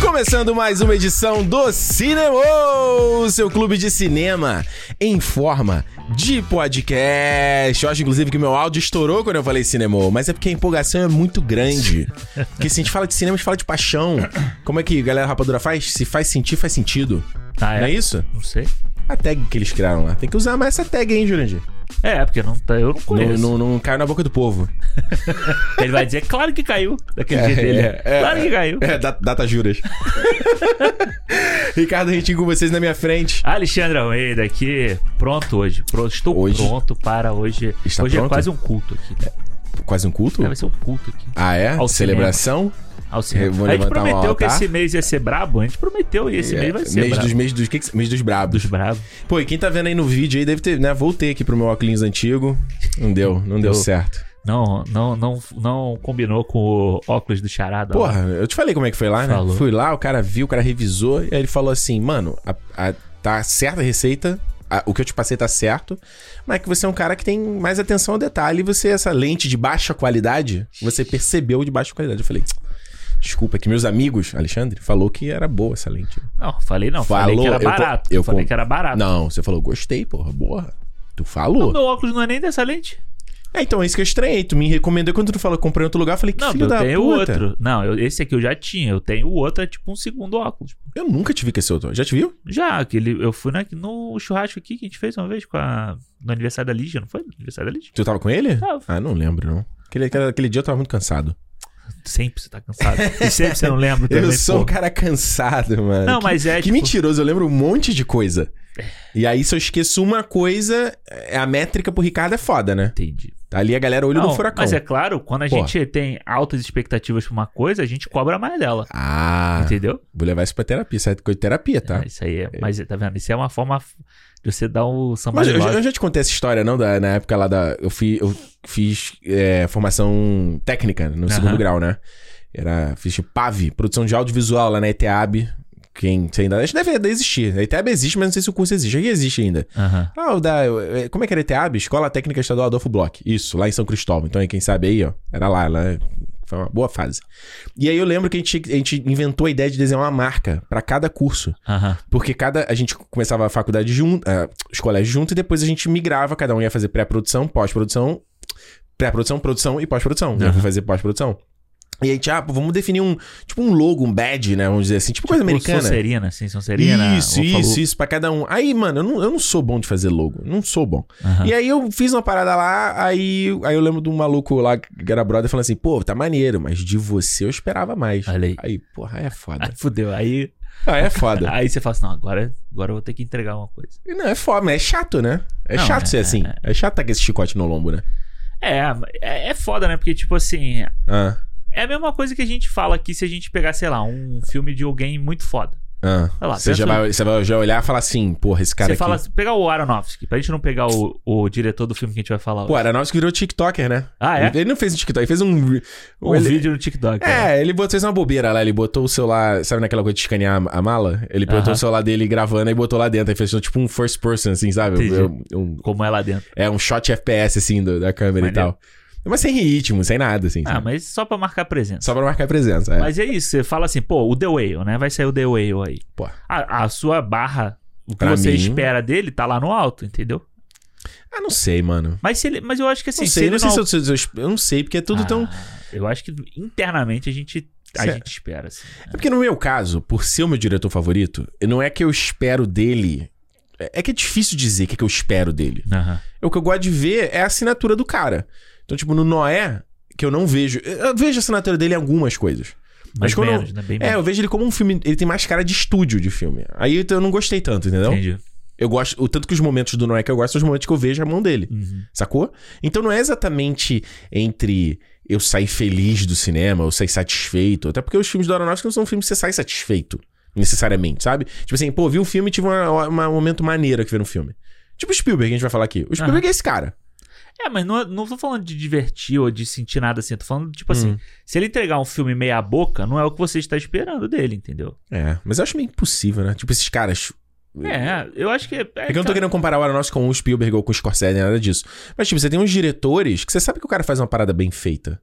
Começando mais uma edição do Cinema, o seu clube de cinema em forma de podcast. Eu acho, inclusive, que meu áudio estourou quando eu falei cinema, mas é porque a empolgação é muito grande. Porque se a gente fala de cinema, a gente fala de paixão. Como é que a galera rapadura faz? Se faz sentir, faz sentido. Ah, é? Não é isso? Não sei. A tag que eles criaram lá. Tem que usar mais essa tag, hein, Jurandir? É, porque não, tá- eu não Não, conheço. não, não caiu na boca do povo. Ele vai dizer, claro que caiu, daquele dia dele. né? é, é. claro que caiu. É, da- data juras. Ricardo Rentinho com vocês na minha frente. Alexandre Almeida aqui, pronto hoje. Pro- estou Hoje? pronto para hoje. Está hoje é pronto? quase um culto aqui. Quase um culto? É, vai ser um culto aqui. Ah, é? Ao Celebração? Ao Senhor. Eu vou A gente levantar um prometeu que altar. É, esse mês ia ser brabo, a gente prometeu e esse mês vai ser mês brabo. dos, mês dos, que que- mês dos brabos. Dos brabo. Pô, e quem tá vendo aí no vídeo aí deve ter, né? Voltei aqui pro meu óculos antigo. Não deu, não deu Eu- certo. Não, não, não, não combinou com o óculos do charada. lá. Porra, eu te falei como é que foi lá, né? Falou. Fui lá, o cara viu, o cara revisou, e aí ele falou assim, mano, a- a- tá certa a receita, a- o que eu te passei tá certo, mas que você é um cara que tem mais atenção ao detalhe, e você, essa lente de baixa qualidade, você percebeu de baixa qualidade. Eu falei, "Tsk, desculpa, é que meus amigos, Alexandre, falou que era boa essa lente. Não, falei não. falei Falou, que era eu co- barato. eu falei com- que era barato. Não, você falou, gostei, porra, boa. Tu falou. Meu óculos não é nem dessa lente? É, então, é isso que eu estranhei. Tu me recomendou quando tu falou, comprei em outro lugar, eu falei, que Não, filho eu da tenho puta. outro. Não, eu- esse aqui eu já tinha. Eu tenho o outro, é tipo um segundo óculos. Eu nunca te vi com esse outro. Já te viu? Já, aquele, eu fui na- no churrasco aqui que a gente fez uma vez com a, no aniversário da Lígia, não foi? No aniversário da Lígia? Tu tava com ele? Tava. Ah, não lembro, não. Aquele, aquele, aquele dia eu tava muito cansado. Sempre você tá cansado. E sempre você não lembra também, Eu sou pô. um cara cansado, mano. Não, que, mas é, Que tipo- mentiroso, eu lembro um monte de coisa. E aí, se eu esqueço uma coisa, é- a métrica pro Ricardo é foda, né? Entendi. Tá ali a galera olho Não, no furacão. mas é claro, quando a Pô. gente tem altas expectativas pra uma coisa, a gente cobra mais dela. Ah, Entendeu? vou levar isso pra terapia. Isso é coisa de terapia, tá? Ah, Isso aí é. Mas tá vendo? Isso é uma forma f- de você dar o samba Mas de eu, love. eu já te contei essa história, não? Da, na época lá da. Eu, fui, eu fiz é, formação técnica no segundo Aham. grau, né? Era, fiz tipo, PAV, produção de audiovisual lá na ETAB. Quem sei ainda. Acho que deve ainda existir. A ETAB existe, mas não sei se o curso existe. Aqui existe ainda. Aham. Ah, o da. eh, Como é que era a ETAB? Escola Técnica Estadual Adolfo Bloch. Isso, lá em São Cristóvão. Então, aí, quem sabe aí, ó. Era lá, lá. Foi uma boa fase. E aí eu lembro que a gente, a gente inventou a ideia de desenhar uma marca pra cada curso. Aham. Porque cada. A gente começava a faculdade junto, ah, os colégios junto, e depois a gente migrava, cada um ia fazer pré-produção, pós-produção, pré-produção, produção e pós-produção. Eu fui fazer pós-produção. E aí, tipo, vamos definir um. Tipo um logo, um badge, né? Vamos dizer assim, tipo, né, coisa Tipo, americana. Sonserina, sim, Sonserina. isso, Wolf of isso, Wall- isso, pra cada um. Aí, mano, eu não, eu não sou bom de fazer logo. Não sou bom. Aham. E aí eu fiz uma parada lá, aí, aí eu lembro de um maluco lá que era brother falando assim, pô, tá maneiro, mas de você eu esperava mais. Olha aí. Aí, porra, aí é foda. Aí fudeu. Aí, Aí é foda. aí você fala assim: não, agora, agora eu vou ter que entregar uma coisa. E Não, é foda, mas é chato, né? É Não, chato é- ser assim. é- É, chato tá com esse chicote no lombo, né? É, é, é foda, né? Porque, tipo assim, Ah, é a mesma coisa que a gente fala aqui se a gente pegar, sei lá, um filme de alguém muito foda. ah. Olha lá, você, já pensa- vai, você vai já olhar e falar assim, porra, esse cara Você aqui... fala, pegar o Aronofsky, pra gente não pegar o, o diretor do filme que a gente vai falar. Pô, hoje. Aronofsky virou TikToker, né? Ah, é? Ele não fez um TikTok, ele fez um... Um ele- vídeo no TikTok. né? É, ele botou, fez uma bobeira lá, ele botou o celular, sabe naquela coisa de escanear a- a mala? Ele botou Aham. o celular dele gravando e botou lá dentro, aí fez tipo um first person, assim, sabe? Entendi. Um- um- Como é lá dentro. é um shot FPS, assim, do- da câmera Maneiro. e tal. Mas sem ritmo, sem nada, assim. Ah, sabe? mas só pra marcar presença. Só pra marcar presença, é. Mas é isso, você fala assim, pô, o The Whale, né? Vai sair o The Whale aí. Pô. A, a sua barra, o que Pra você mim- espera dele, tá lá no alto, entendeu? Ah, não sei, mano. Mas se ele. Mas eu acho que assim, não se sei, ele não sei não se eu, se eu- se eu- eu não sei, porque é tudo Ah, tão... Eu acho que internamente a gente, a Cê- gente espera, assim. É porque no meu caso, por ser o meu diretor favorito, não é que eu espero dele. É é que é difícil dizer o que, é que eu espero dele. Aham. é O que eu gosto de ver é a assinatura do cara. Então, tipo, no Noé, que eu não vejo. Eu vejo a assinatura dele em algumas coisas. Mas Mais quando- menos, né? Bem É, menos. eu vejo ele como um filme. Ele tem mais cara de estúdio de filme. Aí então, eu não gostei tanto, entendeu? Entendi. Eu gosto. O tanto que os momentos do Noé que eu gosto são os momentos que eu vejo a mão dele. Uhum. Sacou? Então não é exatamente entre eu sair feliz do cinema, eu sair satisfeito. Até porque os filmes do Aronofsky não são filmes que você sai satisfeito, necessariamente, sabe? Tipo assim, pô, vi um filme e tive uma- uma- um momento maneiro que ver um filme. Tipo o Spielberg, que a gente vai falar aqui. O Spielberg é esse cara. É, mas não, não tô falando de divertir ou de sentir nada assim. Tô falando, Hum. tipo assim, se ele entregar um filme meia boca, não é o que você está esperando dele, entendeu? É, mas eu acho meio impossível, né? Tipo, esses caras. É, eu acho que... É, É que eu não tô querendo comparar o Aronofsky com o Spielberg ou com o Scorsese, nem nada disso. Mas, tipo, você tem uns diretores que você sabe que o cara faz uma parada bem feita.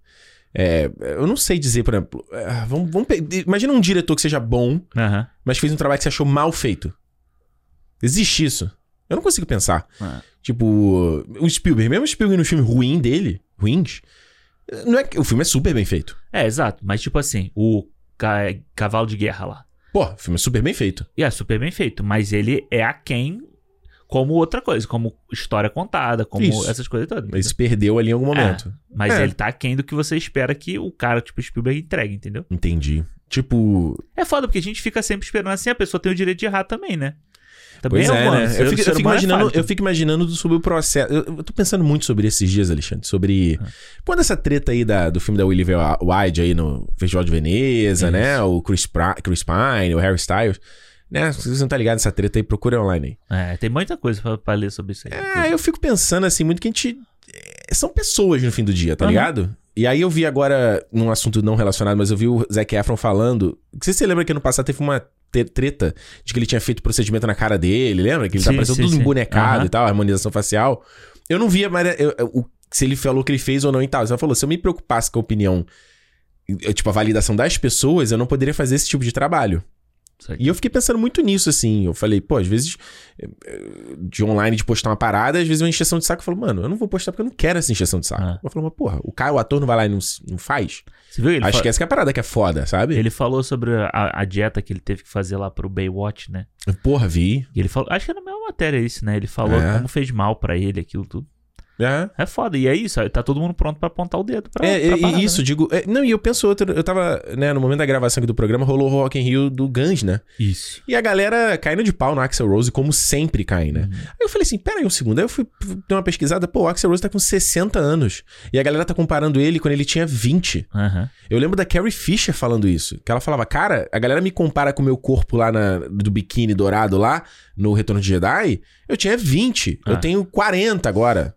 É, eu não sei dizer, por exemplo. ah, vamos- vamos pe- imagina um diretor que seja bom, Aham. mas fez um trabalho que você achou mal feito. Existe isso. Eu não consigo pensar. É. Tipo, o Spielberg, mesmo o Spielberg no filme ruim dele, ruins, não é que o filme é super bem feito. É, exato. Mas, tipo assim, o ca- Cavalo de Guerra lá. Pô, o filme é super bem feito. E é super bem feito, mas ele é aquém como outra coisa, como história contada, como Isso. essas coisas todas. Mas se perdeu ali em algum momento. Mas É. ele tá aquém do que você espera que o cara, tipo, Spielberg entregue, entendeu? Entendi. Tipo, É foda, porque a gente fica sempre esperando assim, a pessoa tem o direito de errar também, né? Também pois é, humano, né? ser- Eu fico, ser eu fico humano é imaginando, falho, eu fico imaginando sobre o processo. Eu, eu tô pensando muito sobre esses dias, Alexandre. Sobre. Quando essa treta aí da- do filme da Willie Wide aí no Festival de Veneza, Isso. né? O Chris, Pra- Chris Pine, o Harry Styles. Né? Se você não tá ligado nessa treta aí, procura online aí. É, tem muita coisa pra, pra ler sobre isso aí. Ah, eu fico pensando assim muito que a gente. é, São pessoas no fim do dia, tá Aham. ligado? E aí eu vi agora, num assunto não relacionado, mas eu vi o Zac Efron falando. Não sei se você lembra que ano passado teve uma te- treta de que ele tinha feito procedimento na cara dele, lembra? Que ele tá Sim, parecendo sim, tudo sim. embonecado Aham. e tal, harmonização facial. Eu não via mas eu- eu- o- se ele falou que ele fez ou não e tal. Ele Só falou, se eu me preocupasse com a opinião, eu- tipo, a validação das pessoas, eu não poderia fazer esse tipo de trabalho. Isso aí. E eu fiquei pensando muito nisso, assim. Eu falei, pô, às vezes eh, eh, de online de postar uma parada, às vezes é uma encheção de saco. Eu falo, mano, eu não vou postar porque eu não quero essa encheção de saco. Ah. Eu falo, mas porra, o cara, o ator não vai lá e não, s- não faz? Você viu? Ele, Acho fa- que essa que é a parada que é foda, sabe? ele falou sobre a, a dieta que ele teve que fazer lá pro Baywatch, né? Porra, vi. E ele falou, acho que era a mesma matéria isso, né? Ele falou É. como fez mal pra ele aquilo tudo. É. É foda, e é isso, tá todo mundo pronto pra apontar o dedo pra, É, pra e- parada, né? e isso, digo. é, não, e eu penso outro. Eu tava, né, no momento da gravação aqui do programa, rolou o Rock in Rio do Guns, né? né? Isso. E a galera caindo de pau no Axel Rose, como sempre cai, Uhum. né? Aí eu falei assim, pera aí um segundo. Aí eu fui dar uma pesquisada, pô, o Axel Rose tá com 60 anos. E a galera tá comparando ele quando ele tinha 20. Aham. Eu lembro da Carrie Fisher falando isso. Que ela falava, cara, a galera me compara com o meu corpo lá na- do biquíni dourado lá, no Retorno de Jedi. Eu tinha 20. Eu Ah. tenho 40 agora.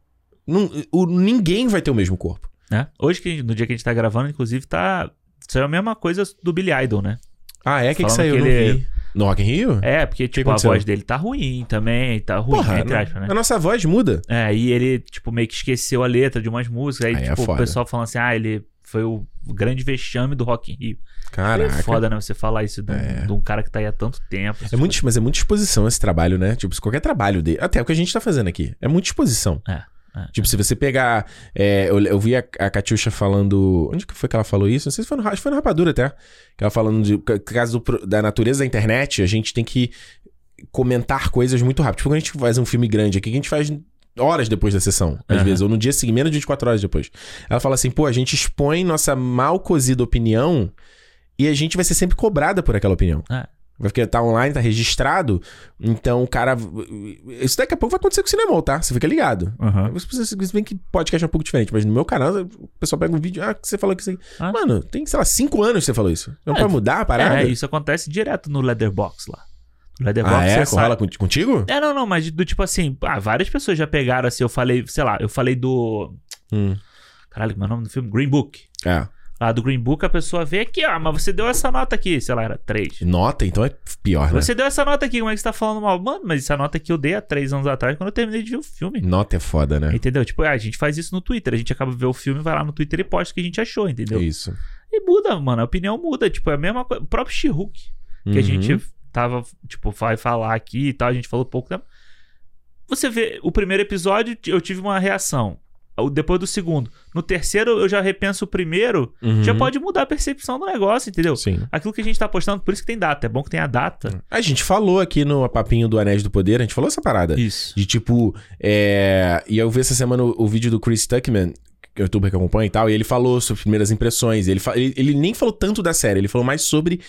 Não- o- ninguém vai ter o mesmo corpo. É. Hoje, que, a gente- no dia que a gente tá gravando, inclusive, tá. Saiu a mesma coisa do Billy Idol, né? Ah, é? O que, que Falando saiu? que Eu não ele- vi. No Rock in Rio? É, porque, tipo, a aconteceu? voz dele tá ruim também, tá ruim, Porra, entre não- aspas, né? a nossa voz muda. É, e ele, tipo, meio que esqueceu a letra de umas músicas. Aí, Aí é tipo, o foda. pessoal falando assim, ah, ele foi o grande vexame do Rock in Rio. Aí Caraca. É foda, né? Você falar isso de um, de um cara que tá aí há tanto tempo. É muito, mas é muita exposição esse trabalho, né? Tipo, se qualquer trabalho dele. Até o que a gente tá fazendo aqui. É muita exposição. É, é. Tipo, se você pegar. é, eu, eu vi a, a Catiuxa falando. Onde que foi que ela falou isso? Não sei se foi no, ra- acho que foi no Rapadura até. Que ela falando de ca- caso do pro- da natureza da internet, a gente tem que comentar coisas muito rápido. Tipo, quando a gente faz um filme grande aqui, que a gente faz horas depois da sessão, às Aham. vezes, ou no dia seguinte, menos de 24 horas depois. Ela fala assim, pô, a gente expõe nossa mal cozida opinião e a gente vai ser sempre cobrada por aquela opinião. É. Vai Porque tá online, tá registrado, então o cara. Isso daqui a pouco vai acontecer com o cinema, tá? Você fica ligado. Ah, Aham. Você- Se bem que podcast é um pouco diferente, mas no meu canal, o pessoal pega um vídeo, ah, que você falou que isso aqui. Ah. Mano, tem, sei lá, cinco anos que você falou isso. Não É, pode mudar a parada? É, isso acontece direto no Leatherbox lá. No Leatherbox Ah, é? você sabe. Rola conti- contigo? É, não, não, mas do tipo assim, ah, várias pessoas já pegaram assim, eu falei, sei lá, eu falei do. Hum. Caralho, como é o nome do filme? Green Book. É. Lá do Green Book a pessoa vê aqui, ó, "Ah, mas você deu essa nota aqui, sei lá, era 3. Nota, então é pior, né? Você deu essa nota aqui, como é que você tá falando mal? Mano, mas essa nota aqui eu dei há 3 anos atrás quando eu terminei de ver o filme. Nota é foda, né? Entendeu? Tipo, ah, a gente faz isso no Twitter, a gente acaba de ver o filme, vai lá no Twitter e posta o que a gente achou, entendeu? Isso. E muda, mano, a opinião muda, tipo, é a mesma coisa. O próprio She-Hulk, que a Uhum. gente tava, tipo, vai falar aqui e tal, a gente falou pouco tempo. Você vê, o primeiro episódio t- eu tive uma reação. O- Depois do segundo. No terceiro eu já repenso o primeiro. Uhum. Já pode mudar a percepção do negócio, entendeu? Sim. Aquilo que a gente tá postando, por isso que tem data. É bom que tem a data. A gente falou aqui no Papinho do Anéis do Poder, a gente falou essa parada. Isso. é, De tipo, é... E eu vi essa semana o, o vídeo do Chris Tuckman, youtuber que acompanha e tal, e ele falou sobre primeiras impressões. Ele, fa- ele, ele nem falou tanto da série, ele falou mais sobre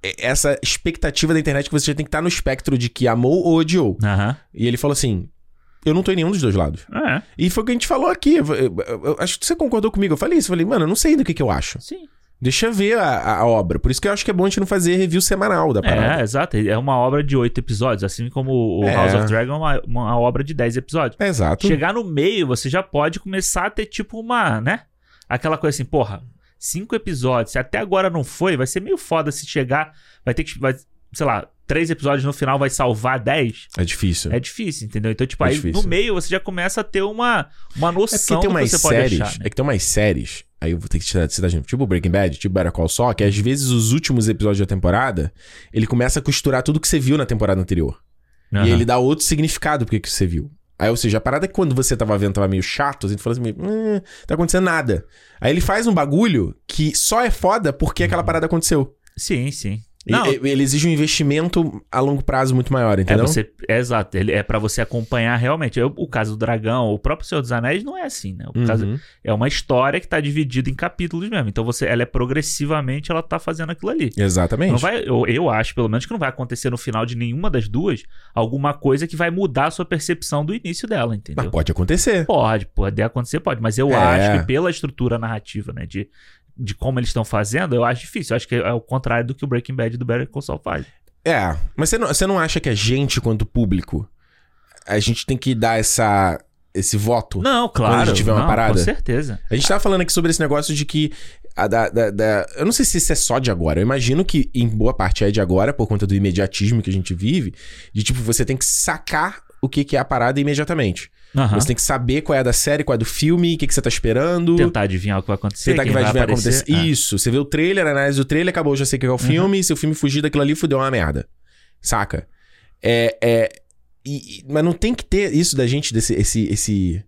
eh, essa expectativa da internet que você já tem que estar no espectro de que amou ou odiou. Aham. E ele falou assim: eu não tô em nenhum dos dois lados. É, E foi o que a gente falou aqui. Eu- eu- eu- eu acho que você concordou comigo. Eu falei isso. Eu falei, mano, eu não sei do que, que eu acho. sim. Deixa eu ver a, a obra. Por isso que eu acho que é bom a gente não fazer review semanal da parada. É, exato. É uma obra de oito episódios, assim como o É. House of Dragon é uma, uma obra de dez episódios. Exato. Chegar no meio, você já pode começar a ter tipo uma, né? Aquela coisa assim, porra, cinco episódios, se até agora não foi, vai ser meio foda se chegar, vai ter que, vai, sei lá, três episódios no final vai salvar dez. É difícil. É difícil, entendeu? Então, tipo, É aí difícil. no meio você já começa a ter uma, uma É porque noção tem do que umas você pode séries. achar. Né? É que tem umas séries. Aí eu vou ter que tirar citar gente. Tipo Breaking Bad, tipo Better Call Saul, que às vezes os últimos episódios da temporada, ele começa a costurar tudo que você viu na temporada anterior. Aham. E ele dá outro significado pro que que você viu. Aí, ou seja, a parada é que quando você tava vendo tava meio chato, a gente falou assim, meio, "Hum, tá acontecendo nada. Aí ele faz um bagulho que só é foda porque aquela parada aconteceu. Sim, sim. E- e- Ele exige um investimento a longo prazo muito maior, É, entendeu? você, é exato, ele é pra você acompanhar realmente. Eu- o caso do dragão, o próprio Senhor dos Anéis não é assim, né? O Uhum. caso- é uma história que tá dividida em capítulos mesmo. Então você, ela é progressivamente, ela tá fazendo aquilo ali. Exatamente. Não vai, eu, eu acho, pelo menos, que não vai acontecer no final de nenhuma das duas alguma coisa que vai mudar a sua percepção do início dela, Mas entendeu? pode acontecer. Pode, pode acontecer, pode. Mas eu É. acho que pela estrutura narrativa, né, de, de como eles estão fazendo, eu acho difícil. Eu acho que é o contrário do que o Breaking Bad e do Better Call Saul faz. É, mas você não, você não acha que a gente, quanto público, a gente tem que dar essa, esse voto? Não, claro. Quando a gente tiver uma não, parada. Com certeza. A gente tava falando aqui sobre esse negócio de que. a da- da- da- eu não sei se isso é só de agora. Eu imagino que em boa parte é de agora, por conta do imediatismo que a gente vive, de tipo, você tem que sacar o que, que é a parada imediatamente. Aham. Você tem que saber qual é a da série, qual é do filme, o que, que você tá esperando. tentar adivinhar o que vai acontecer. Tentar tá que quem vai adivinhar como aparecer. É. Uhum. acontecer. Isso. Você vê o trailer, a análise do trailer, acabou, já sei o que é o filme. Se o filme fugir daquilo ali, fudeu é uma merda. Saca? É. é e- e- mas não tem que ter isso da gente, desse, esse. esse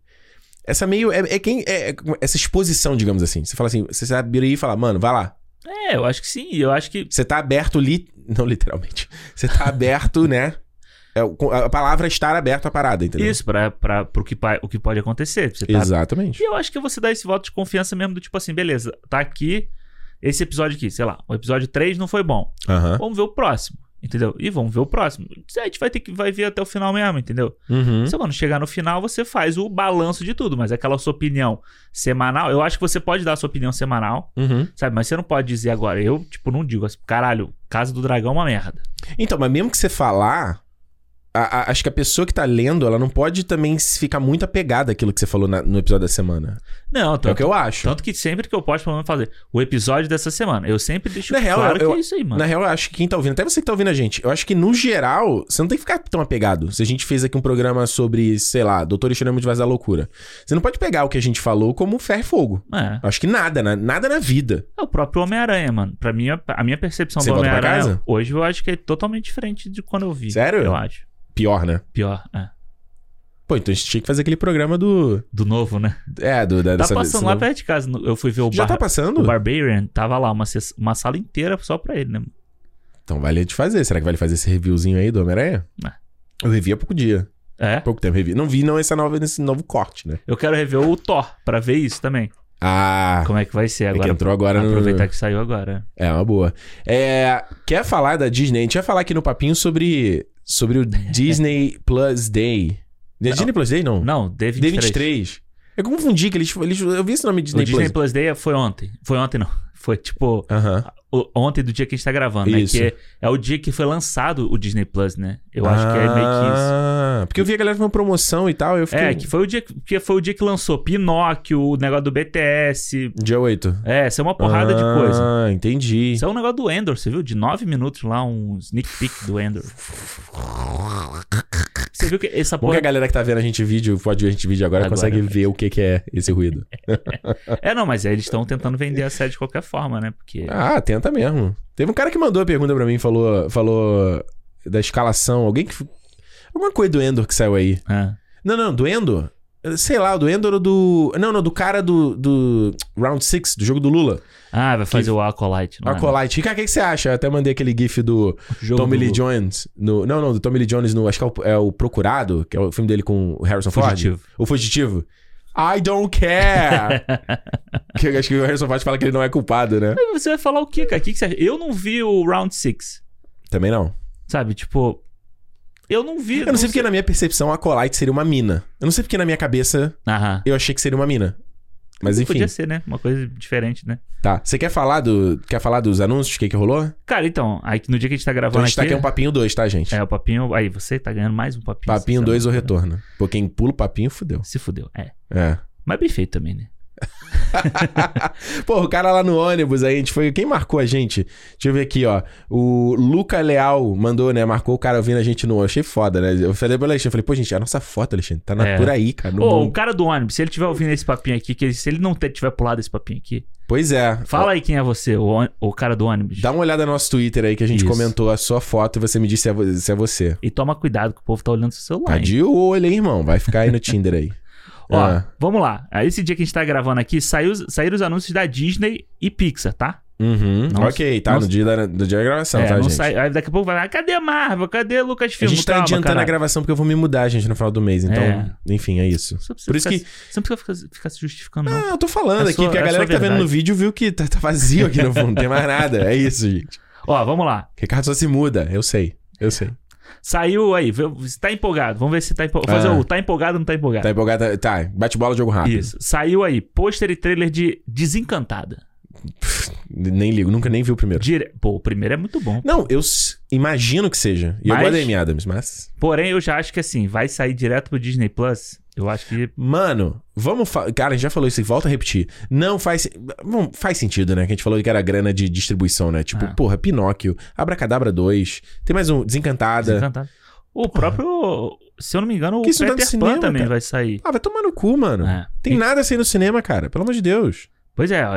essa meio. É, é quem. É, é como- essa exposição, digamos assim. Você fala assim, você se abrir e falar, mano, vai lá. É, eu acho que sim. Eu acho que. Você tá aberto li. Não, literalmente. Você tá aberto, né? É, o- com- a palavra é estar aberto à parada, entendeu? Isso, pra, pra, pro que, pa- o que pode acontecer. Você tá... Exatamente. E eu acho que você dá esse voto de confiança mesmo, do tipo assim, beleza, tá aqui, esse episódio aqui, sei lá, o episódio 3 não foi bom. Aham. Vamos ver o próximo, entendeu? E vamos ver o próximo. Isso aí a gente vai ter que vai ver até o final mesmo, entendeu? Uhum. Se quando chegar no final, você faz o balanço de tudo, mas aquela sua opinião semanal, eu acho que você pode dar a sua opinião semanal, Uhum. sabe? Mas você não pode dizer agora. Eu, tipo, não digo assim, caralho, Casa do Dragão é uma merda. Então, mas mesmo que você falar, a- a- acho que a pessoa que tá lendo, ela não pode também se ficar muito apegada àquilo que você falou na- no episódio da semana. Não, é o tanto que eu acho. Tanto que sempre que eu posto, pelo menos fazer o episódio dessa semana. Eu sempre deixo Na real, claro eu- que é isso aí, mano. Na real, eu acho que quem tá ouvindo, até você que tá ouvindo a gente, eu acho que no geral, você não tem que ficar tão apegado. Se a gente fez aqui um programa sobre, sei lá, Doutor Estranho de Vaz da Loucura, você não pode pegar o que a gente falou como ferro e fogo. É, Eu acho que nada, né? nada na vida. é o próprio Homem-Aranha, mano. Pra mim, a- a minha percepção Você do volta pra casa? Homem-Aranha hoje eu acho que é totalmente diferente de quando eu vi. Sério? Eu acho. Pior, né? Pior, é. Pô, então a gente tinha que fazer aquele programa do. Do novo, né? É, do, da, tá dessa passando dessa- lá perto de casa. no- Eu fui ver o, Já bar... tá o passando? Barbarian. Tava lá uma, ses- uma sala inteira só pra ele, né? mano? Então vale de fazer. Será que vale fazer esse reviewzinho aí do Homem-Aranha? É. Eu revi há pouco dia. É. Pouco tempo revi. Não vi, não, essa nova, nesse novo corte, né? Eu quero rever o Thor pra ver isso também. Ah, Como é que vai ser é que agora? entrou agora no... Aproveitar que saiu agora. É, uma boa. É, quer falar da Disney? A gente vai falar aqui no papinho sobre, É. sobre o Disney Plus Day. Não é Não. Disney Plus Day, não? Não, é D23. D23. Eu confundi que eles, eles... Eu vi esse nome de O Disney, Disney Plus. Plus Day foi ontem. Foi ontem, não. Foi tipo. Aham. o- ontem do dia que a gente tá gravando, Isso. né? Que é, é o dia que foi lançado o Disney Plus, né? Eu acho que é meio que isso. Ah, porque eu vi a galera numa promoção e tal, eu fiquei... É, que foi o dia que, que foi o dia que lançou Pinóquio, o negócio do BTS. Dia 8. É, isso é uma porrada de coisa. Ah, entendi. Isso é um negócio do Endor, você viu? De nove minutos lá, um sneak peek do Endor. Você viu que essa Bom que a porra. galera que tá vendo a gente vídeo, pode ver a gente vídeo agora, Agora, consegue né? ver o que que é esse ruído. É, não, mas é, eles estão tentando vender a série de qualquer forma, né? Porque. Ah, tenta mesmo. Teve um cara que mandou a pergunta pra mim, falou, falou da escalação, alguém que. Alguma coisa do Endor que saiu aí. Ah, Não, não, do Endor? Sei lá, do Endor ou do. Não, não, do cara do, do Round 6, do jogo do Lula. Ah, vai fazer o Acolyte. não é? Acolyte. Ricardo, o que, que você acha? Eu até mandei aquele GIF do O jogo Tommy do- Lee Jones. No... Não, não, do Tommy Lee Jones no. Acho que é o, é o Procurado, que é o filme dele com o Harrison Ford. Fugitivo. O Fugitivo. I don't care. que eu acho que o Harrison Ford fala que ele não é culpado, né? Aí Você vai falar o quê, cara? O que, que você acha? Eu não vi o Round 6, Também não. sabe? Tipo, eu não vi. Eu não sei porque na minha percepção a Colite seria uma mina. Eu não sei porque na minha cabeça Aham. eu achei que seria uma mina. Mas enfim, Podia ser, né? Uma coisa diferente, né? tá. Você quer falar do quer falar dos anúncios, o que que rolou? Cara, então, aí que no dia que a gente tá Então gravando a gente tá aqui... aqui é um papinho 2, tá, gente? É, o papinho... Aí, você tá ganhando mais um papinho. papinho Você 2 tá- o retorno. Pô, quem pula o papinho, fudeu. Se fudeu, é. É. Mas bem feito também, né? Pô, o cara lá no ônibus aí, a gente foi. Quem marcou a gente? Deixa eu ver aqui, ó. O Luca Leal mandou, né? Marcou o cara ouvindo a gente no ônibus. Achei foda, né? Eu falei pro Alexandre, falei, pô, gente, é a nossa foto, Alexandre, tá na É. por aí, cara. no Ô, o mundo. cara do ônibus, se ele tiver ouvindo esse papinho aqui, que ele- se ele não te- tiver pulado esse papinho aqui, Pois é. fala aí quem é você, o, ôni- o cara do ônibus. Dá uma olhada no nosso Twitter aí que a gente Isso. comentou a sua foto e você me disse se é vo- se é você. E toma cuidado que o povo tá olhando seu celular. Tá hein? de olho, hein, irmão? Vai ficar aí no Tinder aí. Ó, Ah, vamos lá. Aí Esse dia que a gente tá gravando aqui, saiu, saíram os anúncios da Disney e Pixar, tá? uhum. não- ok, tá não- no dia da, no dia da gravação, É, tá, não gente? sai- aí daqui a pouco vai lá, cadê a Marvel? Cadê A Lucasfilm? gente tá Calma, adiantando caralho. a gravação porque eu vou me mudar, gente, no final do mês. Então, É. enfim, é isso. Você não precisa Por isso ficar, Você não precisa ficar, ficar se justificando, não. Ah, eu tô falando É aqui, sua- porque é a galera sua que tá vendo verdade. no vídeo viu que tá, tá vazio aqui no fundo, não tem mais nada. É isso, gente. Ó, vamos lá. Ricardo só se muda, eu sei. Eu sei. Saiu aí. vê- Você tá empolgado. Vamos ver se tá empolgado. Fazer Ah. o tá empolgado ou não tá empolgado. Tá empolgado? Tá, tá, bate bola, jogo rápido. Isso. Saiu aí. Pôster e trailer de Desencantada. Nem ligo, nunca nem vi o primeiro. Dire... Pô, o primeiro é muito bom. Não, eu s- imagino que seja. E eu Mas- gosto da Amy Adams, mas. Porém, eu já acho que assim, vai sair direto pro Disney Plus. Eu acho que. Mano, vamos. Fa... Cara, a gente já falou isso e volta a repetir. Não faz. se- Bom, faz sentido, né? Que a gente falou que era grana de distribuição, né? Tipo, Ah. porra, Pinóquio, Abracadabra 2. Tem mais um, Desencantada. Desencantada. O próprio. Se eu não me engano, o Que isso não Peter tá no Pan cinema, também cara. vai sair. Ah, vai tomar no cu, mano. É. Tem E- nada saindo no cinema, cara. Pelo amor de Deus. Pois é, ó,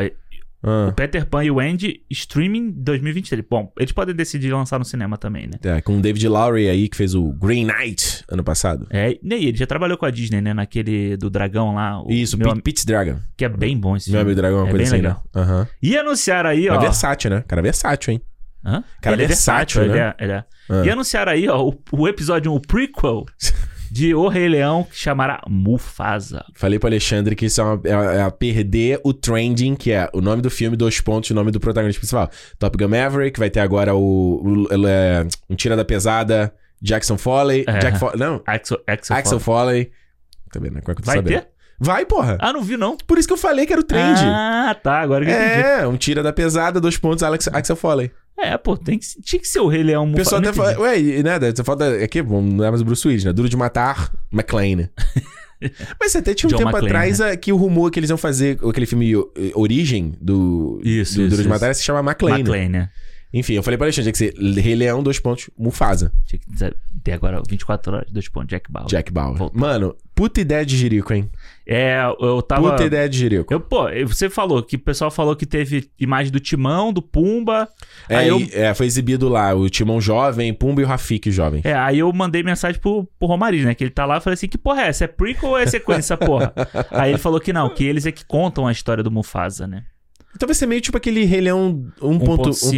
Ah, o Peter Pan e o Andy streaming 2023. Bom, eles podem decidir lançar no cinema também, né? é, com o David Lowry aí, que fez o Green Knight ano passado. É, e aí, ele já trabalhou com a Disney, né? Naquele do dragão lá. O Isso, meu Pete am- Pete's Dragon. que é bem bom esse Meu filme. amigo dragão, uma é coisa bem assim, legal. né? Aham. E anunciaram aí, É ó. versátil, né? Cara, versátil, hein? Hã? Cara, Ele é versátil, versátil, ele é- ele é. Ah. E anunciaram aí, ó, o, o episódio 1, o prequel de O Rei Leão, que chamará Mufasa. Falei pro Alexandre que isso é, uma, é- é a perder o trending, que é o nome do filme, dois pontos, o nome do protagonista principal. Top Gun Maverick, vai ter agora o, o- é, um tira da pesada, Jackson Foley, É. Jack Fo- não, Axel, Axel, Axel Foley. Tá vendo, né? Como é que eu tô Vai sabendo? ter? Vai, porra. Ah, não vi não. Por isso que eu falei que era o trend. Ah, tá, agora que eu entendi. é, um tira da pesada, dois pontos, Alex, Axel Foley. É, pô, tem que, tinha que ser o Rei Leão O Mufasa. pessoal não até entendi. fala, ué, e, né, só falta, aqui, bom, não é mais o Bruce Willis, né, Duro de Matar, McLean. Mas até tinha um John tempo McClane, né? atrás a- que o rumor que eles iam fazer, aquele filme o- Origem do, Isso, do isso, Duro de isso. Matar, se chama McLean. McLean, né? Enfim, eu falei pra Alexandre, tinha que ser Rei Leão, dois pontos, Mufasa, Tinha que dizer- ter agora 24 horas, dois pontos, Jack Bauer. Jack Bauer. Voltou. Mano, puta ideia de Jerico, hein? É, eu tava... Puta ideia de Jerico. Eu, pô, você falou que o pessoal falou que teve imagem do Timão, do Pumba. É, aí eu e- é, foi exibido lá o Timão Jovem, Pumba e o Rafik Jovem. É, aí eu mandei mensagem pro, pro Romariz, né? Que ele tá lá e falei assim: que porra é essa? É prequel ou é sequência, porra? aí ele falou que não, que eles é que contam a história do Mufasa, né? Então vai ser meio tipo aquele Rei Leão 1.5,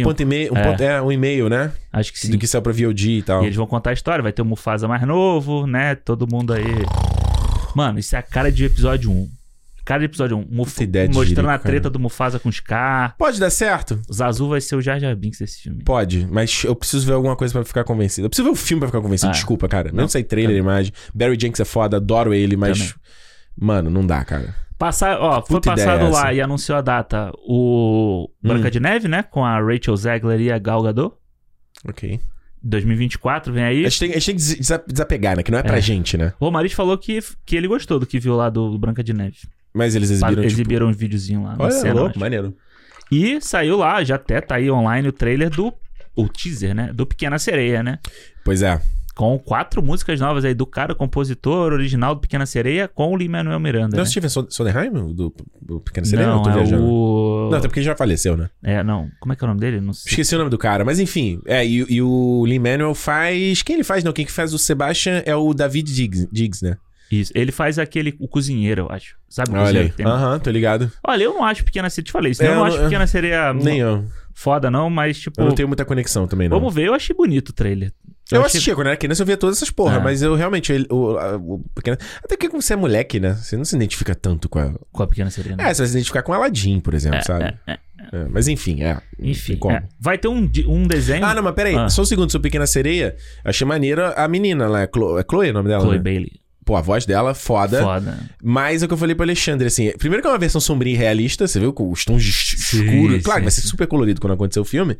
1.5, um ponto e meio, um é. ponto- é, um e meio, né? Acho que sim. Do que saiu pra VOD e tal. E eles vão contar a história, vai ter o Mufasa mais novo, né? Todo mundo aí. Mano, isso é a cara de episódio 1. Cara de episódio 1. Muf... Puta ideia de Mostrando Jerico, a treta cara. do Mufasa com os K. Pode dar certo? Zazu vai ser o Jar Jar Binks desse filme. Pode, mas eu preciso ver alguma coisa pra ficar convencido. Eu preciso ver o filme pra ficar convencido, Ah, desculpa, cara. Não, não. sei trailer, imagem. Barry Jenkins é foda, adoro ele, mas. Também. Mano, não dá, cara. Passar, ó, foi Puta ideia passado essa. Hum. lá e anunciou a data o Branca de Neve, né? Com a Rachel Zegler e a Gal Gadot. Ok. 2024 vem aí. A gente tem, a gente tem que desa- desa- desapegar, né? Que não é pra É. gente, né? O Romariz falou que, que ele gostou do que viu lá do Branca de Neve. Mas eles Exibiram, exibiram. tipo, um videozinho lá. na Olha, cena, louco, acho. maneiro. E saiu lá, já até tá aí online o trailer do. O teaser, né? Do Pequena Sereia, né? Pois é. Com quatro músicas novas aí do cara, compositor original do Pequena Sereia, com o Lin-Manuel Miranda. Não é né? o Steven Son- Sondheim, o do, do Pequeno Sereia? não, eu tô é viajando. o. Não, até porque ele já faleceu, né? É, não. Como é que é o nome dele? Não sei. Esqueci o nome do cara, mas enfim. É, e, e o Lin-Manuel faz... Quem ele faz, não? Quem que faz o Sebastian é o David Diggs, Diggs né? Isso. Ele faz aquele. O cozinheiro, eu acho. Sabe o Olha cozinheiro? aí. que tem? Aham, tô ligado. Olha, eu não acho Pequena Sereia. Te falei isso. É, né? eu não eu acho não- Pequena Sereia Nem eu. foda, não, mas tipo. Eu não tenho muita conexão também, não. Vamos ver, eu achei bonito o trailer. Eu, achei- assistia quando era criança, eu via todas essas porra, Ah. mas eu realmente. ele- o- a- o pequeno- Até porque você é moleque, né? Você não se identifica tanto com a. Com a pequena né? Serena. É, você vai se identificar com Aladdin, por exemplo, sabe? É, mas enfim, é. Não Enfim, tem como. é. vai ter um, di- um desenho. Ah, não, mas peraí, Ah. só um segundo sobre Pequena Sereia. Achei maneiro a menina lá, é Chloe, é Chloe o nome dela? Chloe né? Bailey. Pô, a voz dela, é foda. Foda. Mas é o que eu falei pro Alexandre, assim, primeiro que é uma versão sombria e realista, você viu, com os tons es- Sim, escuros. Claro, sim, vai ser sim. super colorido quando acontecer o filme.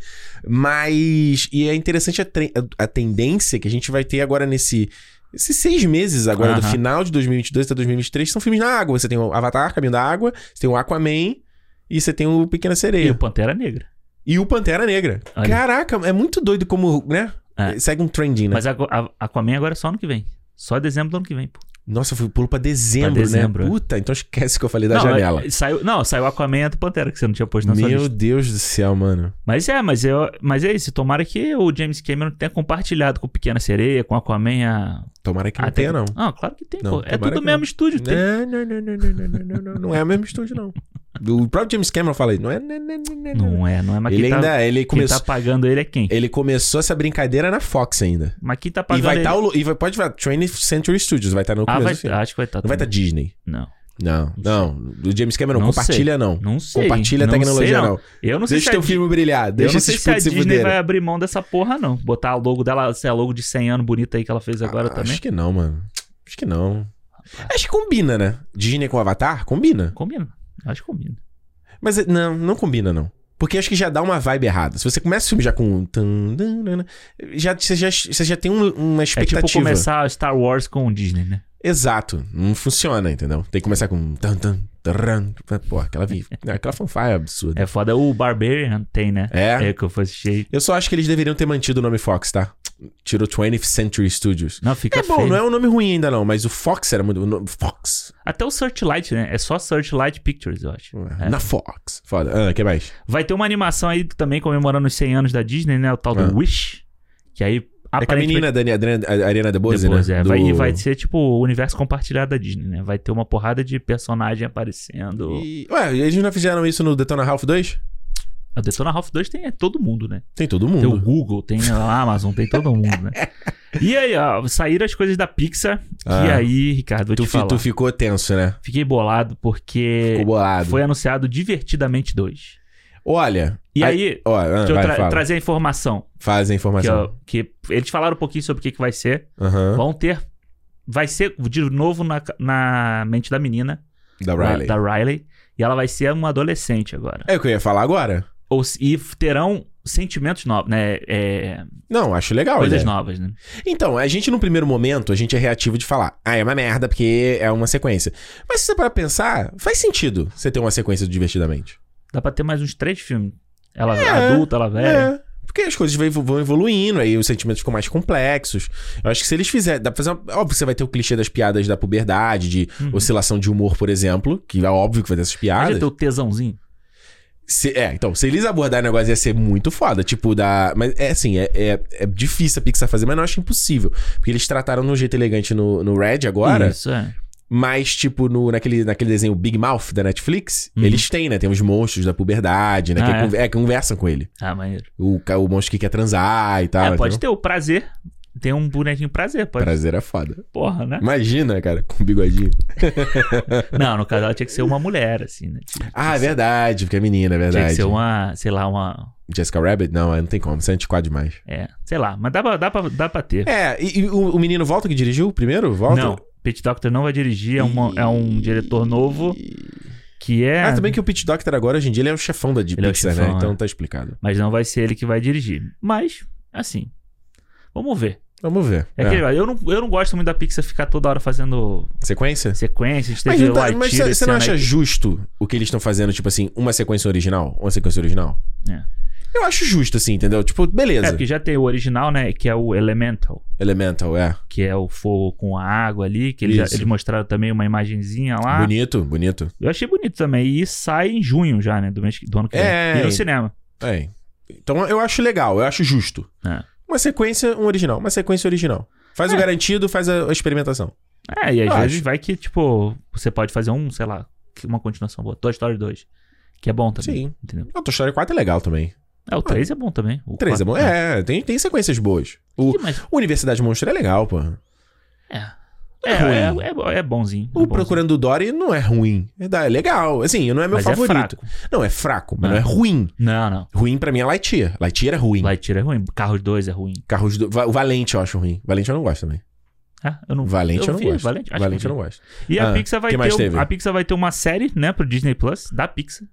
Mas. E é interessante a, tre- a tendência que a gente vai ter agora nesse. Esses seis meses agora, do Aham. final de 2022 até 2023, são filmes na água. Você tem o Avatar, Caminho da Água, você tem o Aquaman e você tem o Pequena E o Sereia. Pantera Negra. E o Pantera Negra. Olha. Caraca, é muito doido como, né? É. Segue um trending, né? Mas a, a Aquaman agora é só ano que vem. Só dezembro do ano que vem, pô. Nossa, eu fui pulo pra dezembro, Pra dezembro, né? é. Puta, então esquece que eu falei da não, janela. é- Saiu, não, saiu Aquaman e a do Pantera, que você não tinha posto na sua Meu lista. Deus do céu, mano. Mas é, mas, eu, mas é isso. Tomara que o James Cameron tenha compartilhado com o Pequena Sereia, com Aquaman a... Tomara que a não tenha, não. Ah, claro que tem, Não, pô. É tomara tudo que mesmo não. Né? estúdio. Tem... Não, não, não, não, não, não, não, não, não é o mesmo estúdio, não. O próprio James Cameron fala aí, não é. Não, não, não, não, não. Não é, não é. Mas Ele quem, ainda. tá, ele, quem começou, tá pagando ele é quem? ele começou essa brincadeira na Fox ainda. Mas quem tá e pagando vai ele... estar o. E vai, pode vai, 20th Century Studios, vai estar no Ah, começo vai, do filme. acho que vai estar. Não vai tá estar Disney. Não. Não, não. O James Cameron Não compartilha, não. Não sei. Compartilha a não tecnologia, sei, não. Eu não sei Deixa se a teu Di- filme brilhar. Eu Deixa não sei esses se a putos se Disney fuderem. vai abrir mão dessa porra, não. Botar a logo dela, essa logo de 100 anos bonita aí que ela fez agora Ah, também. Acho que não, mano. Acho que não. Acho que combina, né? Disney com Avatar? Combina. Combina. Acho que combina. Mas eh, não, não combina, não. Porque acho que já dá uma vibe errada. Se você começa o filme já com. um tan, dan, dan, dan, Já, você, já, você já tem um- uma É expectativa. tipo começar Star Wars com o Disney, né? Exato. Não funciona, entendeu? Tem que começar com. um Tan, tan, taran, pô, aquela, vi- aquela fanfarra absurda. É foda. O Barbarian tem, né? É. É que eu fui assistir. Eu só acho que eles deveriam ter mantido o nome Fox, tá? Tirou 20th Century Studios. Não, fica É bom, Tá feio. não é um nome ruim ainda, não, mas o Fox era muito. o no- Fox. Até o Searchlight, né? É só Searchlight Pictures, eu acho. É. Na Fox. Foda. Ah, que mais? Vai ter uma animação aí também comemorando os 100 anos da Disney, né? O tal Ah. do Wish. Que aí, É que a aparentemente... menina Dani, Adriana- a Ariana DeBose, Depois, né? é. Vai, Do- e vai ser tipo o universo compartilhado da Disney, né? Vai ter uma porrada de personagem aparecendo. E- Ué, eles não fizeram isso no Detona Ralph 2? A Detona Ralph 2 tem é, todo mundo, né? Tem todo Tem o mundo. Google, tem a Amazon, tem todo mundo, né? E aí, ó, saíram as coisas da Pixar. E Ah. aí, Ricardo, vou Tu, te fi- falar. tu ficou tenso, né? Fiquei bolado porque Ficou bolado. foi anunciado Divertidamente 2. Olha. E aí, Ó, ah, deixa eu vai, tra- fala. trazer a informação. Faz a Que, informação. ó, que eles falaram um pouquinho sobre o que, que vai ser. Aham. Vão ter. Vai ser de novo na, ca- na mente da menina. Da Riley. Da, Riley. E ela vai ser uma adolescente agora. É o que eu ia falar agora. Ou, se- e terão sentimentos novos, né? É, Não, acho legal. coisas né? novas, né? Então, a gente, num primeiro momento, a gente é reativo de falar. Ah, é uma merda, porque é uma sequência. Mas se você parar pra pensar, faz sentido você ter uma sequência do Divertidamente. Dá pra ter mais uns três filmes. Ela É, adulta, ela velha. É. Porque as coisas vai- vão evoluindo, aí os sentimentos ficam mais complexos. Eu acho que se eles fizerem. Dá pra fazer uma- Óbvio que você vai ter o clichê das piadas da puberdade, de Uhum. oscilação de humor, por exemplo, que é óbvio que vai ter essas Imagina piadas. ter o tesãozinho. Se- é, então, se eles abordarem o negócio ia ser muito foda. Tipo, da. Mas é assim, é, é, é difícil a Pixar fazer, mas não acho impossível. Porque eles trataram de um jeito elegante no, no Red agora, Isso, é. mas, tipo, no, naquele, naquele desenho Big Mouth da Netflix, Uhum. eles têm, né? Tem os monstros da puberdade, né? que Ah, é. conver- é, que conversam com ele. Ah, maneiro. O, ca- o monstro que quer transar e tal. é, pode entendeu? ter o prazer. Tem um bonequinho prazer, pode. Prazer é foda. Porra, né? Imagina, cara, com um bigodinho. Não, no caso ela tinha que ser uma mulher, assim, né? Tinha, Ah, é verdade, porque é menina, é tinha que verdade. ser uma, sei lá, uma. Jessica Rabbit? Não, não tem como, isso é antiquado demais. É, sei lá. Mas dá pra, dá pra, dá pra ter. É, e, e o, o menino volta que dirigiu primeiro? Volta? Não, Pete Doctor não vai dirigir, é, uma- é um diretor novo que é. Ah, também Ah, que o Pete Doctor agora, hoje em dia, ele é o chefão da de Ele é o Pixar, né? chefão, Então é. tá explicado. Mas não vai ser ele que vai dirigir. Mas, assim. Vamos ver. Vamos ver. É É. aquele- eu, não, eu não gosto muito da Pixar ficar toda hora fazendo Sequência? sequências. Mas, Teve não tá- Lightyear mas você esse você não ano acha aí. justo o que eles estão fazendo, tipo assim, uma sequência original? Uma sequência original? É. Eu acho justo, assim, entendeu? Tipo, É, beleza. porque já tem o original, né? Que é o Elemental. Elemental, é. Que é o fogo com a água ali. Que eles, já- Isso. eles mostraram também uma imagenzinha lá. Bonito, bonito. Eu achei bonito também. E sai em junho já, né? Do, mês, que- do ano que vem. É. E no cinema. É. Então eu acho legal, eu acho justo. É. Uma sequência, um original. Uma sequência original. Faz o É. garantido, faz a a experimentação. É, e às Eu vezes acho. vai que, tipo, você pode fazer um, sei lá, uma continuação boa. Toy Story 2. Que é bom também. Sim. Entendeu? A Toy Story 4 é legal também. É, o 3 é bom também. O 3 é quatro- bom. É, tem, tem sequências boas. O Ih, mas- Universidade Monstro é legal, pô. É. É ruim. É, é, é, bo- é bonzinho. é O bonzinho. Procurando Dory não é ruim. É da- é legal. Assim, não é meu Mas é favorito. fraco. não, é fraco, mas É. não é ruim. Não, não. Ruim pra mim é Lightyear. Lightyear é ruim. Lightyear é ruim. Carros 2 é ruim. Carros do... Va- O Valente eu acho ruim. Valente eu não gosto também. Ah, eu não Valente eu, não vi, gosto. Valente, acho Valente que eu eu não gosto. vi. E a Ah, Pixar vai que mais ter teve? um- a Pixar vai ter uma série, né, pro Disney Plus da Pixar.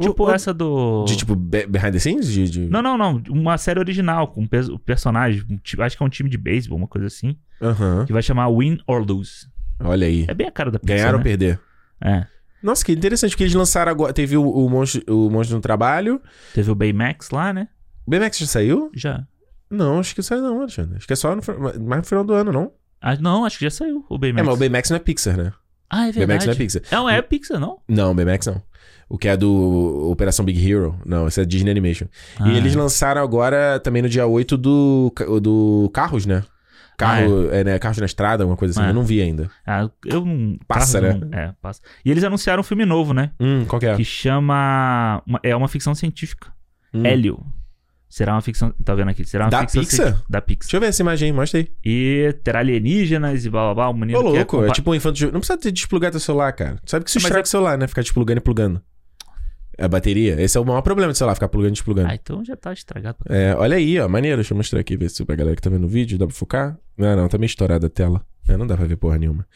Tipo O- o- essa do De tipo, be- behind the scenes? De, de- Não, não, não, uma série original com pe- personagem, um ti- acho que é um time de beisebol, uma coisa assim, Aham. que vai chamar Win or Lose. Olha aí. É bem a cara da Pixar, Ganhar ou né? perder. É. Nossa, que interessante, porque eles lançaram agora. Teve o, o, Monstro, o Monstro no Trabalho. Teve o Baymax lá, né? O BMX já saiu? Já. Não, acho que saiu não, Alexandre. Acho que é só no, mais no final do ano, não? Ah, não, acho que já saiu o Baymax. É, mas o BMX não é Pixar, né? Ah, é O BMX verdade. não é Pixar. Não, é Pixar, não? Não, BMX não. O que é do Operação Big Hero. Não, isso é Disney Animation. Ah, E eles lançaram agora, também no dia 8, do, ca- do Carros, né? Carro, é, né? Carros na estrada, alguma coisa assim. Ah, é. Eu não vi ainda. ah, eu não... Passa, Carros né? não- É, passa. E eles anunciaram um filme novo, né? Hum, qual que é? Que chama... uma- é uma ficção científica. Hum. Hélio. Será uma ficção... Tá vendo aqui? Será uma Da ficção Pixar? científica- Da Pixar. Deixa eu ver essa imagem aí, mostra aí. E terá alienígenas e blá blá blá. O menino Ô, que é louco, é, compa- tipo um infanto juvenil. Não precisa ter desplugar teu celular, cara. Tu sabe que isso Mas é estraga o celular, né? Ficar desplugando e plugando. A bateria. Esse é o maior problema do celular, ficar plugando e desplugando. Ah, então já tá estragado. pra É, olha aí, ó, maneiro. Deixa eu mostrar aqui, ver se pra galera que tá vendo o vídeo, dá pra focar? Não, não, tá meio estourada a tela. É, não dá pra ver porra nenhuma.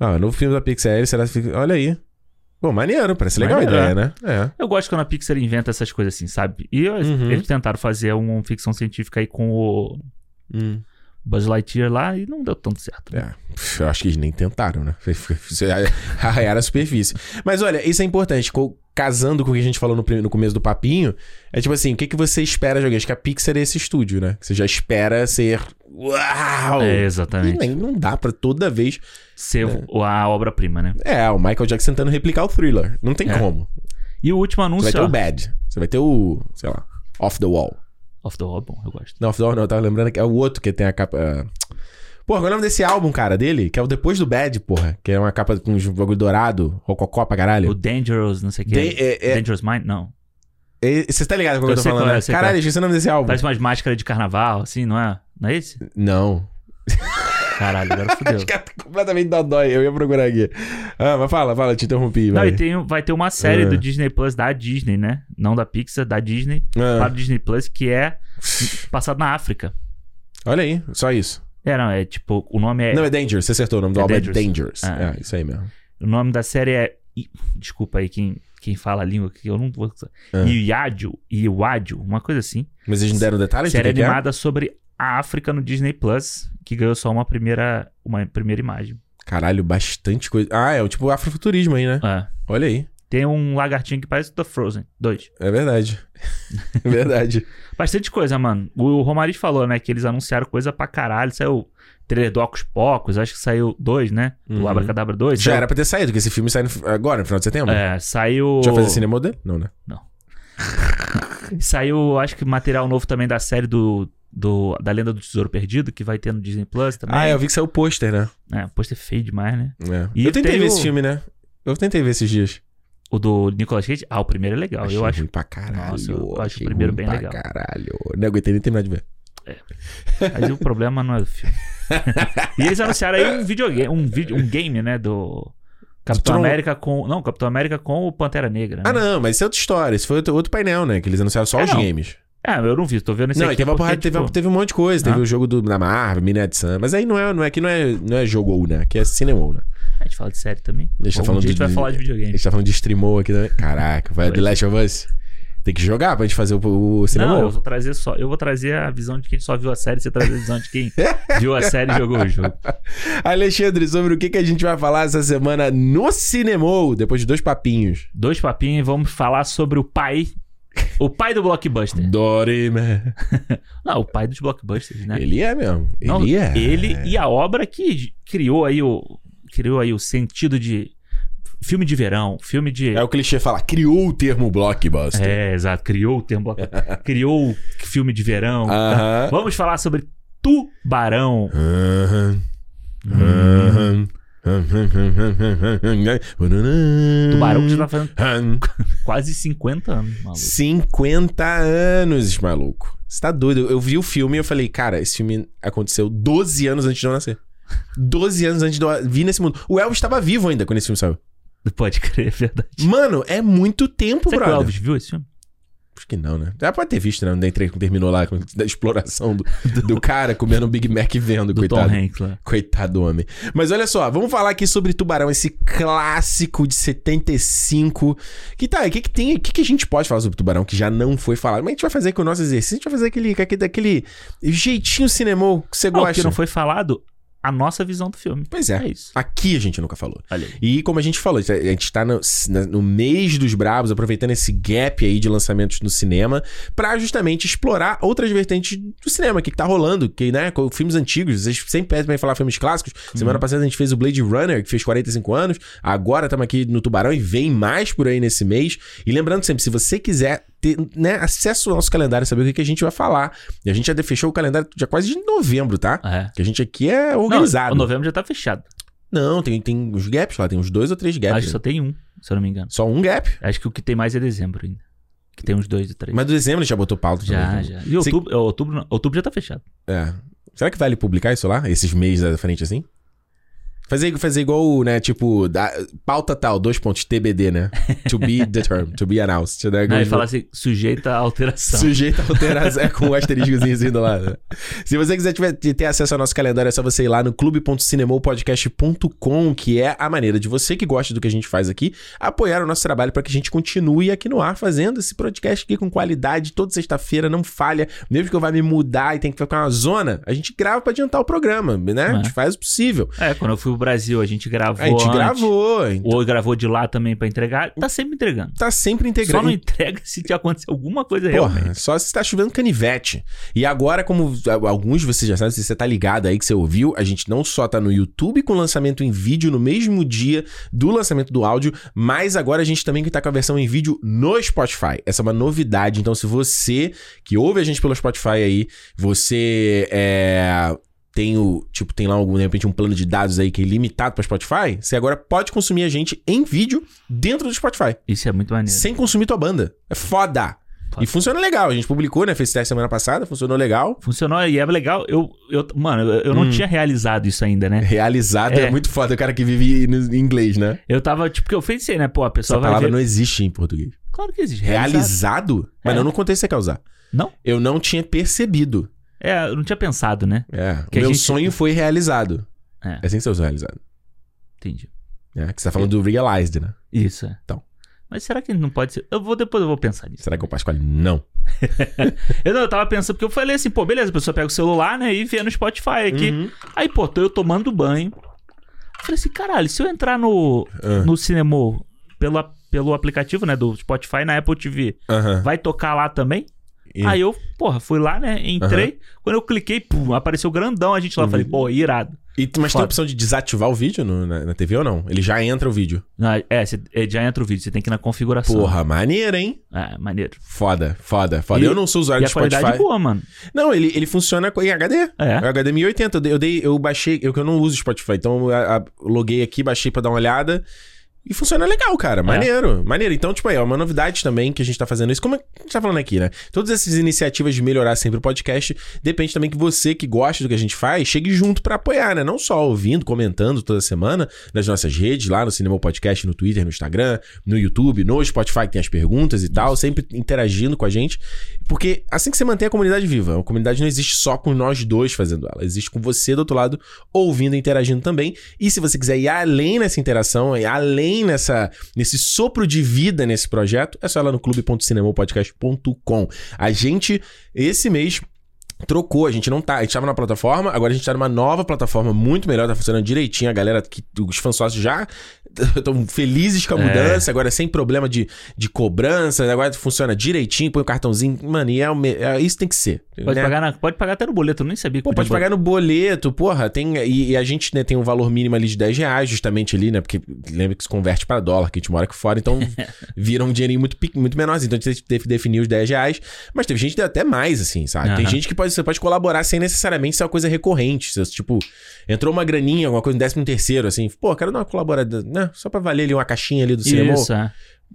Ah, novo filme da Pixar, ele será... Olha aí. Pô, maneiro, parece legal Maneiro, a ideia, né? É. Eu gosto quando a Pixar inventa essas coisas assim, sabe? E eu- Uhum. eles tentaram fazer uma ficção científica aí com o Hum. Buzz Lightyear lá e não deu tanto certo. né? É, pff, eu acho que eles nem tentaram, né? Arraiaram a superfície. Mas olha, isso é importante. co- Casando com o que a gente falou no, prim- no começo do papinho, é tipo assim, o que, que você espera de alguém? Acho que a Pixar é esse estúdio, né? Você já espera ser... Uau! É, E exatamente. nem, não dá pra toda vez... Ser o- a obra-prima, né? É, o Michael Jackson tentando replicar o Thriller. Não tem É. como. E o último Você vai anúncio. ah, ter ó, o Bad. Você vai ter o, sei lá, Off the Wall. Of the Wall, bom, eu gosto. Não, Off the Wall não, eu tava lembrando que é o outro que tem a capa... ah, Porra, qual é o nome desse álbum, cara, dele? Que é o Depois do Bad, porra. Que é uma capa com uns bagulho dourado, rococó pra O caralho. Dangerous, não sei o que. De- é- é- Dangerous Mind? Não. E- Você tá ligado com o que Eu eu tô sei falando, qual é, né? eu sei qual Caralho, é. esqueci o nome desse álbum. Parece umas máscaras de carnaval, assim, não é? Não é esse? Não. Caralho, agora fodeu. Cara, tá completamente da dói. Eu ia procurar aqui. Ah, mas fala, fala, te interrompi, Não, vai. e tem, um, vai ter uma série Ah. do Disney Plus da Disney, né? Não da Pixar, da Disney, Ah, para o Disney Plus, que é passado na África. olha aí, só isso. É, não, é tipo, o nome é. Não, é Dangerous, você acertou. O nome do É álbum é Dangerous. Dangerous. Ah. É, isso aí mesmo. O nome da série é. I- Desculpa aí quem, quem fala a língua que eu não vou. Ah. Iádio, Iádio, uma coisa assim. Mas eles não deram detalhes do série que que é? animada sobre a África no Disney Plus, que ganhou só uma primeira, uma primeira imagem. Caralho, bastante coisa. Ah, é o tipo afrofuturismo aí, né? É. Olha aí. Tem um lagartinho que parece o The Frozen 2. É verdade. É verdade. Bastante coisa, mano. O Romariz falou, né, que eles anunciaram coisa pra caralho. Saiu trailer do Ocus Pocos, acho que saiu dois, né? Do Uhum. Abracadabra 2. Já saiu, era pra ter saído, porque esse filme sai no- agora, no final de setembro. É, saiu... Já fazia cinema dele? Não, né? Saiu, acho que material novo também da série do, do da Lenda do Tesouro Perdido, que vai ter no Disney Plus também. Ah, eu vi que saiu o pôster, né? É, pôster feio demais, né? É. E eu tentei tem ver o- esse filme, né? Eu tentei ver esses dias. O do Nicolas Cage. Ah, o primeiro é legal. achei eu acho. ruim pra caralho. Nossa, eu acho o achei primeiro ruim bem pra legal. caralho. Não aguentei nem terminar de ver. Mas o problema não é o filme. e eles anunciaram aí um videogame, um, vídeo, um game, né? Do Capitão Tron. América com. Não, Capitão América com o Pantera Negra. Ah, né? não, mas isso é outra história. Isso foi outro, outro painel, né? Que eles anunciaram só É, os não. games. Ah, eu não vi, tô vendo esse não, aqui e teve, uma porque, porrada, teve, tipo, teve um monte de coisa. Teve Ah. o jogo do, da Marvel, Midnight Sun. Mas aí não é, não é, aqui não é, não é jogo ou, né? Aqui é cinema ou, né? A gente fala de série também. A gente tá Algum falando dia a gente de- vai falar de A videogame. gente tá falando de streamou aqui também. Caraca, vai The Last of Us. Tem que jogar pra gente fazer o, o cinema. Não, eu vou trazer só. Eu vou trazer a visão de quem só viu a série, você traz a visão de quem viu a série e jogou o jogo. Alexandre, sobre o que, que a gente vai falar essa semana no Cinemou, depois de dois papinhos. Dois papinhos, vamos falar sobre o pai. O pai do blockbuster. Dorime. Não, o pai dos blockbusters, né? Ele é mesmo. Ele Não, é. ele e a obra que criou aí o criou aí o sentido de filme de verão, filme de É o clichê falar, criou o termo blockbuster. É, exato, criou o termo blockbuster, criou o filme de verão. Aham. Hum. Vamos falar sobre Tubarão. Aham. Aham. Tubarão já tá fazendo quase 50 anos, maluco. 50 anos, maluco. Você tá doido? Eu- Eu vi o filme e eu falei, cara, esse filme aconteceu 12 anos antes de eu nascer. 12 anos antes de eu vir nesse mundo. O Elvis estava vivo ainda quando esse filme saiu. Pode crer, é verdade. Mano, é muito tempo, Será que o brother. Elvis viu esse filme? Acho que não, né? Já pode ter visto, né? Não entrei quando terminou lá com- da exploração do, do cara comendo um Big Mac e vendo, Do coitado. Tom Hanks lá. Coitado do homem. Mas olha só, vamos falar aqui sobre Tubarão, esse clássico de 75. Que tá, o que, que tem, o que, que a gente pode falar sobre Tubarão que já não foi falado? Mas a gente vai fazer com o nosso exercício, a gente vai fazer aquele, aquele, aquele jeitinho cinemou que você Ah, o que gosta. não foi falado, a nossa visão do filme. Pois É é. isso. Aqui a gente nunca falou. Olha aí. E como a gente falou, a gente tá no, na- no mês dos bravos, aproveitando esse gap aí de lançamentos no cinema, pra justamente explorar outras vertentes do cinema, o que, que tá rolando, que, né, com filmes antigos, vocês sempre pedem pra gente falar filmes clássicos. Uhum. Semana passada a gente fez o Blade Runner, que fez 45 anos, agora estamos aqui no Tubarão e vem mais por aí nesse mês. E lembrando sempre, se você quiser ter, né, acesso ao nosso calendário, saber o que, que a gente vai falar. E a gente já fechou o calendário já quase de novembro, tá? É. Que a gente aqui é Não, organizado. o novembro já tá fechado. Não, tem, tem os gaps lá, tem uns dois ou três gaps. Acho que só tem um, se eu não me engano. Só um gap. Acho que o que tem mais é dezembro ainda. Que tem uns dois e três. Mas do dezembro já botou pauta né? já, também. já. E outubro, é, outubro, não- outubro já tá fechado. É. Será que vale publicar isso lá? Esses meses da frente assim? Fazer, fazer igual, né? Tipo, da, pauta tal, dois pontos, TBD, né? To be determined, to be announced. Né? Não, ele Alguns- fala assim, sujeita a alteração. Sujeito a alteração é, com um asteriscozinho assim do lado. Se você quiser tiver- ter acesso ao nosso calendário, é só você ir lá no clube.cinemopodcast.com, que é a maneira de você que gosta do que a gente faz aqui, apoiar o nosso trabalho para que a gente continue aqui no ar fazendo esse podcast aqui com qualidade, toda sexta-feira, não falha. Mesmo que eu vá me mudar e tenha que ficar uma zona, a gente grava para adiantar o programa, né? A gente É. faz o possível. É, quando eu fui pro Brasil, a gente gravou. a gente antes, gravou, então Ou gravou de lá também pra entregar. Tá sempre entregando. tá sempre integrando. Só não entrega se te acontecer alguma coisa Porra, realmente. só se tá chovendo canivete. E agora, como a- alguns de vocês já sabem, se você tá ligado aí que você ouviu, a gente não só tá no YouTube com lançamento em vídeo no mesmo dia do lançamento do áudio, mas agora a gente também tá com a versão em vídeo no Spotify. Essa é uma novidade. Então, se você que ouve a gente pelo Spotify aí, você é. Tem o, tipo, tem lá algum, de repente, um plano de dados aí que é limitado pra Spotify. Você agora pode consumir a gente em vídeo dentro do Spotify. Isso é muito maneiro. Sem consumir tua banda. É foda. Foda. E funciona legal. A gente publicou, né? Fez teste semana passada, funcionou legal. Funcionou e é legal. Eu, eu, mano, eu, eu não Hum. tinha realizado isso ainda, né? Realizado é, É. muito foda. O cara que vive no- em inglês, né? Eu tava, tipo, que eu pensei, né? Pô, a Essa pessoa vai palavra ver. não existe em português. Claro que existe. realizado. Realizado? Mas É. não no contexto que você quer usar. Não? Eu não tinha percebido. É, eu não tinha pensado, né? É. Que o a meu gente- sonho foi realizado. É. É assim que você usa realizado. Entendi. É, que você tá falando do realized, né? Isso, é. Então. Mas será que não pode ser? Eu vou depois eu vou pensar nisso. Será que é o Pasquale? Não. Eu não, eu tava pensando, porque eu falei assim, pô, beleza, a pessoa pega o celular, né, e vê no Spotify aqui. Uhum. Aí, pô, tô eu tomando banho. Eu falei assim, caralho, se eu entrar no, Ah, no cinema pelo, a- pelo aplicativo, né, do Spotify na Apple TV, aham. vai tocar lá também? E- Aí eu, porra, fui lá, né, entrei. Quando eu cliquei, pum, apareceu grandão a gente lá. Uhum. Falei, pô, irado. e- mas tem a Foda. opção de desativar o vídeo no- na, na TV ou não? Ele já entra o vídeo. Na- É, cê, é, já entra o vídeo, você tem que ir na configuração. Porra, maneira, hein? É, maneiro. Foda, foda, foda. E- eu não sou E usuário a de Spotify. qualidade é boa, mano. Não, ele, ele funciona co- em HD. É. É HD 1080. Eu dei- Eu, dei, eu baixei, eu que eu não uso Spotify, então eu a- a- loguei aqui, baixei pra dar uma olhada. E funciona legal, É? cara. Maneiro, maneiro. Então, tipo aí, é uma novidade também que a gente tá fazendo isso. Como é que a gente tá falando aqui, né? Todas essas iniciativas de melhorar sempre o podcast, depende também que você que gosta do que a gente faz, chegue junto pra apoiar, né? Não só ouvindo, comentando toda semana nas nossas redes, lá no Cinema Podcast, no Twitter, no Instagram, no YouTube, no Spotify que tem as perguntas e tal, sempre interagindo com a gente. Porque assim que você mantém a comunidade viva, a comunidade não existe só com nós dois fazendo ela, existe com você do outro lado ouvindo e interagindo também. E se você quiser ir além nessa interação, ir além nessa, nesse sopro de vida nesse projeto, é só ir lá no clube.cinemopodcast.com. A gente, esse mês. Trocou, a gente não tá. A gente tava na plataforma, agora a gente tá numa nova plataforma muito melhor, tá funcionando direitinho. A galera, que, os fãs sócios já estão felizes com a É. mudança, agora sem problema de, de cobrança, agora funciona direitinho, põe o cartãozinho. Mano, e é, o me- é- isso tem que ser. Pode, né? pagar na- pode pagar até no boleto, eu nem sabia que Pô, podia pode pagar no boleto, porra. Tem, e, e a gente né, tem um valor mínimo ali de 10 reais, justamente ali, né? Porque lembra que se converte pra dólar, que a gente mora aqui fora, então vira um dinheirinho muito, pequ- muito menor. Então a gente teve que definir os 10 reais. Mas teve gente que deu até mais, assim, sabe? Tem Aham. gente que pode pode, você pode colaborar sem necessariamente ser uma coisa recorrente. Você, tipo, entrou uma graninha, alguma coisa, um décimo terceiro, assim. Pô, quero dar uma colaborada, né? Só pra valer ali uma caixinha ali do cinema. Isso, é.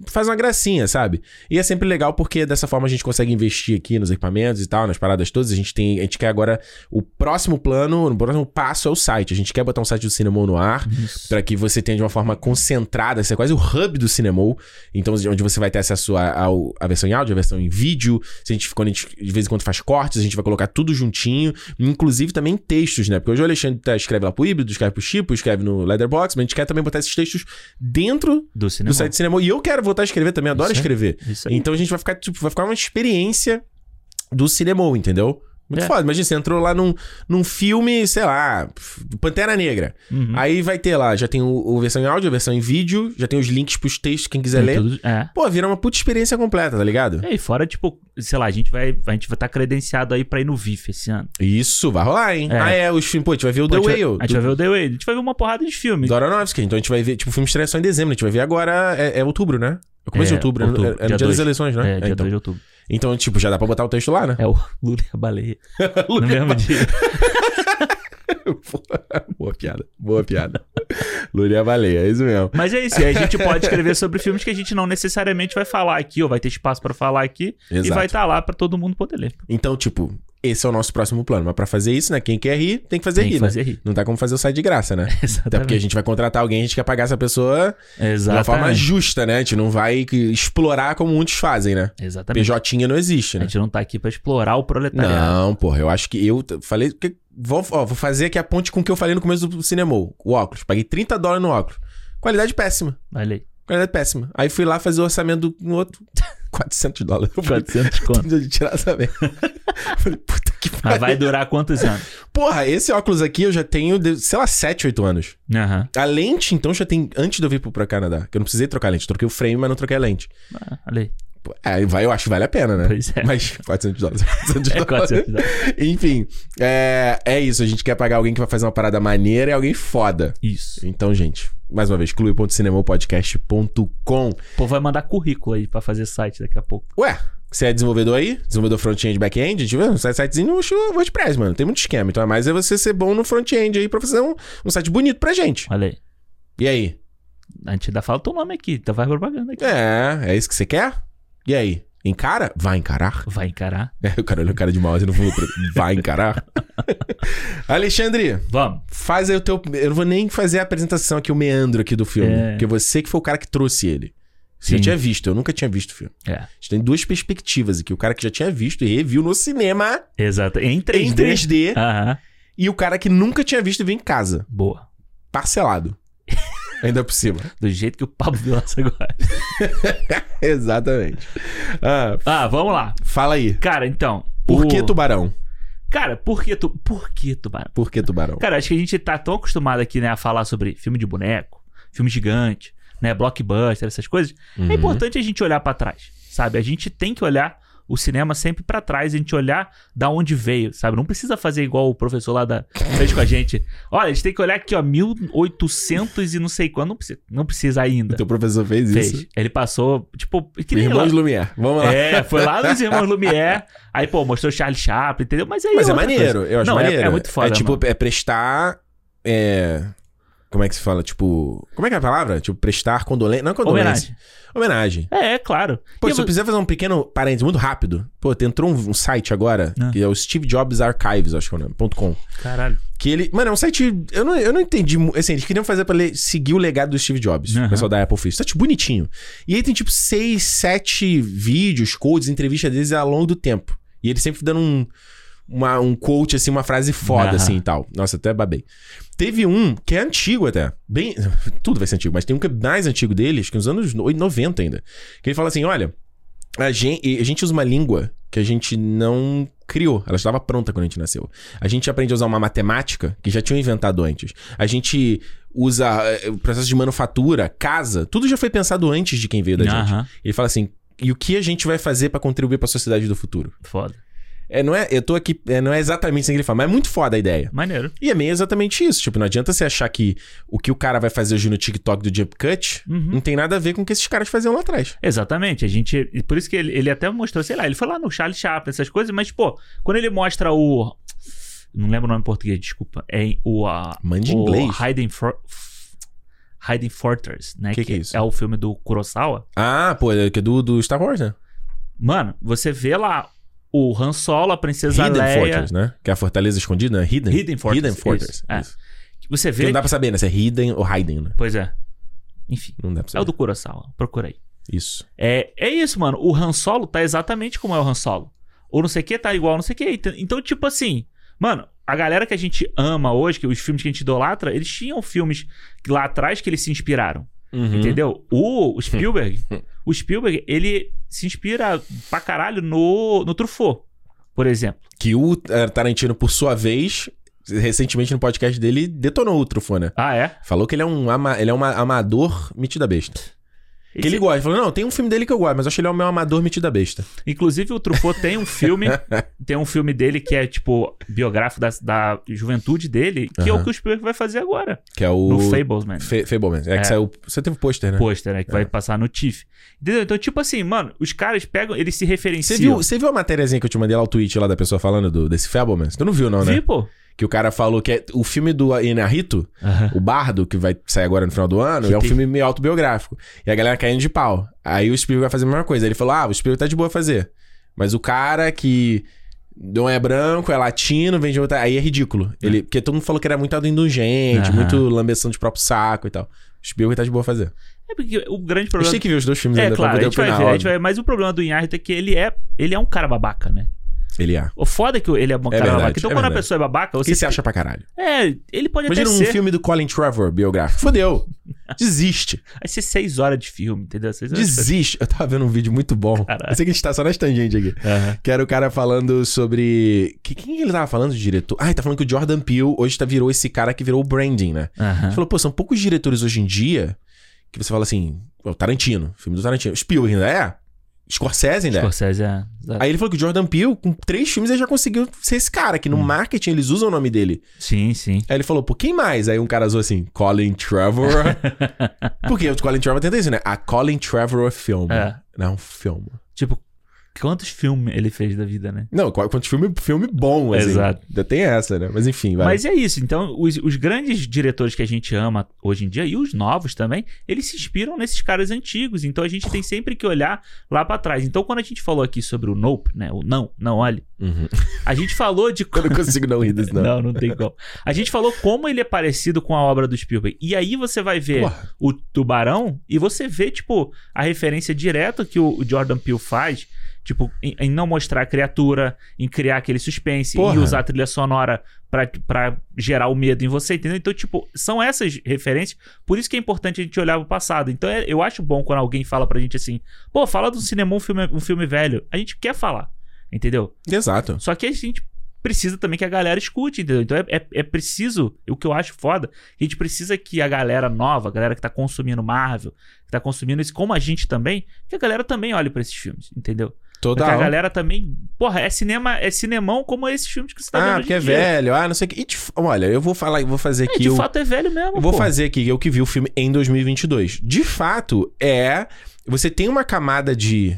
Faz uma gracinha, sabe? E é sempre legal porque dessa forma a gente consegue investir aqui nos equipamentos e tal, nas paradas todas. A gente tem, a gente quer agora o próximo plano, o próximo passo é o site. A gente quer botar um site do cinema no ar. Isso. Pra que você tenha de uma forma concentrada, você é quase o hub do Cinemol, então onde você vai ter acesso a- ao- à versão em áudio, à versão em vídeo, se a gente, quando a gente de vez em quando faz cortes, a gente vai colocar tudo juntinho, inclusive também textos, né? Porque hoje o Alexandre tá- escreve lá pro Híbrido, escreve pro Chipo, escreve no Letterboxd, mas a gente quer também botar esses textos dentro Do do cinema. site do Cinemol, e eu quero voltar a escrever também, adoro Isso aí. escrever. Isso aí. Então a gente vai ficar, tipo, vai ficar uma experiência do cinemol, entendeu? Muito É. foda, imagina, você entrou lá num, num filme, sei lá, Pantera Negra. Uhum. Aí vai ter lá, já tem o, o versão em áudio, a versão em vídeo, já tem os links pros textos, quem quiser Tem ler. tudo- É. Pô, vira uma puta experiência completa, tá ligado? E aí, fora, tipo, sei lá, a gente vai a gente vai estar credenciado aí pra ir no VIF esse ano. Isso, vai rolar, hein? É. Ah, é, os filmes. Pô, a gente vai ver o Pô, The a gente vai- Whale. A gente do vai ver o The Way. A gente vai ver uma porrada de filme. Doronofsky. Então a gente vai ver, tipo, o filme estreia só em dezembro, a gente vai ver agora, é, é outubro, né? É começo de É, outubro, é, é outubro, no dia dia das dois. eleições, né? É, dia então. 2 de outubro. então, tipo, já dá pra botar o texto lá, né? É o Lula e a baleia. no mesmo dia. Boa piada, boa piada. Luria Baleia, é isso mesmo. Mas é isso, e aí a gente pode escrever sobre filmes que a gente não necessariamente vai falar aqui, ou vai ter espaço pra falar aqui, Exato. e vai estar lá pra todo mundo poder ler. Então, tipo, esse é o nosso próximo plano. Mas pra fazer isso, né? Quem quer rir, tem que fazer Tem rir, que né? fazer rir. Não tá como fazer o site de graça, né? Até porque a Exatamente. gente vai contratar alguém, a gente quer pagar essa pessoa de uma forma Exatamente. justa, né? A gente não vai que- explorar como muitos fazem, né? Exatamente. PJ não existe, A né? gente tá não tá aqui pra explorar o proletariado. Não, porra, eu acho que eu t- falei. que- vou, ó, vou fazer aqui a ponte com o que eu falei no começo do cinema. O óculos. Paguei 30 dólares no óculos. Qualidade péssima. Olha aí. Qualidade péssima. Aí fui lá fazer o orçamento no outro. 400 dólares. Eu falei, 400 conto. "Preciso de tirar essa merda. Eu falei, puta que Mas pariu. vai durar quantos anos? Porra, esse óculos aqui eu já tenho, de- sei lá, 7, 8 anos. Aham. A lente, então, já tem. Antes de eu vir pro, pra Canadá, que eu não precisei trocar a lente. Troquei o frame, mas não troquei a lente. Ah, Olha aí. Pô, É, vai, eu acho que vale a pena, né? Pois é. Mas 400 dólares. 400 É dólares. 400 dólares. Enfim, é, é isso. A gente quer pagar alguém que vai fazer uma parada maneira e alguém foda. Isso. Então, gente, mais uma vez, clube.cinemopodcast.com. O povo vai mandar currículo aí pra fazer site daqui a pouco. Ué, você é desenvolvedor aí? Desenvolvedor front-end, back-end? Tipo, um sitezinho no WordPress, mano. Tem muito esquema. Então, é mais é você ser bom no front-end aí pra fazer um, um site bonito pra gente. Olha aí. E aí? A gente ainda fala o teu nome aqui, então vai propaganda aqui. É, é isso que você quer? E aí? Encara? Vai encarar? Vai encarar. É, o cara olhou o cara de mouse no fundo. Vai encarar? Alexandre, Vamos. faz aí o teu. Eu não vou nem fazer a apresentação aqui, o meandro aqui do filme. É. Porque você que foi o cara que trouxe ele. Você Sim. já tinha visto, eu nunca tinha visto o filme. É. A gente tem duas perspectivas aqui. O cara que já tinha visto e reviu no cinema Exato. Em 3D. em Ah, 3D Aham. e o cara que nunca tinha visto e viu em casa, Boa. parcelado. Ainda por cima. Do jeito que o Pablo Vilaça agora. Exatamente. Ah, Ah, vamos lá. fala aí. Cara, então. Por o- que tubarão? Cara, por que tu. Por que tubarão? Por que tubarão? Cara, acho que a gente tá tão acostumado aqui, né, a falar sobre filme de boneco, filme gigante, né, blockbuster, essas coisas. Uhum. É importante a gente olhar pra trás, sabe? A gente tem que olhar o cinema sempre pra trás, a gente olhar da onde veio, sabe? Não precisa fazer igual o professor lá da fez com a gente. Olha, a gente tem que olhar aqui, ó, 1800 e não sei quando, não precisa, não precisa O ainda. teu professor fez, isso. Fez. Ele passou, tipo, que nem lá. Irmãos Lumière. Vamos lá. É, foi lá nos Irmãos Lumière. Aí, pô, mostrou Charlie Chaplin, entendeu? Mas aí Mas é outra maneiro, eu acho Não, é- maneiro. é muito foda, É tipo, mano. é prestar. É... Como é que se fala? Tipo. Como é que é a palavra? Tipo, prestar condolência. Não é coisa. condolência. Homenagem. Homenagem. É, é claro. Pô, E se eu eu- precisar fazer um pequeno parênteses muito rápido. Pô, entrou um, um site agora, Ah. que é o Steve Jobs Archives, acho que é o nome, ponto .com. Caralho. Que ele. Mano, é um site. Eu não, eu não entendi. mu- Assim, eles queriam fazer pra le- seguir o legado do Steve Jobs. Aham. O pessoal da Apple fez. Site bonitinho. E aí tem tipo seis, sete vídeos, codes, entrevistas deles ao longo do tempo. E ele sempre dando um. Uma, um quote, assim, uma frase foda, Aham. assim e tal. Nossa, até babei. Teve um que é antigo até. Bem. Tudo vai ser antigo, mas tem um que é mais antigo deles, que é nos anos no- 90 ainda. Que ele fala assim: olha, a gente, a gente usa uma língua que a gente não criou. Ela estava pronta quando a gente nasceu. A gente aprende a usar uma matemática que já tinham inventado antes. A gente usa eh, o processo de manufatura, casa, tudo já foi pensado antes de Ah. quem veio da gente. Aham. Ele fala assim: e o que a gente vai fazer para contribuir para a sociedade do futuro? Foda. É, não é, eu tô aqui, é, não é exatamente sem grifar, mas é muito foda a ideia. Maneiro. E é meio exatamente isso. Tipo, não adianta você achar que o que o cara vai fazer hoje no TikTok do Jump Cut Uhum. não tem nada a ver com o que esses caras faziam lá atrás. Exatamente, a gente. e Por isso que ele, ele até mostrou, sei lá, ele foi lá no Charlie Chaplin, essas coisas, mas, pô, quando ele mostra o. Não lembro o nome em português, desculpa. É em- o. a Mande em o inglês. Hidden, For, F- Hidden Fortress, né? Que que é isso? o filme do Kurosawa. Ah, pô, é que do, do Star Wars, né? Mano, você vê lá o Han Solo, a Princesa Hidden Leia. Fortress, né? Que é a fortaleza escondida, né? Hidden, Hidden Fortress, Hidden Fortress. isso, é. Isso. Você Porque vê. não dá pra saber, né? Se é Hidden ou Hidden, né? Pois é. Enfim. Não dá pra É saber. o do Kurosawa, procura aí. Isso. É, é isso, mano. O Han Solo tá exatamente como é o Han Solo. Ou não sei o que, tá igual, não sei o que. Ent- Então, tipo assim, mano, a galera que a gente ama hoje, que os filmes que a gente idolatra, eles tinham filmes que lá atrás que eles se inspiraram. Uhum. Entendeu? O, o Spielberg, o Spielberg, ele se inspira pra caralho no, no Truffaut, por exemplo. Que o eh, Tarantino, por sua vez, recentemente no podcast dele, detonou o Truffaut, né? Ah, é? Falou que ele é um, ama ele é um amador metido a besta. Que ele Esse- gosta. Ele falou, não, tem um filme dele que eu gosto, mas eu acho que ele é o meu amador metido a besta. Inclusive, o Truffaut tem um filme. tem um filme dele que é, tipo, biográfico da, da juventude dele, que é Aham. o que o Spielberg vai fazer agora. Que é o... No Fables, man. Fe- Fableman. É, que É. saiu... Você teve o pôster, né? Pôster, né? Que vai passar no TIFF. Entendeu? Então, tipo assim, mano, os caras pegam, eles se Você referenciam. viu, você viu a matériazinha que eu te mandei lá, o tweet lá da pessoa falando do, desse Fableman? Tu não viu, não, né? Vi, pô. Que o cara falou que é o filme do Inarito, Aham. o Bardo, que vai sair agora no final do ano, Que é um tem- filme meio autobiográfico. E a galera caindo de pau. Aí o Spielberg vai fazer a mesma coisa. Ele falou: ah, o Spielberg tá de boa fazer. Mas o cara que não é branco, é latino, vem de outra. Aí é ridículo. Ele... Porque todo mundo falou que era muito autoindulgente, Aham. muito lambeção de próprio saco e tal. O Spielberg tá de boa fazer. É porque o A grande gente problema. tem que ver os dois filmes É, ainda claro, pra a poder gente, vai opinar, ver, a gente óbvio. vai ver. Mas o problema do Inharito é que ele é, ele é um cara babaca, né? Ele é. O foda é que ele é um cara verdade, babaca. Então, é quando a verdade. pessoa é babaca, O que você. você acha pra caralho? É, ele pode Imagina até um ser. filme do Colin Trevor biográfico. Fodeu. Desiste. Vai ser seis horas de filme, entendeu? Seis horas de filme. Desiste. Eu tava vendo um vídeo muito bom. Caralho. Eu sei que a gente tá só nas tangentes aqui. Aham. Que era o cara falando sobre. Que, quem ele tava falando, o diretor? Ah, ele tá falando que o Jordan Peele hoje tá, virou esse cara que virou o branding, né? Ele Aham. falou, pô, são poucos diretores hoje em dia que você fala assim. O Tarantino, filme do Tarantino. Spielberg ainda é? Scorsese ainda é? Scorsese é. Aí ele falou que o Jordan Peele, com três filmes, ele já conseguiu ser esse cara, que no marketing eles usam o nome dele. Sim, sim. Aí ele falou, pô, quem mais? Aí um cara zoou assim, Colin Trevor. Porque o Colin Trevor tenta isso, né? A Colin Trevor Film. É. Não, é um filme. Tipo, quantos filmes ele fez da vida, né? Não, qual- quanto filme, filme bom, assim. Exato. Ainda tem essa, né? Mas enfim, vai. Mas é isso. Então, os, os grandes diretores que a gente ama hoje em dia, e os novos também, eles se inspiram nesses caras antigos. Então, a gente tem sempre que olhar lá pra trás. Então, quando a gente falou aqui sobre o Nope, né? O Não, Não Olhe. Uhum. A gente falou de... Eu não consigo não rir disso, não. Não, não tem como. A gente falou como ele é parecido com a obra do Spielberg. E aí você vai ver Porra. o Tubarão e você vê, tipo, a referência direta que o o Jordan Peele faz, tipo, em, em não mostrar a criatura, em criar aquele suspense, Porra. e usar a trilha sonora pra, pra gerar o medo em você, entendeu? Então, tipo, são essas referências. Por isso que é importante a gente olhar o passado. Então, é- eu acho bom quando alguém fala pra gente assim, pô, fala do cinema um filme, um filme velho. A gente quer falar, entendeu? Exato. Só que a gente precisa também que a galera escute, entendeu? Então é, é, é preciso, o que eu acho foda, a gente precisa que a galera nova, a galera que tá consumindo Marvel, que tá consumindo isso, como a gente também, que a galera também olhe pra esses filmes, entendeu? Toda que a hora. galera também, porra, é cinema, é cinemão como esses filmes que você tá vendo Ah, hoje porque em é dia. velho, ah, não sei o que. E de f- Olha, eu vou falar, eu vou fazer É, aqui de o... fato é velho mesmo, Eu vou pô. fazer aqui, eu que vi o filme em 2022. De fato, é. Você tem uma camada de.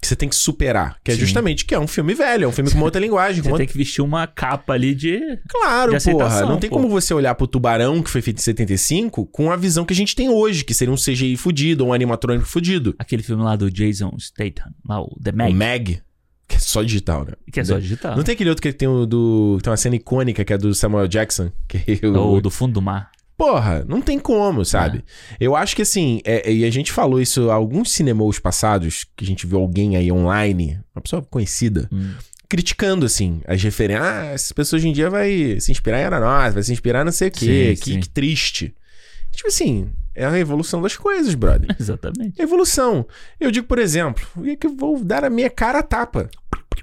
que você tem que superar. Que é Sim. justamente que é um filme velho, é um filme com uma outra linguagem. Com Você uma... tem que vestir uma capa ali de... Claro, de aceitação, porra. Não tem pô. como você olhar pro Tubarão, que foi feito em 75, com a visão que a gente tem hoje, que seria um CGI fudido, um animatrônico fudido. Aquele filme lá do Jason Statham, lá o The Mag. Meg, Mag. Que é só digital, né? que é só digital. Não tem aquele outro que tem o do. que Tem uma cena icônica que é do Samuel Jackson. Que é o- Ou do fundo do mar. Porra, não tem como, sabe? Ah. Eu acho que assim, é- é- e a gente falou isso a alguns cinemas passados, que a gente viu alguém aí online, uma pessoa conhecida, Hum. criticando, assim, as referências. Ah, essas pessoas hoje em dia vai se inspirar em Aeronauta, vai se inspirar em não sei o quê, Sim, que, sim. que triste. Tipo assim, é a evolução das coisas, brother. Exatamente. É Evolução. Eu digo, por exemplo, e é que eu vou dar a minha cara a tapa.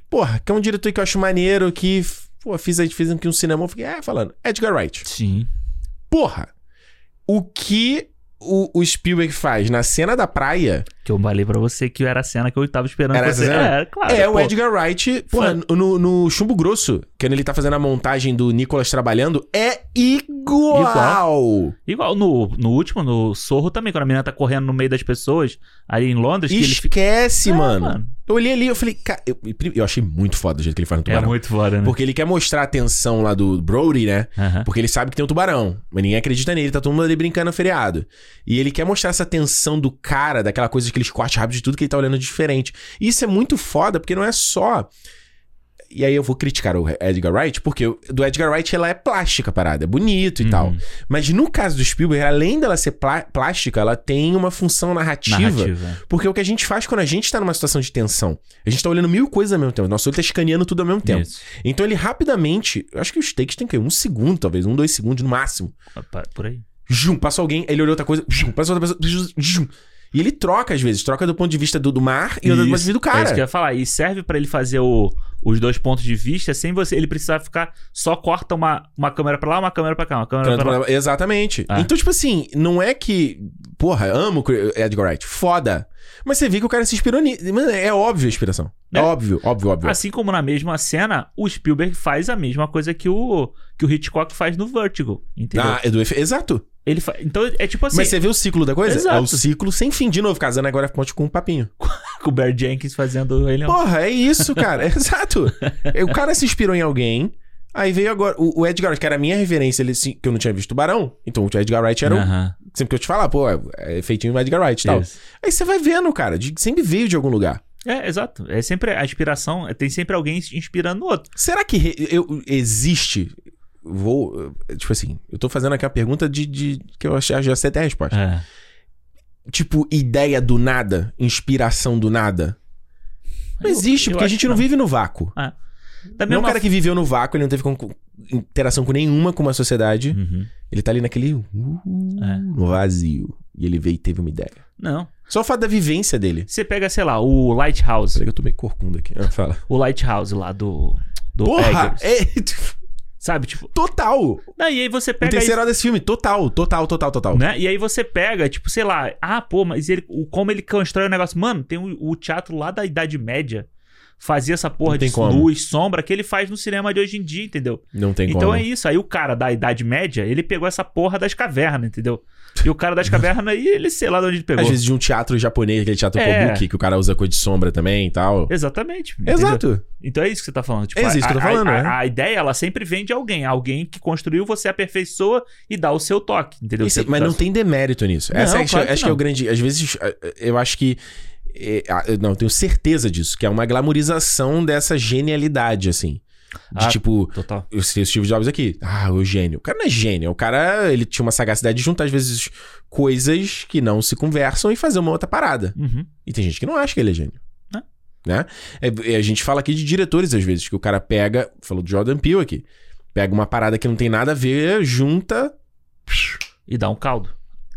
Porra, que é um diretor que eu acho maneiro, que, pô, fiz, fiz aqui um cinema, eu fiquei, é, falando, Edgar Wright. Sim. Porra, o que o, o Spielberg faz na cena da praia Que eu falei pra você que era a cena que eu tava esperando. Era pra essa você. cena? É, claro. é, pô. o Edgar Wright, pô, Fã. no, no Chumbo Grosso, quando ele tá fazendo a montagem do Nicolas trabalhando, é igual. Igual no, no último, no Sorro também, quando a menina tá correndo no meio das pessoas, ali em Londres, que ele fica. Esquece, É, mano. Eu olhei ali, eu falei, cara, eu, eu achei muito foda o jeito que ele faz no É tubarão. muito foda, né? Porque ele quer mostrar a tensão lá do Brody, né? Aham. Porque ele sabe que tem um tubarão, mas ninguém acredita nele, tá todo mundo ali brincando no feriado. E ele quer mostrar essa tensão do cara, daquela coisa de que ele esquate rápido de tudo que ele tá olhando diferente. E isso é muito foda, porque não é só. E aí eu vou criticar o Edgar Wright, porque o- do Edgar Wright ela é plástica a parada, é bonito e Uhum. tal. Mas no caso do Spielberg, além dela ser plá- plástica, ela tem uma função narrativa Narrativa. né? porque é o que a gente faz quando a gente tá numa situação de tensão, a gente tá olhando mil coisas ao mesmo tempo. Nosso olho tá escaneando tudo ao mesmo tempo. Isso. Então ele rapidamente, eu acho que os takes tem que um segundo, talvez, um, dois segundos no máximo. Opa, Por aí. Jum, passou alguém, ele olhou outra coisa, jum, passou outra pessoa, jum, jum. E ele troca às vezes, troca do ponto de vista do, do mar e do ponto de vista do É isso cara. que eu ia falar. E serve pra ele fazer o- os dois pontos de vista sem você. Ele precisar ficar. Só corta uma, uma câmera pra lá, uma câmera pra cá, uma câmera Tanto pra lá. problema- Exatamente. Ah. Então, tipo assim, não é que. Porra, amo o é Edgar Wright. Foda. Mas você vê que o cara se inspirou nisso. Mano, é óbvio a inspiração. É, É. óbvio, óbvio, óbvio. Assim como na mesma cena, o Spielberg faz a mesma coisa que o, que o Hitchcock faz no Vertigo, entendeu? Ah, é do efe- Exato. Ele fa- Então é tipo assim, Mas você vê o ciclo da coisa? Exato. É o ciclo sem fim. De novo, casando agora ponte com um papinho. com o Barry Jenkins fazendo ele. Porra, é isso, cara. Exato. O cara se inspirou em alguém. Aí veio agora. O, o Edgar Wright, que era a minha referência, ele, se- que eu não tinha visto Tubarão. Então o Edgar Wright era. o- Aham, sempre que eu te falar, pô, é feitinho do Edgar Wright e tal. Ah. isso. Aí você vai vendo, cara. de- sempre veio de algum lugar. É, exato. É sempre a inspiração, é- tem sempre alguém se inspirando no outro. Será que re- eu- existe. Vou. eh, Tipo assim, eu tô fazendo aqui uma pergunta de, de- que eu achei, já sei até a resposta. É. Tipo, ideia do nada, inspiração do nada. Não Eu- existe, eu porque a acho gente que não não. vive no vácuo. Da Não é um mesma cara que viveu no vácuo, ele não teve con- interação com nenhuma com uma sociedade. Uhum. Ele tá ali naquele. uh, É. No vazio. E ele veio e teve uma ideia. Não. Só o fato da vivência dele. Você pega, sei lá, o Lighthouse. Peraí que eu tô meio corcunda aqui. Ah, fala. O Lighthouse lá do. do Porra! Eggers. É, Sabe, tipo. total! O Daí aí você pega. terceiro desse filme, total, total, total, total. né? E aí você pega, tipo, sei lá, ah, pô, mas ele, o, como ele constrói o negócio. Mano, tem o, o teatro lá da Idade Média. Fazia essa porra Não tem de como. luz, sombra, que ele faz no cinema de hoje em dia, entendeu? Não tem então como. né? é isso. Aí o cara da Idade Média, ele pegou essa porra das cavernas, entendeu? E o cara das cavernas aí, ele sei lá de onde ele pegou. Às vezes de um teatro japonês, aquele teatro É. Kobuki, que o cara usa cor de sombra também e tal. Exatamente. entendeu? Exato. Então é isso que você tá falando. Tipo, É isso a- que eu tô a- falando, A, né? a ideia, ela sempre vem de alguém. Alguém que construiu, você aperfeiçoa e dá o seu toque, entendeu? Isso, Você- mas não tem demérito nisso. Não, Essa é, acho- claro que acho que é o não. grande. Às vezes, eu acho que. é, ah, eu não, eu tenho certeza disso, que é uma glamorização dessa genialidade, assim. De Ah. tipo, Total. eu sei o Steve Jobs aqui. Ah, o gênio. O cara não é gênio. O cara, ele tinha uma sagacidade de juntar, às vezes, coisas que não se conversam e fazer uma outra parada. Uhum. E tem gente que não acha que ele é gênio. Né? Né? É, é, a gente fala aqui de diretores, às vezes, que o cara pega. Falou do Jordan Peele aqui. Pega uma parada que não tem nada a ver, junta. E dá um caldo.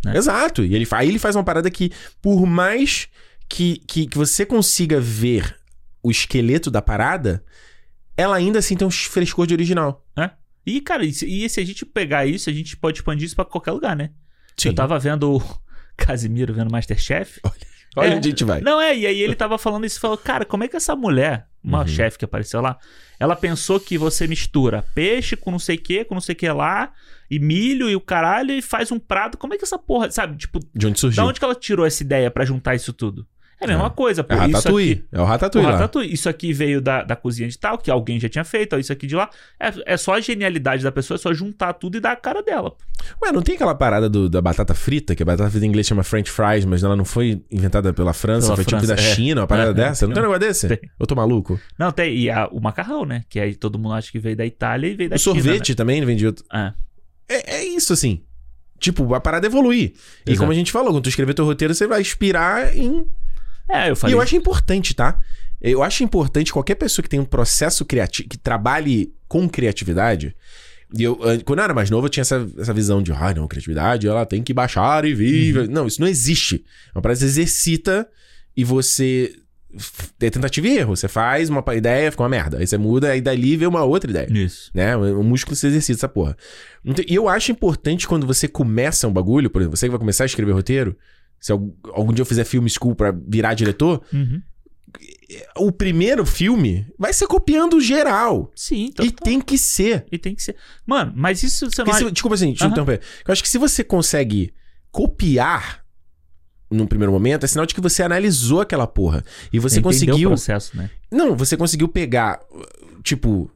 né? Exato. E ele, fa- aí ele faz uma parada que, por mais que, que, que você consiga ver o esqueleto da parada, ela ainda assim tem um frescor de original. E, cara, e se, e se a gente pegar isso, a gente pode expandir isso pra qualquer lugar, né? Eu tava vendo o Casimiro vendo Masterchef. Olha É. onde a gente vai. Não, é, e aí ele tava falando isso e falou, cara, como é que essa mulher, uma Uhum. chefe que apareceu lá, ela pensou que você mistura peixe com não sei o que, com não sei o que lá, e milho e o caralho, e faz um prato. Como é que essa porra, sabe? Tipo, De onde surgiu? da onde que ela tirou essa ideia pra juntar isso tudo? É a mesma É. coisa, pô. É o isso Ratatouille. aqui- É o o Ratatouille lá. Ratatouille. Isso aqui veio da, da cozinha de tal, que alguém já tinha feito, ó, isso aqui de lá. É, é só a genialidade da pessoa, é só juntar tudo e dar a cara dela. pô. Ué, não tem aquela parada do- da batata frita, que a batata frita em inglês chama French fries, mas ela não foi inventada pela França, Pela foi tipo França, da é. China, uma parada É. dessa? Não tem um negócio desse? Tem. Eu tô maluco. Não, tem. E a- o macarrão, né? Que aí todo mundo acha que veio da Itália e veio da o China, sorvete também não vem de outro. né? É, é isso, assim. Tipo, a parada é evoluir. E Exato. como a gente falou, quando tu escrever teu roteiro, você vai inspirar em. É. É, eu falei. E eu acho importante, tá? Eu acho importante qualquer pessoa que tem um processo criativo, que trabalhe com criatividade. E eu, an- quando eu era mais novo, eu tinha essa, essa visão de, ah, não, criatividade, ela tem que baixar e vive. Uhum. Não, isso não existe. É uma parada que você exercita e você. f- É tentativa e erro. Você faz uma pa- ideia, fica uma merda. Aí você muda, aí dali vem uma outra ideia Isso. né? O músculo se exercita, essa porra. Então, E eu acho importante quando você começa um bagulho, por exemplo, você que vai começar a escrever roteiro, Se algum, algum dia eu fizer filme school pra virar diretor, Uhum. o primeiro filme vai ser copiando geral. Sim, então. e tem que ser. E tem que ser. Mano, mas isso você não Porque acha. se, desculpa, assim, deixa eu Aham. interromper. Eu acho que se você consegue copiar num primeiro momento, é sinal de que você analisou aquela porra. E você entendeu conseguiu. o processo, né? Não, você conseguiu pegar, tipo.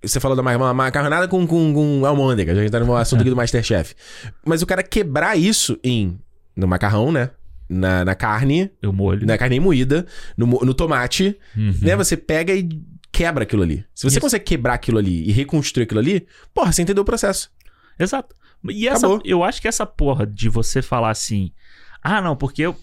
Você falou da ma- ma- macarronada com, com, com almôndega, já que tá no assunto aqui do Masterchef. Mas o cara quebrar isso em. No macarrão, né? Na, na carne, Eu molho. na carne moída, no, mo- no tomate, Uhum. né? Você pega e quebra aquilo ali. Se você Isso. consegue quebrar aquilo ali e reconstruir aquilo ali, porra, você entendeu o processo. Exato. E essa, Acabou. eu acho que essa porra de você falar assim. Ah, não, porque. eu-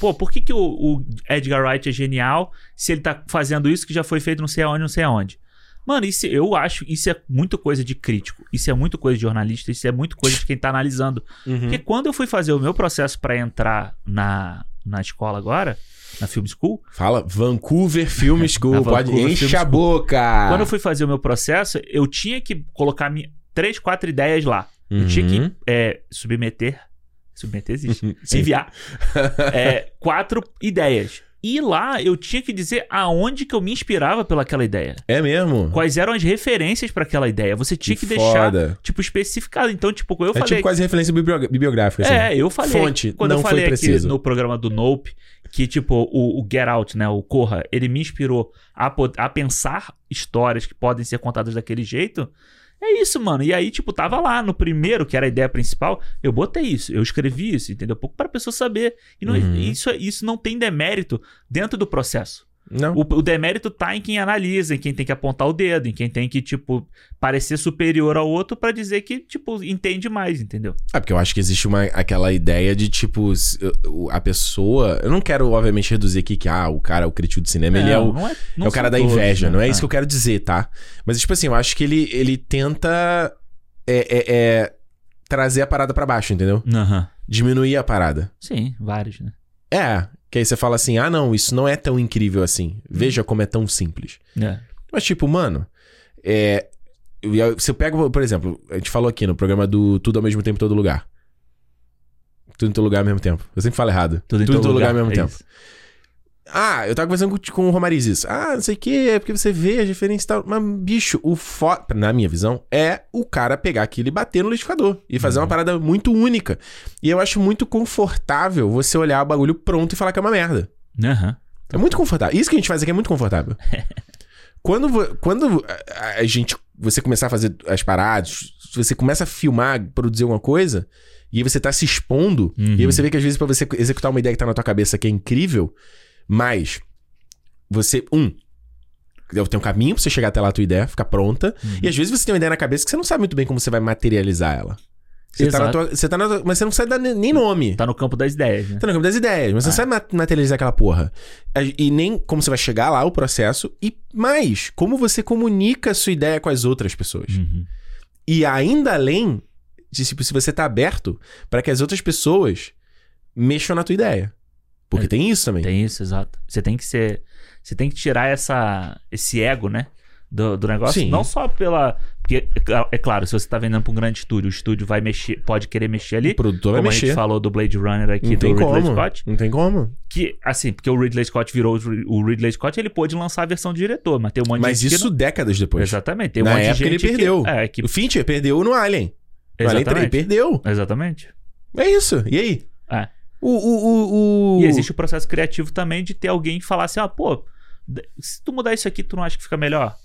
Pô, por que, que o, o Edgar Wright é genial se ele tá fazendo isso que já foi feito não sei aonde, não sei aonde? Mano, isso, eu acho isso é muito coisa de crítico, isso é muito coisa de jornalista, isso é muito coisa de quem tá analisando. Uhum. Porque quando eu fui fazer o meu processo pra entrar na, na escola agora, na Film School, Fala, Vancouver Film School. Na pode Vancouver enche Film a boca. quando eu fui fazer o meu processo, eu tinha que colocar minha, três, quatro ideias lá. Eu tinha Uhum. que é, submeter. Submeter existe. Sim. enviar é, quatro ideias. E lá eu tinha que dizer aonde que eu me inspirava pelaquela ideia. É mesmo? Quais eram as referências pra aquela ideia. Você tinha que, deixar, foda. tipo, especificado. Então, tipo, eu é falei. tipo quase referência bibliogra- bibliográfica, assim. É, eu falei. Fonte, quando não eu foi falei preciso. aqui no programa do Nope, que, tipo, o, o Get Out, né? O Corra, ele me inspirou a, po- a pensar histórias que podem ser contadas daquele jeito. É isso, mano. E aí, tipo, tava lá no primeiro, que era a ideia principal, eu botei isso, eu escrevi isso, entendeu? Pouco pra pessoa saber. E não- Uhum. isso, isso não tem demérito dentro do processo. Não. O, o demérito tá em quem analisa, em quem tem que apontar o dedo, em quem tem que, tipo, parecer superior ao outro pra dizer que, tipo, entende mais, entendeu? É porque eu acho que existe uma, aquela ideia de, tipo, s- o- a pessoa. Eu não quero, obviamente, reduzir aqui que, ah, o cara, o crítico de cinema, ele é o, não não é o cara são da todos, inveja. né? Não é isso que eu quero dizer, tá? Mas, tipo assim, eu acho que ele, ele tenta é, é, é, trazer a parada pra baixo, entendeu? Aham. Diminuir a parada. Sim, vários, né? É, que aí você fala assim, ah, não, isso não é tão incrível assim. Veja como é tão simples. É. Mas, tipo, mano, é. eu ia- Se eu pego, por exemplo, a gente falou aqui no programa do Tudo ao mesmo tempo, em todo lugar. Tudo em todo lugar ao mesmo tempo. Eu sempre falo errado. Tudo em todo lugar, ao mesmo é tempo. isso. Ah, eu tava conversando com, com o Romariz isso. Ah, não sei o que, é porque você vê as diferenças e tal. Mas, bicho, o foda, na minha visão, é o cara pegar aquilo e bater no liquidificador. E fazer Uhum. uma parada muito única. E eu acho muito confortável você olhar o bagulho pronto e falar que é uma merda. Aham. É muito confortável. Isso que a gente faz aqui é muito confortável. quando vo- quando a, a- a gente você começar a fazer as paradas, você começa a filmar, produzir alguma coisa, e aí você tá se expondo, Uhum. e aí você vê que às vezes pra você executar uma ideia que tá na tua cabeça que é incrível, mas você um tem um caminho pra você chegar até lá a tua ideia, ficar pronta. Uhum. E às vezes você tem uma ideia na cabeça que você não sabe muito bem como você vai materializar ela. Você tá, na Exato. tua, você tá na tua- Mas você não sabe dar nem nem nome. Tá no campo das ideias, né? Tá no campo das ideias, mas você É. não sabe ma- materializar aquela porra. A- E nem como você vai chegar lá, o processo, e mais, como você comunica a sua ideia com as outras pessoas. Uhum. E ainda além, de, tipo, se você tá aberto pra que as outras pessoas mexam na tua ideia. Porque É. tem isso também. Tem isso, exato. Você tem que ser. Você tem que tirar essa, esse ego, né? Do, do negócio. Sim. Não só pela. Porque, é cla- é claro, se você tá vendendo pra um grande estúdio, o estúdio vai mexer, pode querer mexer ali. O produtor vai Como a gente mexer. falou do Blade Runner aqui, Não do tem Ridley como. Scott. Não tem como. Que, assim, porque o Ridley Scott virou o Ri- o Ridley Scott, ele pôde lançar a versão de diretor, mas tem um monte de Mas gente que isso décadas não- depois. Exatamente. Tem um Na monte de época gente ele que- perdeu. é, que... O Fincher perdeu no Alien. No Alien 3, Exatamente. perdeu. Exatamente. É isso. E aí? É. O, o, o, o... E existe o processo criativo também de ter alguém que falar assim, ó, pô, d- se tu mudar isso aqui, tu não acha que fica melhor?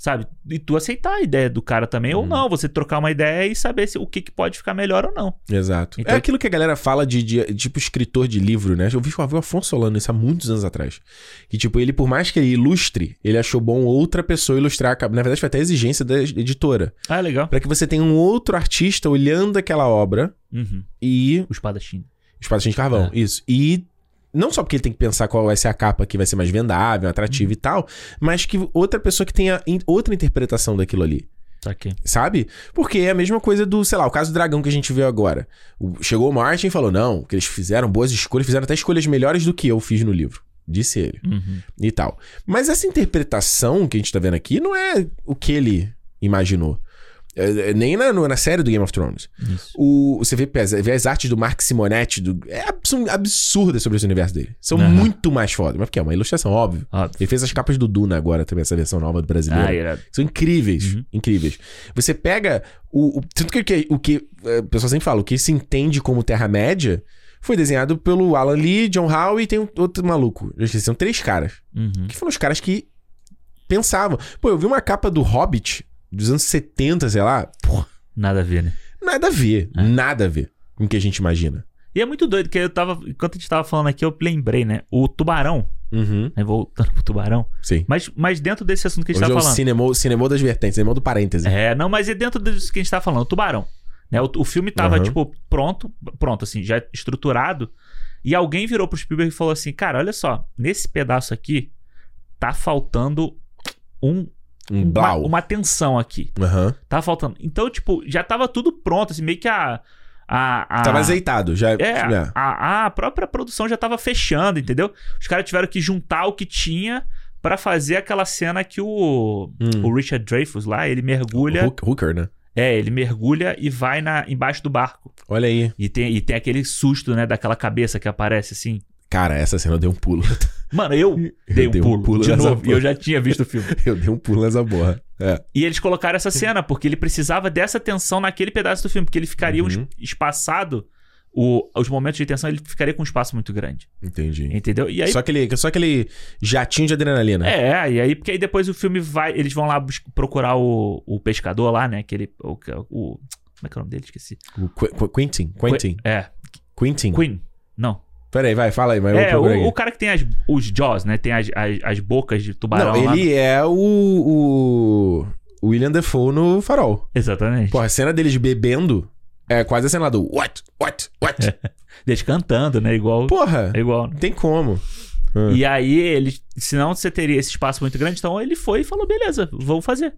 Sabe? E tu aceitar a ideia do cara também, ou Uhum. não, você trocar uma ideia e saber se, o que, que pode ficar melhor ou não. Exato. Então- é aquilo que a galera fala de, de- tipo escritor de livro, né? Eu vi eu vi o Afonso Solano isso há muitos anos atrás. Que, tipo, ele, por mais que ele ilustre, ele achou bom outra pessoa ilustrar. a capa. Na verdade, foi até a exigência da editora. Ah, legal. Pra que você tenha um outro artista olhando aquela obra Uhum. e. O espadachim. Espadachim de Carvão, isso. E. Não só porque ele tem que pensar qual vai ser a capa que vai ser mais vendável, atrativa e tal, mas que outra pessoa que tenha in- outra interpretação daquilo ali. Tá aqui. Sabe? Porque é a mesma coisa do, sei lá, o caso do dragão que a gente viu agora. O- chegou o Martin e falou: não, que eles fizeram boas escolhas, fizeram até escolhas melhores do que eu fiz no livro. Disse ele. Uhum. E tal. Mas essa interpretação que a gente tá vendo aqui não é o que ele imaginou. É, é, Nem na, no- na série do Game of Thrones. Isso. O, você vê, pesa- vê as artes do Mark Simonetti. Do, é abs- absurda sobre esse universo dele. São Aham. muito mais foda. Mas porque é uma ilustração, óbvio. Óbvio. Ele fez as capas do Duna agora também, essa versão nova do brasileiro. Ah, irado. São incríveis, Uhum. incríveis. Você pega o, o tanto que, que- o que eh, o pessoal sempre fala, o que se entende como Terra-média foi desenhado pelo Alan Lee, John Howe e tem um- outro maluco. Eu esqueci, são três caras. Uhum. Que foram os caras que pensavam. Pô, eu vi uma capa do Hobbit dos anos 70, sei lá. Pô, Nada a ver, né? nada a ver, É. nada a ver com o que a gente imagina. E é muito doido, que eu tava. Enquanto a gente tava falando aqui, eu lembrei, né? O tubarão, Uhum, né? Voltando pro tubarão. sim. Mas, mas dentro desse assunto que a gente Hoje é tava o falando. cinema, cinema das vertentes, cinema do parêntese. É, não, mas é dentro disso que a gente tá falando, o Tubarão. Né? O, o filme tava, Aham. tipo, pronto, pronto, assim, já estruturado. E alguém virou pro Spielberg e falou assim: Cara, olha só, nesse pedaço aqui tá faltando um, Um uma, blau. uma tensão aqui. Aham. Tá faltando. Então, tipo, já tava tudo pronto, assim, meio que a. a, a Tava né? azeitado, já. Ah. é, já. a, a própria produção já tava fechando, entendeu? Os caras tiveram que juntar o que tinha pra fazer aquela cena que o, Hum. o Richard Dreyfuss lá, ele mergulha. Hook- Hooker, né? É, ele mergulha e vai na, embaixo do barco. Olha aí. E tem, e tem aquele susto, né, daquela cabeça que aparece assim. Cara, essa cena eu dei um pulo. Mano, eu dei um dei um pulo, pulo de nessa novo, e porra. eu já tinha visto o filme. Eu dei um pulo nessa borra. É. E eles colocaram essa cena, porque ele precisava dessa tensão naquele pedaço do filme, porque ele ficaria um es- Uhum. espaçado, o- os momentos de tensão, ele ficaria com um espaço muito grande, Entendi. entendeu? E aí, Só né? aquele, só aquele jatinho de adrenalina. é, e aí, porque aí depois o filme vai, eles vão lá bus- procurar o, o pescador lá, né, aquele, o, o- como é que é o nome dele? Esqueci. O Qu- Qu- Quentin. Quentin. É, Quentin. Queen, não. Peraí, vai, fala aí, mas eu É, procuro aqui. o, o cara que tem as- os jaws, né? Tem as, as, as bocas de tubarão. Não, lá ele é o, o William Defoe no farol. no- Exatamente. Porra, a cena deles bebendo é quase a cena do what, what, what. Eles cantando, né? Igual. Porra, é Igual. né? não tem como. Ah. E aí, ele, senão você teria esse espaço muito grande, então ele foi e falou: beleza, vamos fazer.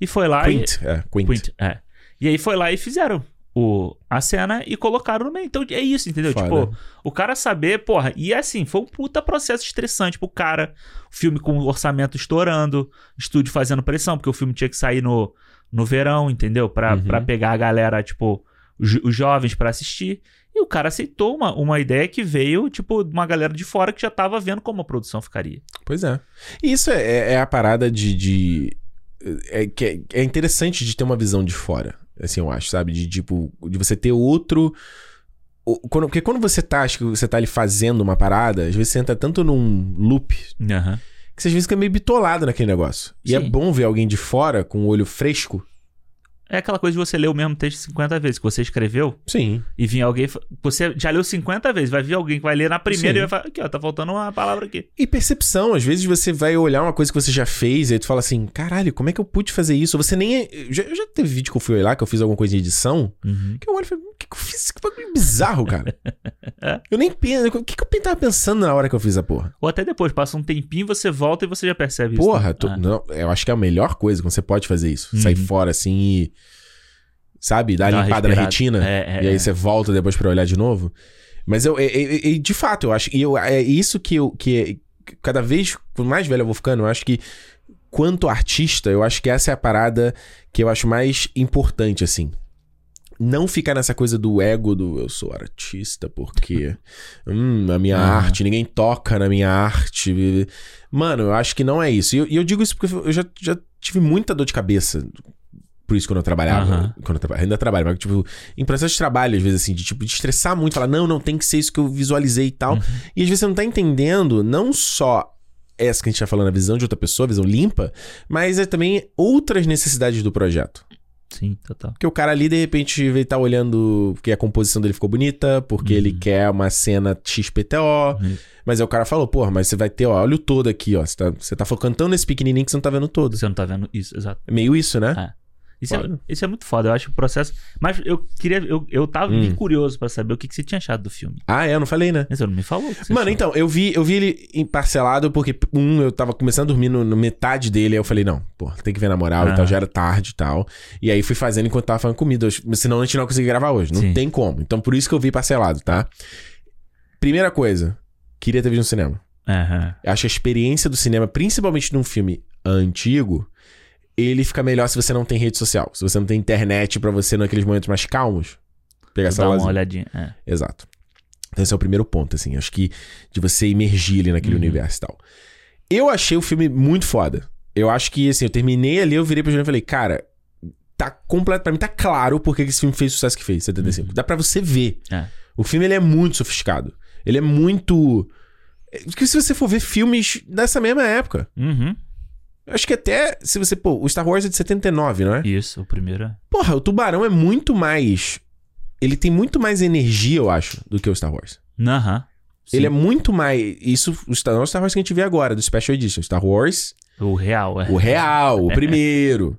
E foi lá e. Quint. É, Quint. Quint, é. E aí foi lá e fizeram o, a cena e colocaram no meio. Então é isso, entendeu? Foda. Tipo, o cara saber, porra, e assim, foi um puta processo estressante pro cara. O filme com o orçamento estourando, estúdio fazendo pressão, porque o filme tinha que sair no, no verão, entendeu? Pra, Uhum. pra pegar a galera, tipo, jo- os jovens pra assistir. E o cara aceitou uma, uma ideia que veio, tipo, de uma galera de fora que já tava vendo como a produção ficaria. Pois é. E isso é, é- é a parada de. de- é, que é- é interessante de ter uma visão de fora, assim, eu acho, sabe? De tipo, de você ter outro. o- quando- porque quando você tá, acho que você tá ali fazendo uma parada, às vezes você entra tanto num loop Aham. que você às vezes fica meio bitolado naquele negócio. E é Sim. bom ver alguém de fora com o olho fresco. É aquela coisa de você ler o mesmo texto 50 vezes que você escreveu. Sim. E vir alguém. fa- Você já leu 50 vezes, vai vir alguém que vai ler na Sim. primeira e vai falar: aqui, ó, tá faltando uma palavra aqui. E percepção, às vezes você vai olhar uma coisa que você já fez e aí tu fala assim, caralho, como é que eu pude fazer isso? Você nem. é, Eu já, eu já teve vídeo que eu fui olhar, que eu fiz alguma coisa de edição. Que eu olho e falei, o que, que eu fiz? Que bagulho bizarro, cara. Eu nem penso. O que, que eu tava pensando na hora que eu fiz a porra? Ou até depois, passa um tempinho, você volta e você já percebe isso. Porra, tu- Ah. não, eu acho que é a melhor coisa quando você pode fazer isso. Sair Uhum. fora assim e. Sabe, dar a Dá uma limpada na respirada. retina. É, é, e aí é. você volta depois pra olhar de novo. Mas eu, e- e- e- de fato, eu acho. E eu, é isso que eu. Que é- cada vez quanto mais velho eu vou ficando, eu acho que. Quanto artista, eu acho que essa é a parada que eu acho mais importante, assim. Não ficar nessa coisa do ego do eu sou artista porque. hum, a minha Ah. arte, ninguém toca na minha arte. Mano, eu acho que não é isso. E eu, e eu digo isso porque eu já, já tive muita dor de cabeça por isso quando eu trabalhava. Aham. Quando eu traba- ainda trabalho, mas tipo, em processo de trabalho, às vezes, assim, de tipo, de estressar muito, falar, não, não, tem que ser isso que eu visualizei e tal. Uhum. E às vezes você não tá entendendo, não só essa que a gente tá falando, a visão de outra pessoa, a visão limpa, mas é também outras necessidades do projeto. Sim, total. Porque o cara ali, de repente, ele tá olhando porque a composição dele ficou bonita, porque ele quer uma cena XPTO. Uhum. Mas aí o cara falou, porra, mas você vai ter, ó, olha o todo aqui, ó. Você tá, você tá focando tão nesse pequenininho que você não tá vendo todo. Você não tá vendo isso, exato. É meio isso, né? Ah. Isso é, Foda. isso é muito foda, eu acho o processo. Mas eu queria. Eu, eu tava Hum. curioso pra saber o que, que você tinha achado do filme. Ah, é, eu não falei, né? Mas você não me falou. o que você Mano, achou. então, eu vi, eu vi ele em parcelado porque, um, eu tava começando a dormir no, no metade dele, aí eu falei, não, pô, tem que ver na moral e Aham. tal, já era tarde e tal. E aí fui fazendo enquanto tava falando comida, hoje, senão a gente não ia conseguir gravar hoje, não Sim. tem como. Então por isso que eu vi parcelado, tá? Primeira coisa, queria ter visto no cinema. Aham. Eu acho que a experiência do cinema, principalmente num filme antigo, ele fica melhor se você não tem rede social. Se você não tem internet pra você naqueles momentos mais calmos. Pegar essa Dá uma lasanha. olhadinha. É. Exato. Então esse é o primeiro ponto, assim. Acho que de você imergir ali naquele Uhum. universo e tal. Eu achei o filme muito foda. Eu acho que, assim, eu terminei ali, eu virei pra Juliana e falei, cara, tá completo. Pra mim tá claro porque que esse filme fez o sucesso que fez, 75. Dá pra você ver. Uhum. É. O filme, ele é muito sofisticado. Ele é muito... é, Que se você for ver filmes dessa mesma época. Uhum. eu Acho que até, se você... Pô, o Star Wars é de 79, não é? Isso, o primeiro é. Porra, o Tubarão é muito mais... Ele tem muito mais energia, eu acho, do que o Star Wars. Aham. Sim. Ele é muito mais. Isso, o Star, não o Star Wars que a gente vê agora, do Special Edition. Star Wars, O real, é. o real, o primeiro.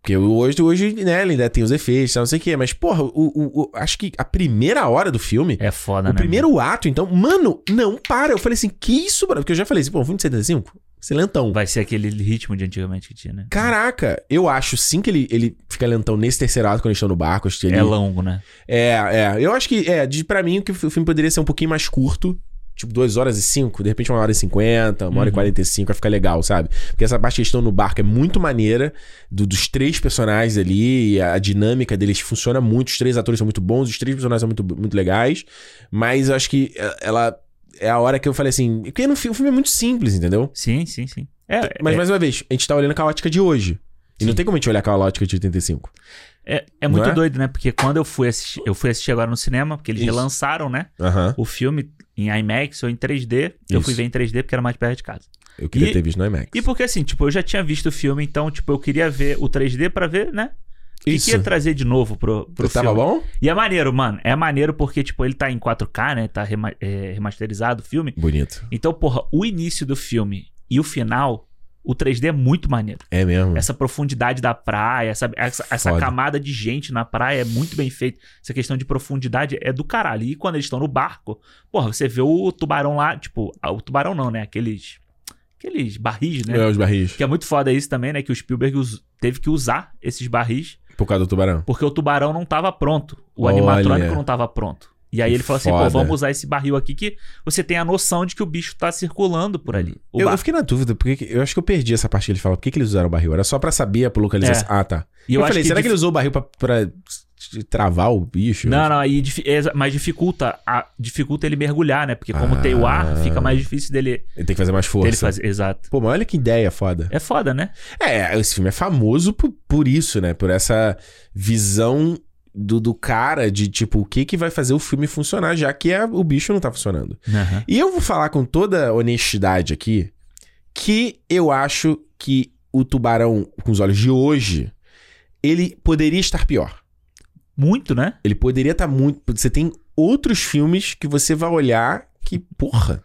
Porque hoje, hoje né, ele ainda tem os efeitos, tal, não sei o quê. Mas, porra, o, o- o- acho que a primeira hora do filme. É foda, O né? primeiro ato, então, mano, não para. Eu falei assim, que isso, mano? Porque eu já falei assim, pô, um filme de 75? Você é lentão. Vai ser aquele ritmo de antigamente que tinha, né? Caraca, eu acho sim que ele, ele fica lentão nesse terceiro ato quando eles estão no barco. Acho que ele, É longo, né? É, é. Eu acho que, é, de, pra mim, o que o filme poderia ser um pouquinho mais curto. Tipo, 2 horas e 5, de repente uma hora e 50, uma hora e Uhum. 45, vai ficar legal, sabe? Porque essa parte que eles estão no barco é muito maneira, do- dos três personagens ali, e a, a dinâmica deles funciona muito, os três atores são muito bons, os três personagens são muito, muito legais, mas eu acho que é- ela é a hora que eu falei assim, porque no fi- o filme é muito simples, entendeu? Sim, sim, sim. É, Mas é, mais uma vez, a gente tá olhando com a ótica de hoje. E não Sim. tem como a gente olhar com a ótica de 85. é- é muito não é? doido, né? Porque quando eu fui assistir, eu fui assistir agora no cinema, porque eles Isso. relançaram, né? Aham. O filme em IMAX ou em 3D. Eu Isso. fui ver em 3D porque era mais perto de casa. Eu queria E- ter visto no IMAX. E porque assim, tipo, eu já tinha visto o filme, então, tipo, eu queria ver o 3D pra ver, né? O que, que ia trazer de novo pro, pro Tava filme? bom? E é maneiro, mano. É maneiro porque, tipo, ele tá em 4K, né? Tá rema- é, remasterizado o filme. Bonito. Então, porra, o início do filme e o final, o 3D é muito maneiro. É mesmo. Essa profundidade da praia, essa, essa, essa Foda. camada de gente na praia é muito bem feita. Essa questão de profundidade é do caralho. E quando eles estão no barco, porra, você vê o tubarão lá, tipo, ah, o tubarão não, né? Aqueles. Aqueles barris, né? Não é os barris. Que é muito foda isso também, né? Que o Spielberg us- teve que usar esses barris Por causa do tubarão. porque o tubarão não tava pronto. O Olha. animatrônico não tava pronto. E aí Que ele falou assim, foda. pô, vamos usar esse barril aqui que você tem a noção de que o bicho tá circulando por ali. O Hum. Eu, bar- eu fiquei na dúvida, porque que- eu acho que eu perdi essa parte que ele fala. Por que, que eles usaram o barril? Era só pra saber a localização. Ah, tá. É. E eu acho falei, será que dif- ele usou o barril pra, pra s- travar o bicho? Não, não, e difi- é, mas dificulta, a- dificulta ele mergulhar, né? Porque como Ah. tem o ar, fica mais difícil dele, Ele tem que fazer mais força. dele fazer. Exato. Pô, mas olha que ideia foda. É foda, né? É, esse filme é famoso por, por isso, né? Por essa visão do, do cara de, tipo, o que que vai fazer o filme funcionar, já que é, o bicho não tá funcionando. E eu vou falar com toda honestidade aqui que eu acho que o tubarão com os olhos de hoje, ele poderia estar pior. Muito, né? Ele poderia estar muito, você tem outros filmes que você vai olhar que, porra.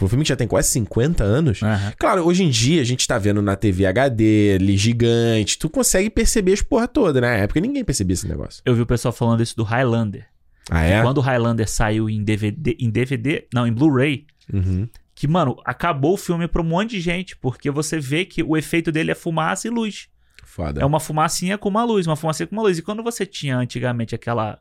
O filme que já tem quase 50 anos. Aham. Claro, hoje em dia a gente tá vendo na TV HD, ali gigante, tu consegue perceber as porra toda, né? Na época ninguém percebia esse negócio. Eu vi o pessoal falando isso do Highlander. Ah, é? Quando o Highlander saiu em DVD, em DVD, não, em Blu-ray, Uhum. que, mano, acabou o filme pra um monte de gente, porque você vê que o efeito dele é fumaça e luz. Foda. É uma fumacinha com uma luz, uma fumacinha com uma luz. E quando você tinha antigamente aquela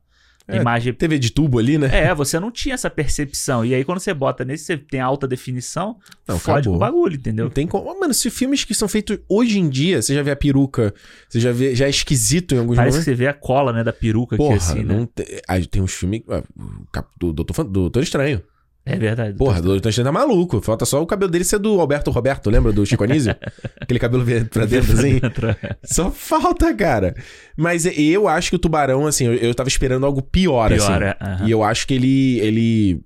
É. imagem. TV de tubo ali, né? É, você não tinha essa percepção. E aí, quando você bota nesse, você tem alta definição, Não, fode acabou. com o bagulho, Não entendeu? tem como. Ah, Mano, se filmes que são feitos hoje em dia, você já vê a peruca, você já vê. Já é esquisito em alguns Parece que momentos. você vê a cola, né, da peruca Porra, aqui, assim, né? não tem. Aí tem uns filmes. ah, o cap- Do Doutor, Fan- do Doutor Estranho. É verdade. Porra, o Doutor Estranho tá maluco. Falta só o cabelo dele ser do Alberto Roberto, lembra do Chico Anísio? Aquele cabelo ver- Tá pra dentro, assim. Só falta, cara. Mas eu acho que o tubarão, assim, eu, eu tava esperando algo pior, assim. Pior, é. aham. E eu acho que ele. ele...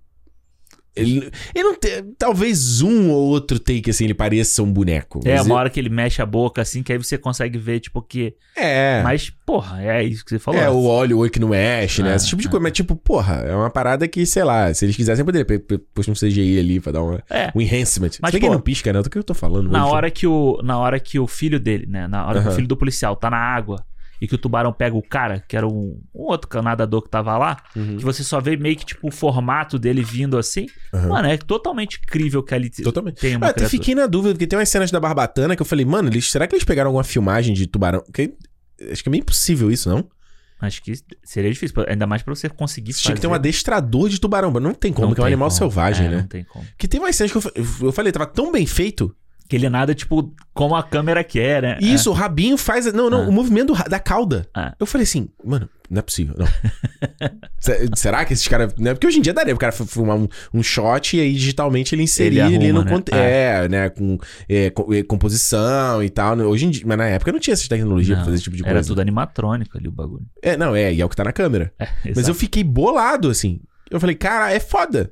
Ele, ele não tem. Talvez um ou outro take, assim, ele pareça um boneco. É, mas uma eu- hora que ele mexe a boca, assim, que aí você consegue ver, tipo, que. É. Mas, porra, é isso que você falou. É, o óleo, o oi que não mexe, né? Ah, Esse tipo de coisa. Mas, tipo, porra, é uma parada que, sei lá, se eles quisessem, poderia pe- pe- postar um CGI ali pra dar uma, É. um enhancement. Mas, Mas, Se bem que pô, não pisca, né? Do que eu tô falando. Na hoje? hora, que o, na hora que o filho dele, né? Na hora que Aham. o filho do policial tá na água e que o tubarão pega o cara, que era um, um outro ca- nadador que tava lá, Uhum. que você só vê meio que tipo o formato dele vindo assim. Aham. Mano, é totalmente crível que ali te- Totalmente. tem Ah, uma eu até criatura. fiquei na dúvida, porque tem umas cenas da Barbatana que eu falei, mano, eles, será que eles pegaram alguma filmagem de tubarão? Que- acho que é meio impossível isso, não? Acho que seria difícil, pra- ainda mais pra você conseguir Tinha que ter um fazer. adestrador de tubarão, mas não tem como, Não porque é um tem animal como. selvagem, É, né? Não tem como. Porque tem umas cenas que eu, fa- eu falei, tava tão bem feito Que ele nada, tipo, como a câmera quer, né? E isso, o rabinho faz. Não, não, Ah. o movimento do ra- da cauda. Ah. Eu falei assim, mano, não é possível, não. Se- Será que esses caras. Não é porque hoje em dia daria pro cara f- filmar um, um shot e aí digitalmente ele inserir ali Ele arruma, no. né? conte- Ah. É, né? Com é, co- é, composição e tal. né, Hoje em dia. Mas na época não tinha essa tecnologia pra Não, fazer esse tipo de Era coisa. tudo animatrônico ali o bagulho. É, não, é, e é o que tá na câmera. Mas Exato. eu fiquei bolado, assim. Eu falei, cara, é foda.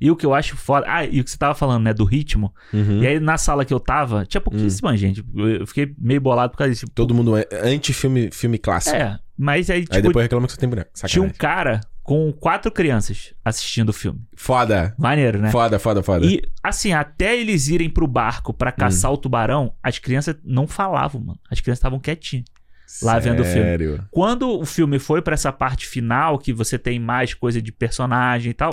E o que eu acho foda. Ah, e o que você tava falando, né? Do ritmo. E E aí- aí na sala que eu tava, tinha pouquíssima Hum. gente. Eu fiquei meio bolado por causa disso. Tipo, Todo mundo é anti-filme filme clássico. É, mas aí, tipo, aí depois reclama que você tem boneco. tinha um né, Sacanagem. cara com quatro crianças assistindo o filme. Foda. Maneiro, né? Foda, foda, foda. E, assim, até eles irem pro barco pra caçar o tubarão, as crianças não falavam, mano. As crianças estavam quietinhas. lá vendo o filme. Sério. Quando o filme foi pra essa parte final, que você tem mais coisa de personagem e tal,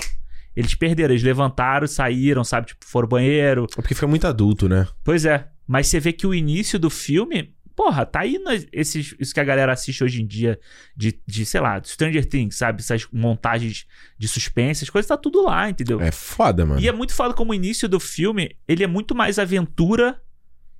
eles perderam. Eles levantaram, saíram, sabe? Tipo, foram ao banheiro. É porque foi muito adulto, né? Pois é. Mas você vê que o início do filme, porra, tá aí nas- esses, isso que a galera assiste hoje em dia de, de, sei lá, Stranger Things, sabe? Essas montagens de suspense, as coisas tá tudo lá, entendeu? É foda, mano. E é muito foda como o início do filme, ele é muito mais aventura,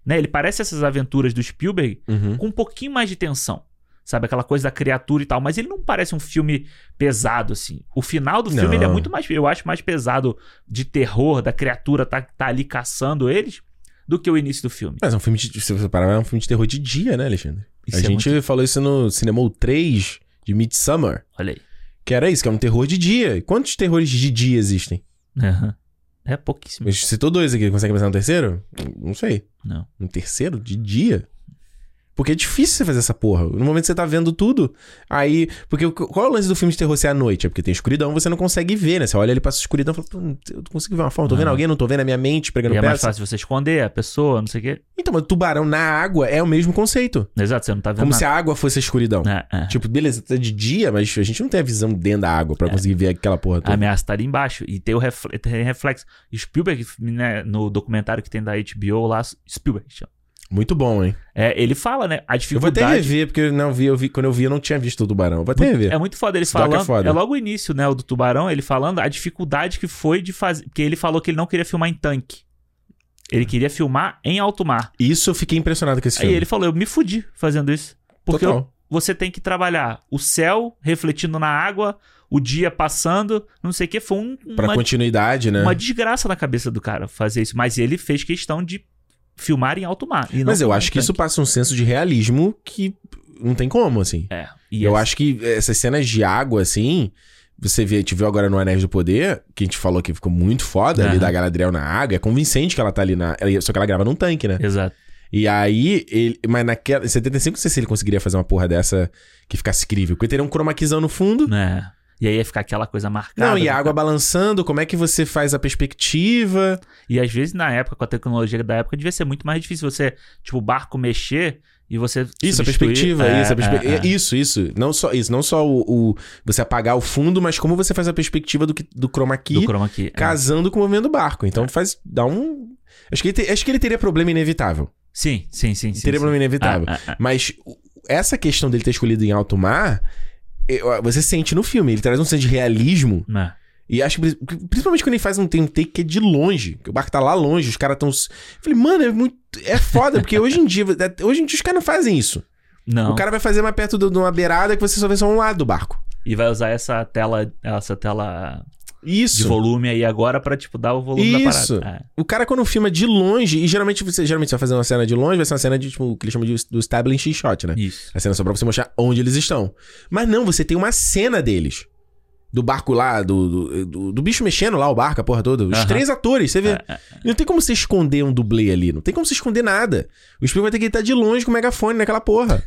né? Ele parece essas aventuras do Spielberg Uhum. com um pouquinho mais de tensão. Sabe, aquela coisa da criatura e tal, mas ele não parece um filme pesado, assim. O final do filme Não. ele é muito mais, eu acho, mais pesado de terror, da criatura tá, tá ali caçando eles, do que o início do filme. Mas é um filme de. Se você parar, é um filme de terror de dia, né, Alexandre? Isso a é gente muito- falou isso no Cinema 3 de Midsummer. Olha aí. Que era isso, que é um terror de dia. E Quantos terrores de dia existem? Aham. É pouquíssimo. Eu citou dois aqui. Consegue pensar no terceiro? Não sei. Não. Um terceiro? De dia? Porque é difícil você fazer essa porra. No momento que você tá vendo tudo, aí. Porque o- qual é o lance do filme de terror ser à noite? É porque tem escuridão, você não consegue ver, né? Você olha ali pra sua escuridão e fala, "Pô, eu não consigo ver uma forma, tô vendo Ah. alguém, não tô vendo a minha mente pregando E é mais peça. fácil você esconder a pessoa, não sei o quê. Então, mas o tubarão na água é o mesmo conceito. Exato, você não tá vendo Como se nada. a água fosse a escuridão. É, é. Tipo, beleza, tá de dia, mas a gente não tem a visão dentro da água pra conseguir ver aquela porra A toda. ameaça tá ali embaixo. E tem o refle- tem reflexo. Spielberg, né, no documentário que tem da HBO lá, Spielberg chama. Muito bom, hein? É, ele fala, né? Eu A vou dificuldade. até rever, porque eu não vi, eu vi, quando eu vi, eu não tinha visto o tubarão. Eu Vou até rever. É muito foda ele Esse doc é falando. É, foda. logo o início, né? O do tubarão, ele falando a dificuldade que foi de fazer. Porque ele falou que ele não queria filmar em tanque. Ele queria filmar em alto mar. Isso eu fiquei impressionado com esse um- Aí filme. ele falou: eu me fudi fazendo isso. Porque eu- Total. você tem que trabalhar o céu refletindo na água, o dia passando, não sei o que. Foi um- Pra uma continuidade, né? Uma desgraça na cabeça do cara fazer isso. Mas ele fez questão de filmar em alto mar. e não Mas eu filmar acho em que isso tanque. passa um senso de realismo que não tem como, assim. É. E Eu essa- acho que essas cenas de água, assim, você vê, te viu agora no Anéis do Poder, que a gente falou que ficou muito foda ali Aham. da Galadriel na água, é convincente que ela tá ali na. ela- Só que ela grava num tanque, né? Exato. E aí, ele, mas naquela. Em 75, não sei se ele conseguiria fazer uma porra dessa que ficasse crível. Porque teria um cromaquizão no fundo. Né? E aí ia ficar aquela coisa marcada. Não, e né, a água cara? balançando, como é que você faz a perspectiva? E às vezes, na época, com a tecnologia da época, devia ser muito mais difícil você, tipo, o barco mexer e você. Isso, a substituir- perspectiva, É, isso, a perspe- é, é. isso, isso. Não só isso, não só o, o- você apagar o fundo, mas como você faz a perspectiva do, que, do chroma key Do chroma key. é. casando com o movimento do barco. Então faz. dá um. Acho que, ele te- acho que ele teria problema inevitável. Sim, sim, sim. sim, teria sim. problema inevitável. Ah, ah, ah. Mas o- essa questão dele ter escolhido em alto mar, eu- você sente no filme, ele traz um senso de realismo. Né? E acho que, pri- principalmente quando ele faz um tem um take que é de longe, que o barco tá lá longe, os caras tão. s- Falei, mano, é muito. É foda, porque hoje em dia. é, Hoje em dia os caras não fazem isso. Não. O cara vai fazer mais perto do- de uma beirada que você só vê só um lado do barco. E vai usar essa tela, essa tela de Isso. volume aí agora pra, tipo, dar o volume Isso. da parada. É. O cara, quando filma de longe, e geralmente você, geralmente você vai fazer uma cena de longe, vai ser uma cena de, tipo, o que eles chamam de, do establishing shot, né? É, Isso. A cena só pra você mostrar onde eles estão. Mas não, você tem uma cena deles. Do barco lá, do, do, do- do bicho mexendo lá, o barco, a porra toda. Os Aham. três atores, você vê. É, é. Não tem como você esconder um dublê ali. Não tem como você esconder nada. O Spielberg vai ter que estar de longe com o megafone naquela porra.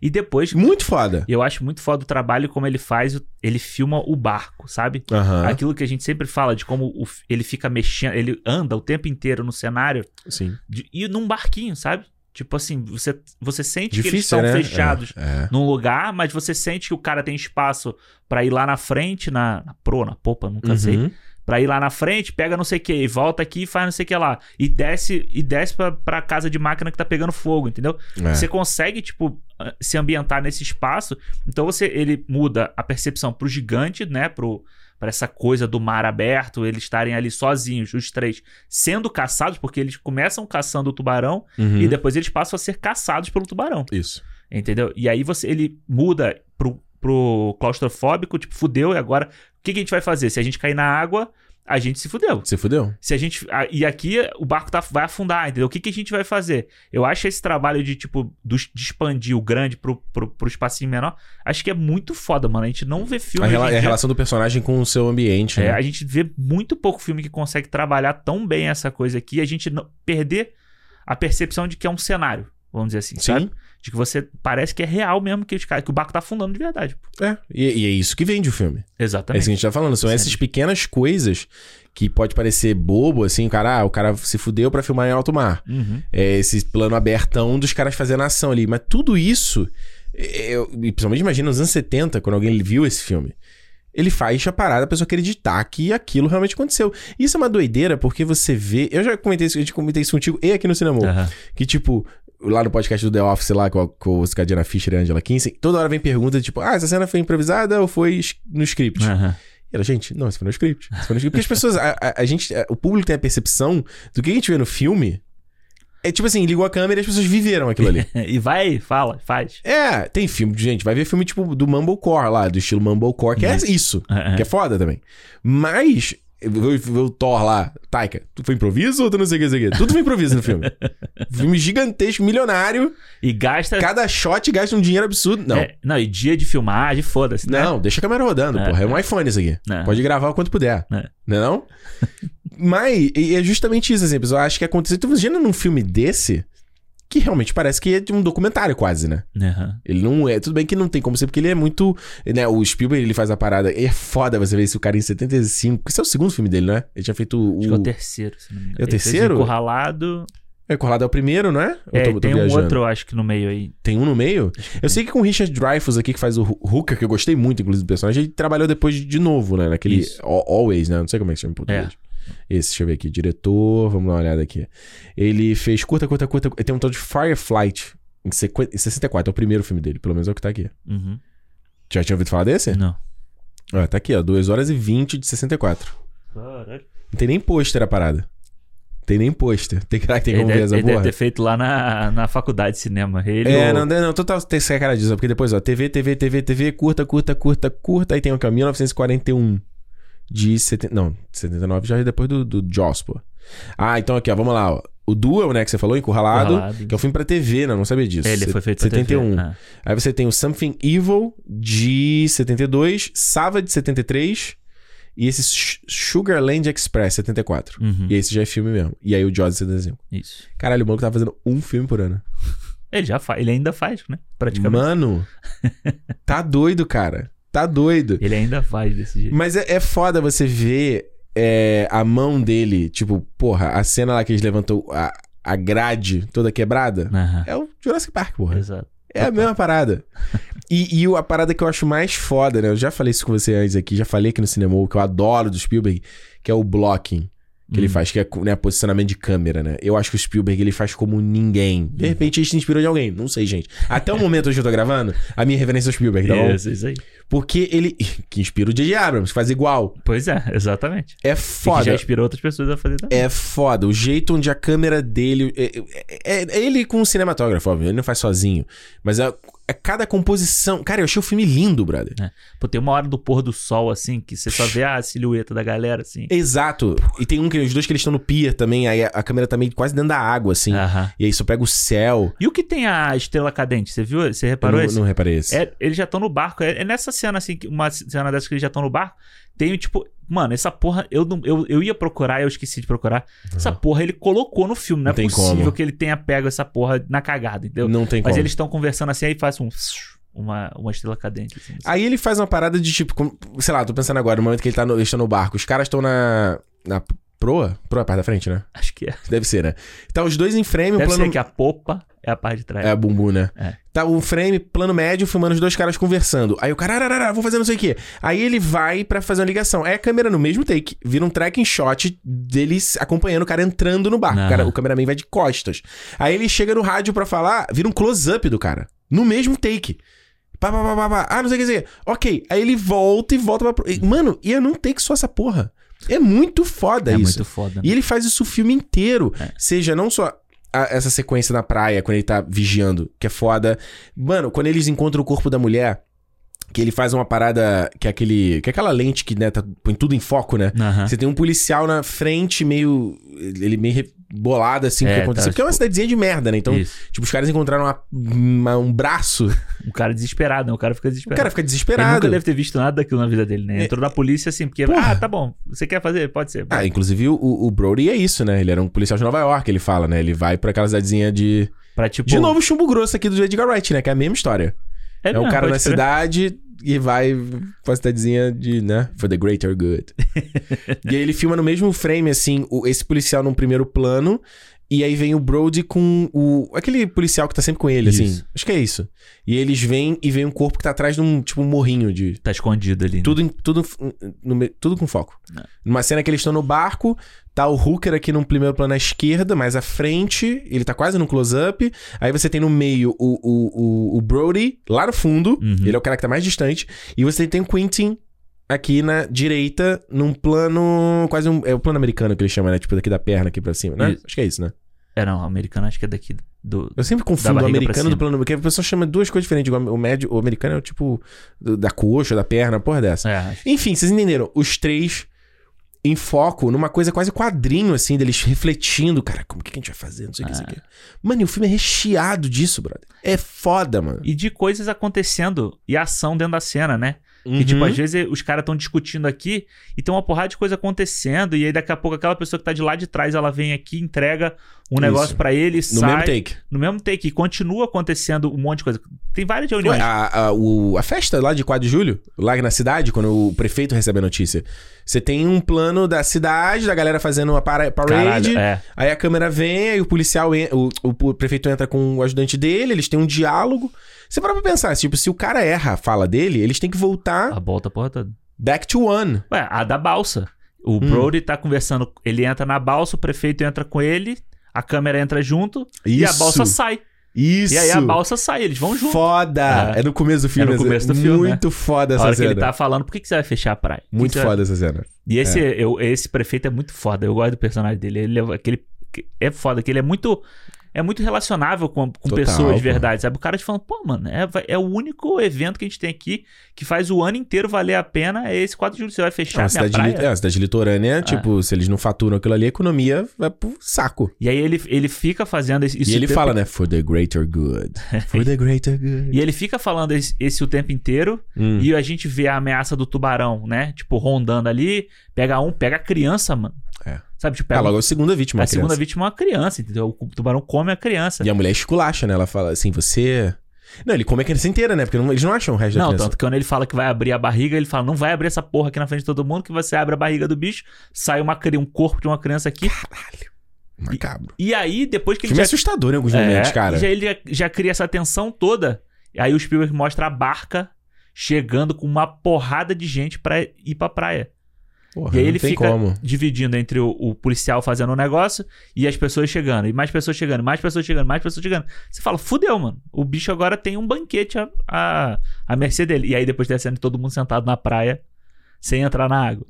E depois, Muito foda. Eu acho muito foda o trabalho como ele faz, o- ele filma o barco, sabe? Aham. Aquilo que a gente sempre fala de como o f- ele fica mexendo, ele anda o tempo inteiro no cenário Sim. de- e num barquinho, sabe? Tipo assim, você, você sente que eles Difícil, estão né? fechados É. é. num lugar, mas você sente que o cara tem espaço pra ir lá na frente, na, na proa, na popa, nunca sei, Uhum. Pra ir lá na frente, pega não sei o que, e volta aqui e faz não sei o que lá. E desce, e desce pra, pra casa de máquina que tá pegando fogo, entendeu? É. Você consegue, tipo, se ambientar nesse espaço. Então você ele muda a percepção pro gigante, né? Pro, pra essa coisa do mar aberto, eles estarem ali sozinhos, os três, sendo caçados, porque eles começam caçando o tubarão Uhum. e depois eles passam a ser caçados pelo tubarão. Isso. Entendeu? E aí você ele muda pro, pro claustrofóbico, tipo, fudeu, e agora o que, que a gente vai fazer? Se a gente cair na água, a gente se fudeu. Você fudeu? Se a gente. a- E aqui o barco tá, vai afundar, entendeu? O que, que a gente vai fazer? Eu acho esse trabalho de, tipo, dos- de expandir o grande pro, pro, pro espacinho menor, acho que é muito foda, mano. A gente não vê A, filme. rela- hoje é em a dia- relação do personagem com o seu ambiente. é, né? a gente vê muito pouco filme que consegue trabalhar tão bem essa coisa aqui, a gente não- perder a percepção de que é um cenário, vamos dizer assim, Sim. sabe? De que você parece que é real mesmo que os caras, que o barco tá afundando de verdade. pô. É, e, e é isso que vende o filme. É isso Exatamente. que a gente tá falando. São Sim. essas pequenas coisas que pode parecer bobo, assim, cara, ah, o cara se fudeu pra filmar em alto mar. Uhum. É esse plano abertão dos caras fazendo ação ali. Mas tudo isso, é, eu, e principalmente imagina nos anos 70, quando alguém viu esse filme. Ele faz a parada, a pessoa acreditar que aquilo realmente aconteceu. Isso é uma doideira, porque você vê. Eu já comentei isso, eu já comentei isso contigo e aqui no cinema. Aham. Que, tipo, lá no podcast do The Office, lá com a, com a Cadiana Fischer e a Angela Kinsey, toda hora vem pergunta, tipo, ah, essa cena foi improvisada ou foi es- no script? Aham. E ela, gente, não, isso foi no script. Isso foi no script. Porque as pessoas, a, a- a gente, a- o público tem a percepção do que a gente vê no filme. É tipo assim, ligou a câmera e as pessoas viveram aquilo ali. E vai, fala, faz. é, tem filme, gente, vai ver filme tipo do Mumblecore lá, do estilo Mumblecore, que é isso. Aham. Que é foda também. Mas, eu vou ver o Thor lá, Taika, tu foi improviso ou tu não sei o que, não sei o que? Tudo foi improviso no filme. filme gigantesco, milionário. E gasta. Cada shot gasta um dinheiro absurdo. Não. é, não, e dia de filmagem, foda-se. né? Não, deixa a câmera rodando, É. porra. É um iPhone isso aqui. É. Pode gravar o quanto puder. É. Não é não? Mas e é justamente isso, assim. A pessoa acha que aconteceu. Tu imagina num filme desse, que realmente parece que é de um documentário quase, né? Aham. Ele não é. Tudo bem que não tem como ser, porque ele é muito. Né, o Spielberg, ele faz a parada. É foda você ver esse cara em 75. Esse é o segundo filme dele, né? Ele tinha feito o. Acho que é o terceiro, se não me engano. É o Ele fez um terceiro? Encurralado. É, Corrado é o primeiro, não é? Ou É, tô- tô tem um viajando? outro, eu acho que no meio aí. Tem um no meio? Eu sei que com o Richard Dreyfuss aqui, que faz o Hu- Hooker, que eu gostei muito, inclusive, do personagem, ele trabalhou depois de novo, né? Naquele Isso. Al- Always, né? Não sei como é que chama em português. Esse, deixa eu ver aqui. Diretor, vamos dar uma olhada aqui. Ele fez curta, curta, curta. Tem um tal de Fireflight, em sequen- em 64. É o primeiro filme dele, pelo menos é o que tá aqui. Uhum. Já tinha ouvido falar desse? Não. Ah, tá aqui, ó. 2 horas e 20 de 64. Caralho. Não tem nem pôster a parada. Tem nem pôster. Tem, será que tem Ele, como ver deve, essa ele deve porra? ter feito lá na, na faculdade de cinema. Ele É, ou- não, não, não, total tem que ser a cara disso, porque depois, ó, TV, TV, TV, TV, curta, curta, curta, curta, aí tem o que, ó, 1941 de 70, não, 79 já é depois do, do Jaws, pô. Ah, então aqui, ó, vamos lá, ó. O Duel, né, que você falou, Encurralado, Encurralado. que é um filme pra TV, né, não sabia disso. É, ele foi feito pra 71. TV. Ah. Aí você tem o Something Evil de 72, Sava de 73 e esse Sh- Sugarland Express 74. Uhum. E esse já é filme mesmo. E aí o Jaws de 75. Isso. Caralho, o maluco tá fazendo um filme por ano. Ele já faz, ele ainda faz, né? Praticamente. Mano, tá doido, cara. Tá doido. Ele ainda faz desse jeito. Mas é, é foda você ver é, a mão dele, tipo, porra, a cena lá que eles levantam a, a grade toda quebrada. Aham. É o Jurassic Park, porra. Exato. É a mesma parada. E, e o- a parada que eu acho mais foda, né? Eu já falei isso com você antes aqui, já falei aqui no cinema, que eu adoro do Spielberg, que é o blocking que ele Uhum. faz, que é né, posicionamento de câmera, né? Eu acho que o Spielberg ele faz como ninguém. De repente ele se inspirou de alguém, não sei, gente. Até o momento onde eu tô gravando, a minha referência é o Spielberg, tá bom? Isso, isso aí. Porque ele. que inspira o J.J. Abrams, que faz igual. Pois é, exatamente. É E que já foda. inspirou outras pessoas a fazer também. É foda. O jeito onde a câmera dele. É, é- é- é ele com o cinematógrafo, óbvio. Ele não faz sozinho. Mas é, é cada composição. Cara, eu achei o filme lindo, brother. Pô, tem uma hora do pôr do sol, assim, que você só vê a silhueta da galera, assim. Exato. E tem um que os dois que eles estão no pier também. Aí a, a câmera tá meio quase dentro da água, assim. Aham. E aí só pega o céu. E o que tem a estrela cadente? Você viu? Você reparou eu esse? não, não reparei esse. É, eles já estão no barco. É, é nessa cena, assim, que- uma cena dessas que eles já estão no barco. Tem, tipo, mano, essa porra. Eu, não, eu, eu ia procurar, eu esqueci de procurar. Essa porra ele colocou no filme. Não, Não é tem possível como. que ele tenha pego essa porra na cagada, entendeu? Não tem Mas como. eles estão conversando assim, aí faz um. Uma, uma estrela cadente. Assim, Aí ele faz uma parada de tipo, como- sei lá, tô pensando agora, no momento que ele tá no, eles estão no barco, os caras estão na, na Proa? Proa é a parte da frente, né? Acho que é. Deve ser, né? Tá os dois em frame, Deve o plano. ser que a popa é a parte de trás. É, bumbum, né? É. Tá o frame, plano médio, filmando os dois caras conversando. Aí o cara, "Ararará, vou fazer não sei o quê. Aí ele vai pra fazer uma ligação. Aí a câmera no mesmo take vira um tracking shot dele s- acompanhando o cara entrando no barco. O, Aham. cara, o cameraman vai de costas. Aí ele chega no rádio pra falar, vira um close-up do cara. No mesmo take. Pá, pá, pá, pá, pá. Ah, não sei o que dizer. Ok. Aí ele volta e volta pra. pro- e- Mano, e é num take só essa porra. É muito foda É isso. muito foda. né? E ele faz isso o filme inteiro. É. Seja não só a- essa sequência na praia, quando ele tá vigiando, que é foda. Mano, quando eles encontram o corpo da mulher, que ele faz uma parada que é aquele. que é aquela lente que, né, tá, põe tudo em foco, né? Aham. Você tem um policial na frente, meio. Ele meio re- bolado, assim, com o É, que aconteceu. tá, porque é uma tipo- cidadezinha de merda, né? Então, Isso. tipo, os caras encontraram uma- uma- um braço. Um cara desesperado, né? O cara fica O desesperado. cara fica Ele desesperado. nunca deve ter visto nada daquilo na vida dele, né? Entrou na polícia assim, porque. É. Porra. Ah, tá bom. Você quer fazer? Pode ser. Ah, inclusive o, o Brody é isso, né? Ele era um policial de Nova York, ele fala, né? Ele vai pra aquela cidadezinha de. Pra tipo. De novo, o chumbo grosso aqui do Edgar Wright, né? Que é a mesma história. É, um mesmo, cara pode na crer. cidade e vai pra cidadezinha de, né? For the greater good. e aí ele filma no mesmo frame, assim, o- esse policial num primeiro plano. E aí vem o Brody com o. Aquele policial que tá sempre com ele, assim. Isso. Acho que é isso. E eles vêm e vem um corpo que tá atrás de um, tipo, um morrinho de. Tá escondido ali. né? Tudo, em- tudo, no me- tudo com foco. É. Numa cena que eles estão no barco, tá o Hooker aqui num primeiro plano à esquerda, mais à frente, ele tá quase no close-up. Aí você tem no meio o, o, o, o Brody, lá no fundo, Uhum. ele é o cara que tá mais distante. E você tem o Quentin aqui na direita, num plano. Quase um. É o plano americano que ele chama, né? Tipo, daqui da perna aqui pra cima, né? Isso. Acho que é isso, né? É, não, o americano acho que é daqui do. Eu sempre confundo o barriga pra americano do cima. plano. Porque a pessoa chama duas coisas diferentes. igual O médio, o americano é o tipo do- da coxa, da perna, porra dessa. É, acho. Enfim, vocês entenderam. Os três em foco, numa coisa quase quadrinho, assim, deles refletindo. Cara, como que a gente vai fazer? Não sei o que, isso aqui. Mano, e o filme é recheado disso, brother. É foda, mano. E de coisas acontecendo e ação dentro da cena, né? Uhum. E, tipo, às vezes os caras estão discutindo aqui e tem uma porrada de coisa acontecendo. E aí, daqui a pouco, aquela pessoa que tá de lá de trás, ela vem aqui, entrega um Isso. negócio pra ele, no sai. mesmo take. No mesmo take. E continua acontecendo um monte de coisa. Tem várias Ué, reuniões. a, a, o- a festa lá de 4 de julho, lá na cidade, quando o prefeito recebe a notícia. Você tem um plano da cidade, da galera fazendo uma para- parade. Caralho, é. Aí a câmera vem, aí o policial, en- o, o prefeito entra com o ajudante dele, eles têm um diálogo. Você para pra pensar, tipo, se o cara erra a fala dele, eles têm que voltar A volta a porra toda. back to one. Ué, a da balsa. Hum. O Brody tá conversando, ele entra na balsa, o prefeito entra com ele, a câmera entra junto e a Isso. balsa sai. Isso. E aí a balsa sai, eles vão junto. Foda! É. É. no começo do filme. É no começo do essa- filme, Muito foda a essa hora que cena. ele tá é falando, por que, que você vai fechar a praia? Por Muito que que você vai- foda essa cena. E esse, eu- esse prefeito é muito foda, eu gosto do personagem dele. Ele é aquele. É foda, que ele é muito. É muito relacionável com, com Total, pessoas pô. de verdade, sabe? O cara te falando, pô, mano, é, vai- é o único evento que a gente tem aqui que faz o ano inteiro valer a pena. É esse 4 de julho, você vai É fechar uma a minha cidade, praia. lit- é uma cidade litorânea, tipo, se eles não faturam aquilo ali, a economia vai pro saco. E aí ele, ele fica fazendo esse- isso. e o ele tempo fala, né? For the greater good. For the greater good. E ele fica falando esse, esse o tempo inteiro Hum. e a gente vê a ameaça do tubarão, né? Tipo, rondando ali, pega um, pega a criança, mano. É. Sabe, tipo, Ah, pega logo é a segunda vítima. a a criança. segunda vítima é uma criança, entendeu? O tubarão come a criança. E a mulher esculacha, né? Ela fala assim, você... Não, ele come a criança inteira, né? Porque não- eles não acham o resto Não, da criança. tanto que quando ele fala que vai abrir a barriga, ele fala, não vai abrir essa porra aqui na frente de todo mundo, que você abre a barriga do bicho, sai uma, cri- um corpo de uma criança aqui. Macabro. E aí, depois que O ele filme já é assustador em alguns É, momentos, cara. e Já, ele já, já cria essa tensão toda. Aí o Spielberg mostra a barca chegando com uma porrada de gente pra ir pra praia. Porra, E aí não ele tem fica como. dividindo entre o, o policial fazendo o negócio e as pessoas chegando. E mais pessoas chegando, mais pessoas chegando, mais pessoas chegando. Você fala, fudeu, mano. O bicho agora tem um banquete à, à, à mercê dele. E aí depois descendo todo mundo sentado na praia, sem entrar na água.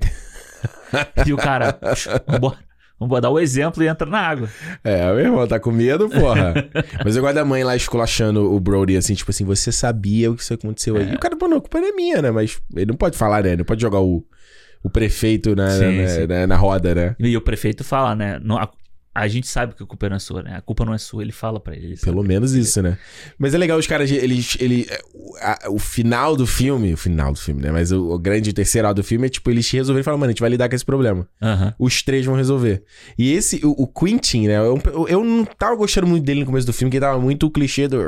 e o cara, "Puxa, vambora, vambora dar o exemplo e entra na água. É, meu irmão, tá com medo, porra. Mas eu gosto da mãe lá esculachando o Brody, assim, tipo assim, você sabia o que isso aconteceu aí. E o cara, pô, não, a culpa não é minha, né? Mas ele não pode falar, né? Ele não pode jogar o, o prefeito na, Sim, na, sim. na- na roda, né? E o prefeito fala, né? não- a, a gente sabe que a culpa não é sua, né? A culpa não é sua. Ele fala pra ele. ele sabe. Pelo menos isso, né? Mas é legal os caras, eles... Ele, o, a- o final do filme, o final do filme, né? Mas o, o grande terceiro ato do filme é tipo, eles resolveram e falaram, mano, a gente vai lidar com esse problema. Aham. Os três vão resolver. E esse, o, o Quentin, né? Eu, eu- eu não tava gostando muito dele no começo do filme, que ele tava muito o clichê do.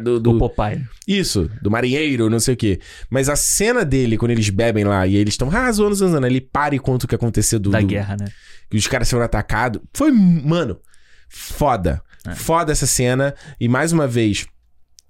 do, do- É. Do Popeye. isso, do marinheiro, não sei o quê. Mas a cena dele, quando eles bebem lá e eles estão ah, zoando, zoando, zoando, ele para e conta o que aconteceu do, Da do- guerra, né? que os caras foram atacados. Foi, mano, foda. É. Foda essa cena. E mais uma vez,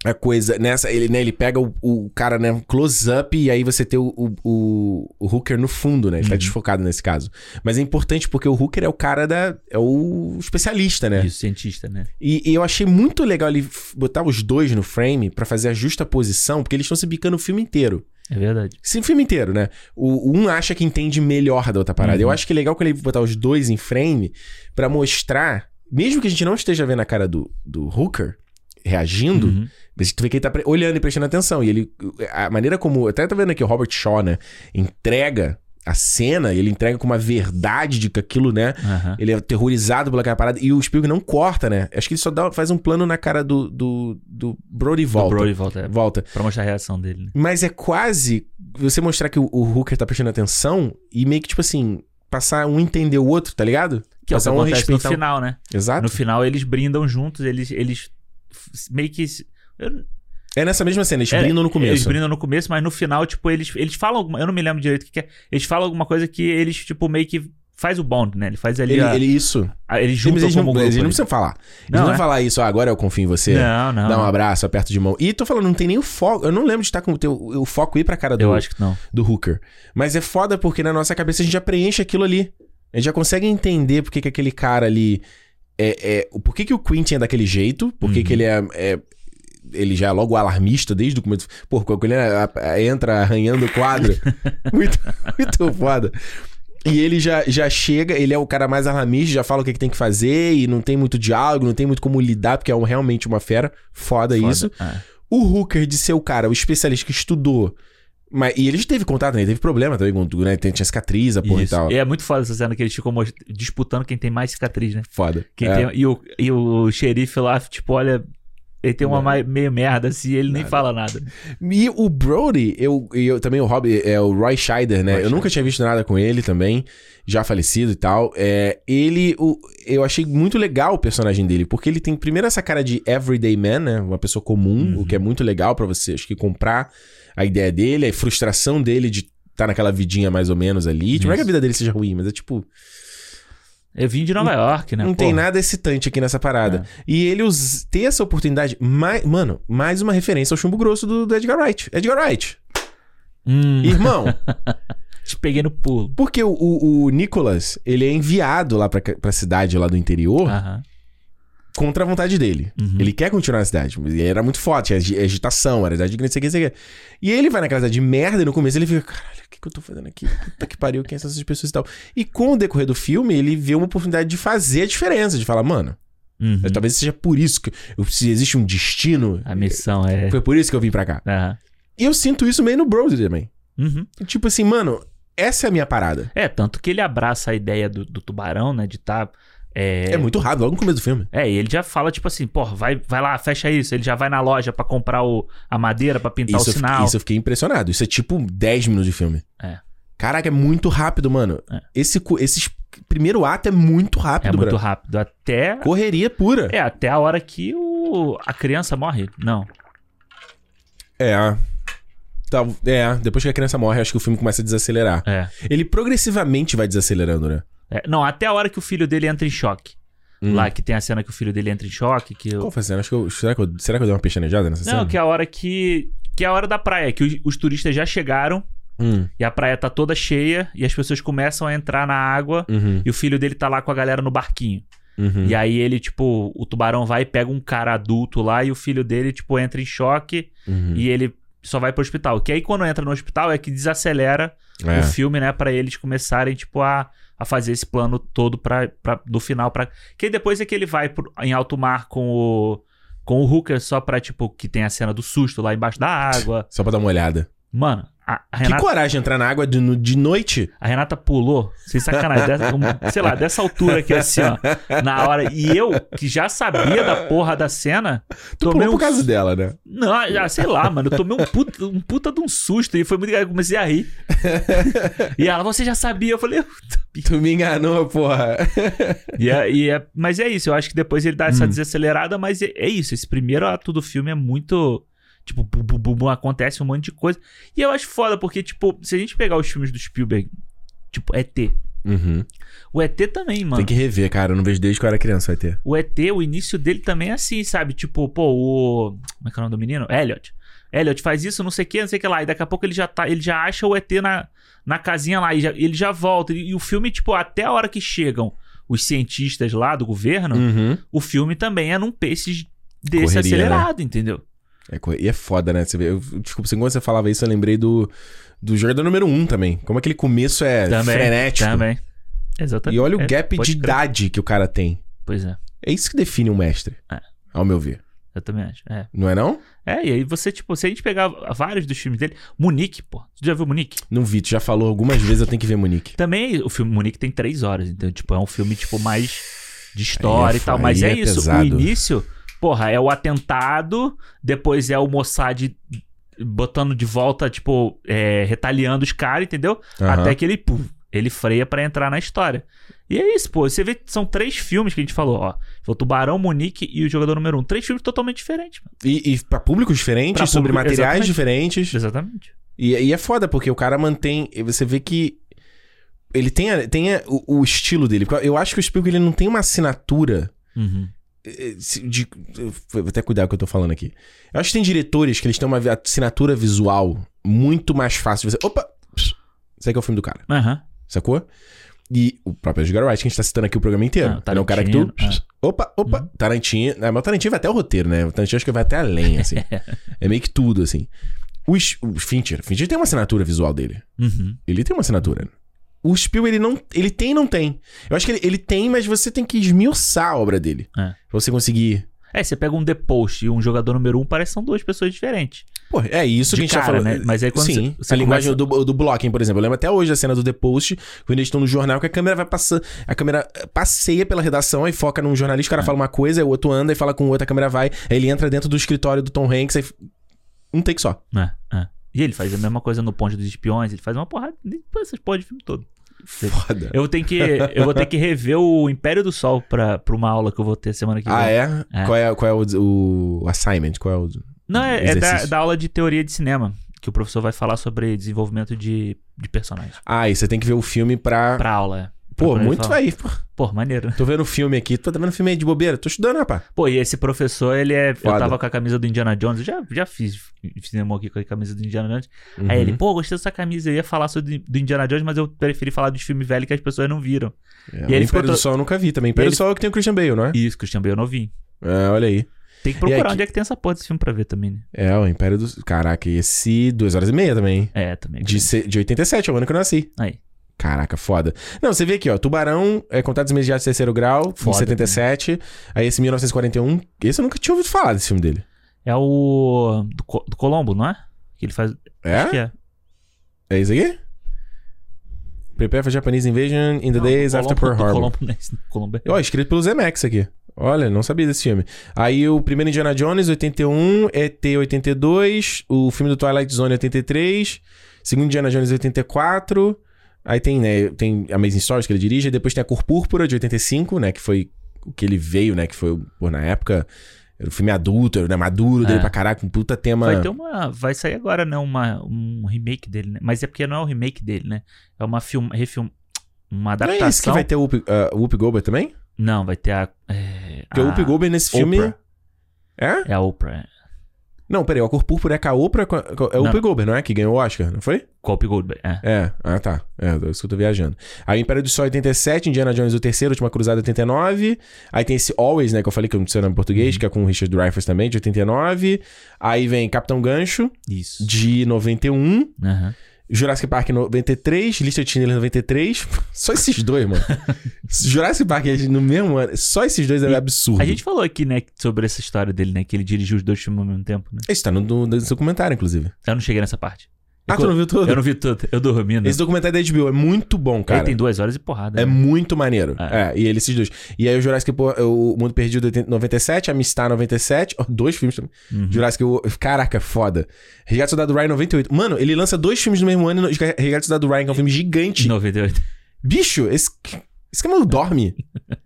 a coisa. Nessa, ele, né, ele pega o, o cara, né? um Close-up, e aí você tem o, o, o, o Hooker no fundo, né? Ele tá Uhum. desfocado nesse caso. Mas é importante porque o Hooker é o cara da. É o especialista, né? E o cientista, né? E, e eu achei muito legal ele f- botar os dois no frame pra fazer a justa posição, porque eles estão se bicando o filme inteiro. É verdade. Sim, o filme inteiro, né? O, um acha que entende melhor da outra parada. Uhum. Eu acho que é legal quando ele botar os dois em frame pra mostrar, mesmo que a gente não esteja vendo a cara do, do Hooker reagindo, Uhum. mas tu vê que ele tá pre- olhando e prestando atenção. E ele. A maneira como. Até tá vendo aqui o Robert Shaw, né? Entrega a cena, ele entrega com uma verdade de que aquilo, né? Aham. Ele é aterrorizado pelaquela parada. E o Spielberg não corta, né? Acho que ele só dá, faz um plano na cara do, do, do Brody e Do volta. Brody volta. é, Volta. Pra mostrar a reação dele, né? Mas é quase você mostrar que o, o Hooker tá prestando atenção e meio que, tipo assim, passar um entender o outro, tá ligado? Que é o que passar um acontece no respeitar o- final, né? Exato. No final eles brindam juntos, eles, eles f- meio que. se- eu- É nessa mesma cena, eles é, brindam no Eles começo. brindam no começo, mas no final, tipo, eles, eles falam alguma. Eu não me lembro direito o que, que é. Eles falam alguma coisa que eles, tipo, meio que faz o bond, né? Ele faz ali. Ele, a- ele, isso. a- eles Mas juntam eles como não, grupo. eles não ali. precisam falar. Eles Não, não, vão é. falar isso, ah, agora eu confio em você. não, não. Dá um abraço, aperto de mão. E tô falando, não tem nem o foco. Eu não lembro de estar com o teu o foco ir pra cara do, Eu acho que não. do Hooker. Mas é foda porque na nossa cabeça a gente já preenche aquilo ali. A gente já consegue entender por que que aquele cara ali. É, é, o- por que, que o Quentin é daquele jeito? Por que, Uhum. que ele é, é- Ele já é logo alarmista desde o começo. Pô, quando ele a- a- entra arranhando o quadro. muito, muito foda. E ele já, já chega, ele é o cara mais alarmista, já fala o que, que tem que fazer e não tem muito diálogo, não tem muito como lidar, porque é um- realmente uma fera. foda Foda. isso. É. O Hooker de ser o cara, o especialista que estudou. Mas, e ele teve contato, né? Ele teve problema também, com, né? Tem- Tinha cicatriz, a porra Isso. e tal. E é muito foda essa cena que eles ficam most- disputando quem tem mais cicatriz, né? Foda. Quem É. tem- e, o, e o xerife lá, tipo, olha. Ele tem uma Não. mai- meio merda assim, ele nem fala nada. E o Brody, eu, e eu também, o Rob, é o Roy Scheider, né? Roy eu nunca tinha visto nada com ele também, já falecido e tal. É, ele, o, eu achei muito legal o personagem dele, porque ele tem primeiro essa cara de everyday man, né? Uma pessoa comum, Uhum. o que é muito legal pra você, acho que comprar a ideia dele, a frustração dele de tá naquela vidinha mais ou menos ali. Tipo, não é que a Isso. vida dele seja ruim, mas é tipo, Eu vim de Nova York, né? Não tem porra? É. nada excitante aqui nessa parada. E ele us- ter essa oportunidade, mais, mano, mais uma referência ao chumbo grosso do, do Edgar Wright. Edgar Wright, Hum, irmão, te peguei no pulo. porque o, o, o Nicholas, ele é enviado lá pra, ca- pra cidade lá do interior Aham. contra a vontade dele. Uhum. Ele quer continuar na cidade, mas ele era muito forte, era agi- é agitação, era idade grande, sei o que, sei o que. E ele vai naquela cidade de merda e no começo ele fica, caralho, o que, que eu tô fazendo aqui? Puta que pariu, quem são essas pessoas e tal. E com o decorrer do filme, ele vê uma oportunidade de fazer a diferença, de falar, mano, Uhum. Mas Talvez seja por isso que eu, se existe um destino. A missão é. Foi por isso que eu vim pra cá. Aham. E eu sinto isso meio no Brody também. Uhum. Tipo assim, mano, essa é a minha parada. É, tanto que ele abraça a ideia do, do tubarão, né? De tá. É, É, muito rápido, logo no começo do filme. é, e ele já fala, tipo assim, porra, vai, vai lá, fecha isso. Ele já vai na loja pra comprar o, a madeira, pra pintar Isso o eu, fiquei, sinal. isso eu fiquei impressionado. Isso é tipo 10 minutos de filme. É. Caraca, é muito rápido, mano. É. Esse, cu- esses primeiro ato é muito é rápido, muito bro. rápido. Até. Correria pura. É, até a hora que o, a criança morre. Não. É. Tá, é, depois que a criança morre, acho que o filme começa a desacelerar. É. Ele progressivamente vai desacelerando, né? É, Não, até a hora que o filho dele entra em choque. Hum. Lá que tem a cena que o filho dele entra em choque. Que o- Qual foi a cena? Acho que eu- será, que eu, será que eu dei uma pestanejada nessa cena? Não, que é a hora que. Que é a hora da praia, que os, os turistas já chegaram Hum, e a praia tá toda cheia e as pessoas começam a entrar na água uhum, E o filho dele tá lá com a galera no barquinho. uhum. E aí ele, tipo, o tubarão vai e pega um cara adulto lá e o filho dele, tipo, entra em choque Uhum. e ele só vai pro hospital. Que aí quando entra no hospital é que desacelera É. o filme, né, Pra eles começarem, tipo, a, a fazer esse plano todo pra, pra, do final pra. Que aí depois é que ele vai pro- em alto mar com o. Com o Hooker só pra, tipo, que tem a cena do susto lá embaixo da água. Só pra dar uma olhada. Mano, a, a Que Renata, coragem de entrar na água de, no- de noite? A Renata pulou, sem sacanagem, dessa, um- sei lá, dessa altura aqui, assim, ó, na hora. E eu, que já sabia da porra da cena, Tu tomei pulou por um. causa dela, né? Não, ah, sei lá, mano. Eu tomei um puta, um puta de um susto e foi muito. Eu comecei a rir. e ela, você já sabia? Eu falei, eu sabia. Tu me enganou, porra. E é, e é- mas é isso, eu acho que depois ele dá essa Hum. desacelerada, mas é, é isso. Esse primeiro ato do filme é muito. Tipo, bu- bu- bu- bu- acontece um monte de coisa. E eu acho foda, porque, tipo, se a gente pegar os filmes do Spielberg, tipo, ET. Uhum. O ET também, mano. Tem que rever, cara. Eu não vejo desde que eu era criança, vai ter. O ET, o início dele também é assim, sabe? Tipo, pô, o. Como é que é o nome do menino? Elliot. Elliot faz isso, não sei o que, não sei o que lá. E daqui a pouco ele já, tá, ele já acha o ET na, na casinha lá. E já- ele já volta. E, e o filme, tipo, até a hora que chegam os cientistas lá do governo, Uhum. o filme também é num pace desse Correria, né? acelerado, entendeu? É, co- e é foda, né? Você vê, eu, desculpa, assim, quando você falava isso, eu lembrei do, do jogador número 1 um também. Como aquele começo é Também, frenético. Também. Exatamente. E olha o É, gap pode de crer. idade que o cara tem. Pois é, É isso que define um mestre. É. Ao meu ver. eu também acho. É. Não é não? é, e aí você, tipo, se a gente pegar vários dos filmes dele, Munique, pô. Tu já viu Munique? Não vi, tu já falou algumas vezes, eu tenho que ver Monique. Também o filme Munique tem três horas, então, tipo, é um filme, tipo, mais de história Aí é e tal. fo- Mas aí é, é isso. pesado. O início, porra, é o atentado, depois é o Mossad botando de volta, tipo, é, retaliando os caras, entendeu? Aham. Até que ele, pum, ele freia pra entrar na história. E é isso, pô. Você vê, são três filmes que a gente falou, ó. Foi o Tubarão, Munique e o Jogador Número Um. Três filmes totalmente diferentes, mano. E, e pra públicos diferentes, Pra sobre público- materiais exatamente. diferentes. Exatamente. E, e é foda, porque o cara mantém. e Você vê que. Ele tem, a- tem a- o, o estilo dele. Porque Eu acho que o Spielberg ele não tem uma assinatura. Uhum. eh, se- De, eu vou até cuidar do que eu tô falando aqui. Eu acho que tem diretores que eles têm uma vi- assinatura visual muito mais fácil. de Você, opa! pss, Isso aqui é o filme do cara, Aham. sacou? E o próprio Edgar Wright, que a gente tá citando aqui o programa inteiro. Ah, Ele é o cara que tu. Tarantino, é. Uhum. pss, Opa, opa, Tarantino. Ah, mas o Tarantino vai até o roteiro, né? O Tarantino acho que vai até além, assim. é meio que tudo, assim. Os, o Fincher. O Fincher tem uma assinatura visual dele. Uhum. Ele tem uma assinatura. O Spielberg, ele não. Ele tem e não tem. Eu acho que ele, ele tem, mas você tem que esmiuçar a obra dele. É. Pra você conseguir. É, você pega um The Post e um jogador número um, parece que são duas pessoas diferentes. Pô, é isso De que a gente tá cara, falando. né? Mas aí quando Sim, você- você a linguagem do, do blocking, por exemplo. Eu lembro até hoje a cena do The Post, quando eles estão no jornal, que a câmera vai passando. A câmera eh, passeia pela redação, aí foca num jornalista, o É. cara fala uma coisa, aí o outro anda e fala com o outro, a câmera vai, aí ele entra dentro do escritório do Tom Hanks, aí. f- Um take só. É, é. E ele faz a mesma coisa no Ponte dos Espiões, ele faz uma porrada, nem- pô, essas porra de filme todo. Foda. Eu, tenho que, eu vou ter que rever o Império do Sol pra, pra uma aula que eu vou ter semana que vem. Ah, é? É. Qual é, qual é o, o assignment? Qual é o. Não, é, é da, Exercício. da aula de teoria de cinema, que o professor vai falar sobre desenvolvimento de, de personagens. Ah, e você tem que ver o filme pra. Pra aula, é. Pô, Pra ele muito falar. aí. Pô, Pô, maneiro. né? tô vendo o filme aqui. Tô tá vendo filme aí de bobeira. Tô estudando, rapaz. Pô, e esse professor, ele é. Foda. Eu tava com a camisa do Indiana Jones, eu já, já fiz cinema aqui com a camisa do Indiana Jones. Uhum. Aí ele, pô, gostei dessa camisa, eu ia falar sobre do Indiana Jones, mas eu preferi falar dos filmes velhos que as pessoas não viram. É, ele o Império ficou do tro- Sol eu nunca vi também. Império ele- do Sol é o que tem o Christian Bale, não é? Isso, Christian Bale eu não vi. É, olha aí. Tem que procurar aqui- onde é que tem essa porra desse filme pra ver também, né? É, o Império do... Caraca, e esse... Duas horas e meia também. hein? É, também. De, se- de 87, é o ano que eu nasci. Aí. Caraca, foda. Não, você vê aqui, ó. Tubarão, é, Contatos Imediatos de Terceiro Grau, de Foda, 77. Aí esse 1941. Esse eu nunca tinha ouvido falar desse filme dele. É o. Do, Co- do Colombo, não é? Que ele faz. Acho que É? é. É isso aqui? Prepare for Japanese Invasion in the days Do after Pearl Colombo- do Harbor. Colombo, né? Esse do Colombo é- Ó, escrito pelo Zemex aqui. Olha, não sabia desse filme. Aí o primeiro Indiana Jones, 81, ET 82, o filme do Twilight Zone 83, segundo Indiana Jones 84. Aí tem, né, tem Amazing Stories que ele dirige, aí depois tem A Cor Púrpura de 85, né, que foi o que ele veio, né, que foi, pô, na época, era o filme adulto, era, né, maduro dele É. pra caraca, um puta tema. Vai ter uma. Vai sair agora, né? Uma, um remake dele, né? Mas é porque não é o remake dele, né? É uma film, refilm, uma Não adaptação. é esse que vai ter o Whoopi, ah, o Whoopi Goldberg também? Não, vai ter a. É, Porque o Whoopi Goldberg nesse filme... Oprah. É? É a Oprah. é. Não, peraí, A Cor Púrpura é com a Oprah, com a- com a- é o Não. Whoopi Goldberg, não é? Que ganhou o Oscar, não foi? Com a Whoopi Goldberg. É. É, ah tá. É, é isso que eu tô viajando. Aí Império do Sol é 87, Indiana Jones o terceiro, Última Cruzada 89. Aí tem esse Always, né, que eu falei que eu não sei o nome em português, Uhum. que é com o Richard Dreyfuss também, de 89. Aí vem Capitão Gancho, Isso. de 91. Aham. Jurassic Jurassic Park 93, Lista de Schindler 93. Só esses dois, mano. Jurassic Park é no mesmo ano. Só esses dois é E absurdo. A gente falou aqui, né, sobre essa história dele, né? Que ele dirigiu os dois filmes ao mesmo tempo, né? Isso tá no, no, nesse documentário, inclusive. Eu não cheguei nessa parte. Ah, tu não viu tudo? Eu não vi tudo, eu dormi, né? Esse documentário da HBO é muito bom, cara. Ele tem duas horas e porrada. É né? muito maneiro. É. É. e eles esses dois. E aí o Jurassic Pô, o Mundo Perdido 80 97, Amistar 97, ó, dois filmes também. Uhum. Jurassic o caraca, foda. Resgate do Soldado Ryan 98. Mano, ele lança dois filmes no mesmo ano e no- Resgate do Soldado Ryan, que é um filme gigante. 98. Bicho, esse esse cara não dorme.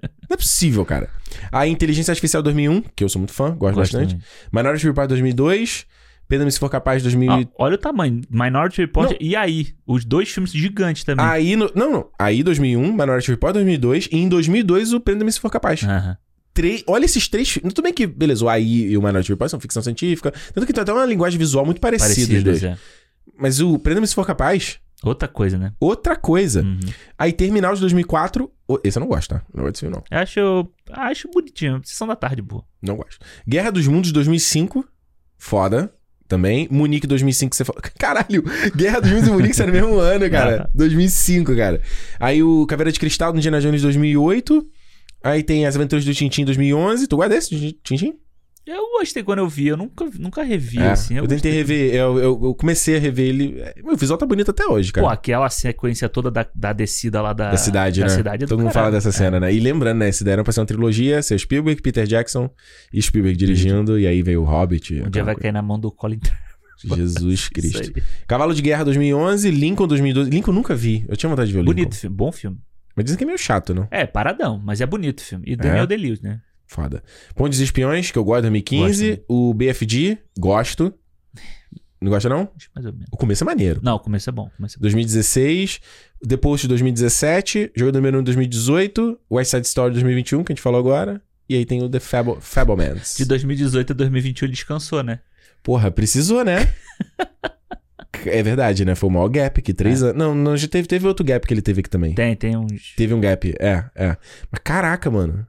Não é possível, cara. A Inteligência Artificial 2001, que eu sou muito fã, gosto, Gosto bastante. também. Minority Report 2002, Pedro se for capaz 2000 Ó, olha o tamanho. Minority Report Não. Ah, e aí? Os dois filmes gigantes também. Aí, no- não, não. Aí 2001, Minority Report 2002 e em 2002 o Prenda-me se for capaz. Aham. Três, olha esses três filmes. Tudo bem que, beleza, o AI e o Minority Report são ficção científica, tanto que tem até uma linguagem visual muito parecida os dois. Parecidos, é. Mas o Prenda-me se for capaz, Outra coisa, né? outra coisa. Uhum. Aí Terminal de 2004, o- esse eu não gosto, tá? Não gosto desse filme, não. Eu acho, acho bonitinho. Sessão da tarde, boa. Não gosto. Guerra dos Mundos 2005, foda. Também. Munique 2005, que você falou. Caralho! Guerra dos Mundos e Munique era no mesmo ano, cara. 2005, cara. Aí o Caveira de Cristal do Indiana Jones 2008. Aí tem As Aventuras do Tintim 2011. Tu guarda esse, Tintim? Eu gostei quando eu vi, eu nunca, nunca revi, É, assim. eu tentei gostei. rever, eu, eu- eu comecei a rever ele. É, Meu, o visual tá bonito até hoje, cara. Pô, aquela sequência toda da, da descida lá da, da cidade, da né? cidade é do Todo mundo fala caralho. dessa cena, né? E lembrando, né? Esse daí era pra ser uma trilogia, ser Spielberg, Peter Jackson e Spielberg dirigindo. E aí veio o Hobbit. Um dia aquela vai coisa. cair na mão do Colin Jesus Cristo. Isso aí. Cavalo de Guerra 2011, Lincoln 2012. Lincoln eu nunca vi. Eu tinha vontade de ver o Lincoln. Bonito filme, bom filme. Mas dizem que é meio chato, não? É, paradão, mas é bonito o filme. E Daniel Day-Lewis, né? Foda. Ponte dos Espiões, que eu gosto, 2015. Gosto o BFG, gosto. Não gosta, não? Acho Mais ou menos. O começo é maneiro. Não, o começo é bom. o Começo é bom. 2016, The Post 2017, Jogo número 1 2018, West Side Story 2021, que a gente falou agora. E aí tem o The Fable, Fablemans. De 2018 a 2021 ele descansou, né? Porra, precisou, né? é verdade, né? Foi o maior gap que três anos. Não, não, já teve, teve outro gap que ele teve aqui também. É. Tem, tem uns. Teve um gap, é, é. Mas caraca, mano.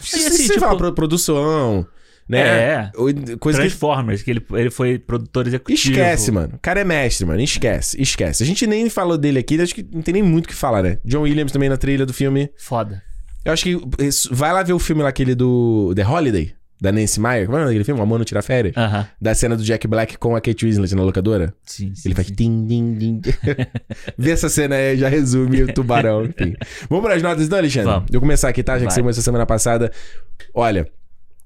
Se assim, você tipo- fala pro- produção, né? É. Ou- Coisa que. Transformers, que ele, ele foi produtor executivo. Esquece, mano. O cara é mestre, mano. Esquece, esquece. A gente nem falou dele aqui, acho que não tem nem muito o que falar, né? John Williams também na trilha do filme. Foda. Eu acho que. isso- Vai lá ver o filme lá, aquele do The Holiday, da Nancy Meyer. Como é o nome daquele filme? O Amor não tira férias. Aham. Da cena do Jack Black com a Kate Winslet na locadora. Sim, sim. Ele faz sim. tim, din, din. Vê essa cena aí, já resume o tubarão, enfim. Vamos para as notas então, Alexandre? Vamos. Deixa eu começar aqui, tá? Já que Vai. você começou semana passada. Olha,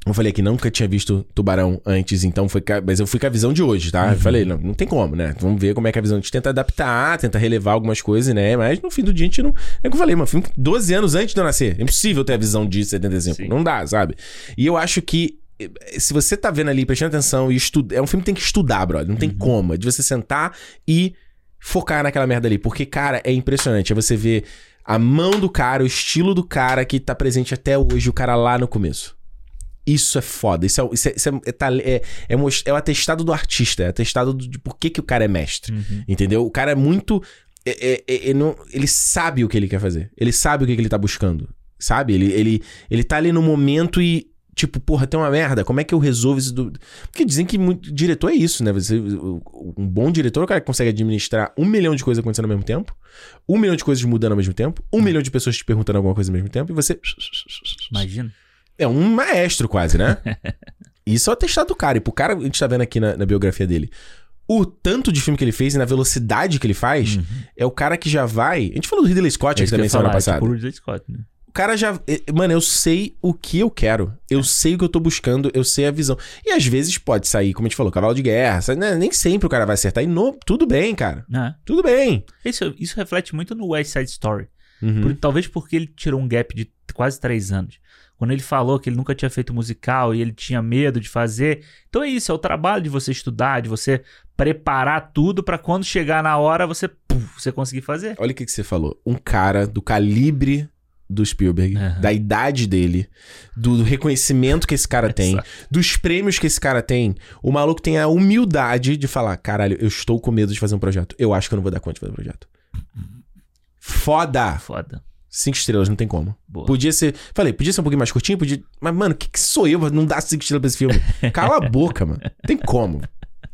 eu falei que nunca tinha visto tubarão antes, então foi. ca- Mas eu fui com a visão de hoje, tá? Eu falei, não, não tem como, né? Vamos ver como é que é a visão. A gente tenta adaptar, tenta relevar algumas coisas, né? Mas no fim do dia a gente não. É o que eu falei, mano, filme que 12 anos antes de eu nascer. É impossível ter a visão de 75. Sim. Não dá, sabe? E eu acho que. eh, Se você tá vendo ali, prestando atenção e estuda. É um filme que tem que estudar, brother. Não tem como. É de você sentar e focar naquela merda ali. Porque, cara, é impressionante. É você ver a mão do cara, o estilo do cara que tá presente até hoje, o cara lá no começo. Isso é foda. Isso é, isso é, isso é, é, tale- é, é mos- é o atestado do artista. É o atestado do- de por que, que o cara é mestre. Uhum. Entendeu? O cara é muito. é- é- é- é não- ele sabe o que ele quer fazer. Ele sabe o que, que ele tá buscando. Sabe? Ele, ele, ele tá ali no momento e. Tipo, porra, tem uma merda. Como é que eu resolvo isso? Do... Porque dizem que muito... diretor é isso, né? Você, o- um bom diretor é o cara que consegue administrar um milhão de coisas acontecendo ao mesmo tempo, um milhão de coisas mudando ao mesmo tempo, um milhão de pessoas te perguntando alguma coisa ao mesmo tempo e você. Imagina. É um maestro quase, né? Isso é o atestado do cara. E pro cara, a gente tá vendo aqui na, na biografia dele. O tanto de filme que ele fez e na velocidade que ele faz, é o cara que já vai. A gente falou do Ridley Scott Uhum. É aqui isso que eu também ia semana falar, é passada. Tipo o Ridley Scott, né? O cara já. eh, Mano, eu sei o que eu quero. É. Eu sei o que eu tô buscando, eu sei a visão. E às vezes pode sair, como a gente falou, cavalo de guerra. sai- né, Nem sempre o cara vai acertar. E no- tudo bem, cara. Ah, Tudo bem. isso, isso reflete muito no West Side Story. Uhum. Por- talvez porque ele tirou um gap de quase três anos. Quando ele falou que ele nunca tinha feito musical e ele tinha medo de fazer. Então é isso, é o trabalho de você estudar, de você preparar tudo pra quando chegar na hora você, puf, você conseguir fazer. Olha o que, que você falou. Um cara do calibre do Spielberg, Aham. da idade dele, do, do reconhecimento que esse cara tem, Exato. dos prêmios que esse cara tem, o maluco tem a humildade de falar: caralho, eu estou com medo de fazer um projeto. Eu acho que eu não vou dar conta de fazer um projeto. Foda! Foda. Cinco estrelas, não tem como. Boa. Podia ser. Falei, podia ser um pouquinho mais curtinho, podia. Mas, mano, o que, que sou eu pra não dar cinco estrelas pra esse filme? Cala a boca, mano. Tem como.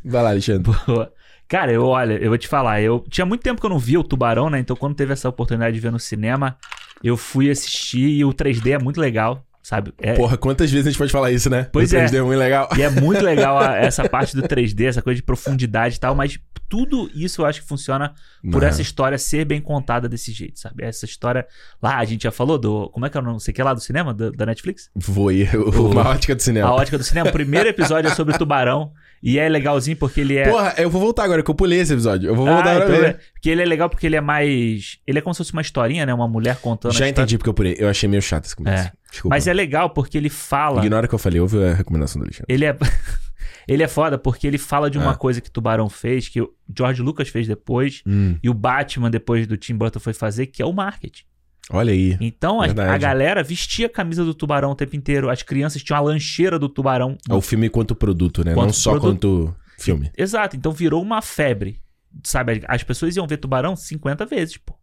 Vai lá, Alexandre. Boa. Cara, eu olha, eu vou te falar, eu tinha muito tempo que eu não via o Tubarão, né? Então quando teve essa oportunidade de ver no cinema, eu fui assistir e o 3D é muito legal, sabe? É, Porra, quantas vezes a gente pode falar isso, né? Pois O é. 3D é muito legal. E é muito legal a- essa parte do 3D, essa coisa de profundidade e tal, mas tudo isso eu acho que funciona por Não. essa história ser bem contada desse jeito, sabe? Essa história lá, a gente já falou do. Como é que é o nome? Não sei o que lá do cinema, do- da Netflix? Foi O- uma ótica do A cinema. ótica do cinema. O primeiro episódio é sobre o tubarão. E é legalzinho porque ele é. Porra, eu vou voltar agora, que eu pulei esse episódio. Eu vou Ah, voltar pra então ver. é- Porque ele é legal porque ele é mais. Ele é como se fosse uma historinha, né? Uma mulher contando. a Já história. entendi porque eu pulei. Eu achei meio chato esse começo. É. Desculpa. Mas é legal porque ele fala. Ignora o que eu falei, ouve a recomendação do Alexandre. Ele é. ele é foda porque ele fala de uma Ah. coisa que o Tubarão fez, que o George Lucas fez depois, Hum, e o Batman, depois do Tim Burton, foi fazer, que é o marketing. olha aí. Então a, Verdade. a galera vestia a camisa do tubarão o tempo inteiro. As crianças tinham a lancheira do tubarão. É o filme quanto produto, né? Hum. Quanto Não só quanto filme. Exato, então virou uma febre. Sabe, as pessoas iam ver tubarão 50 vezes, pô.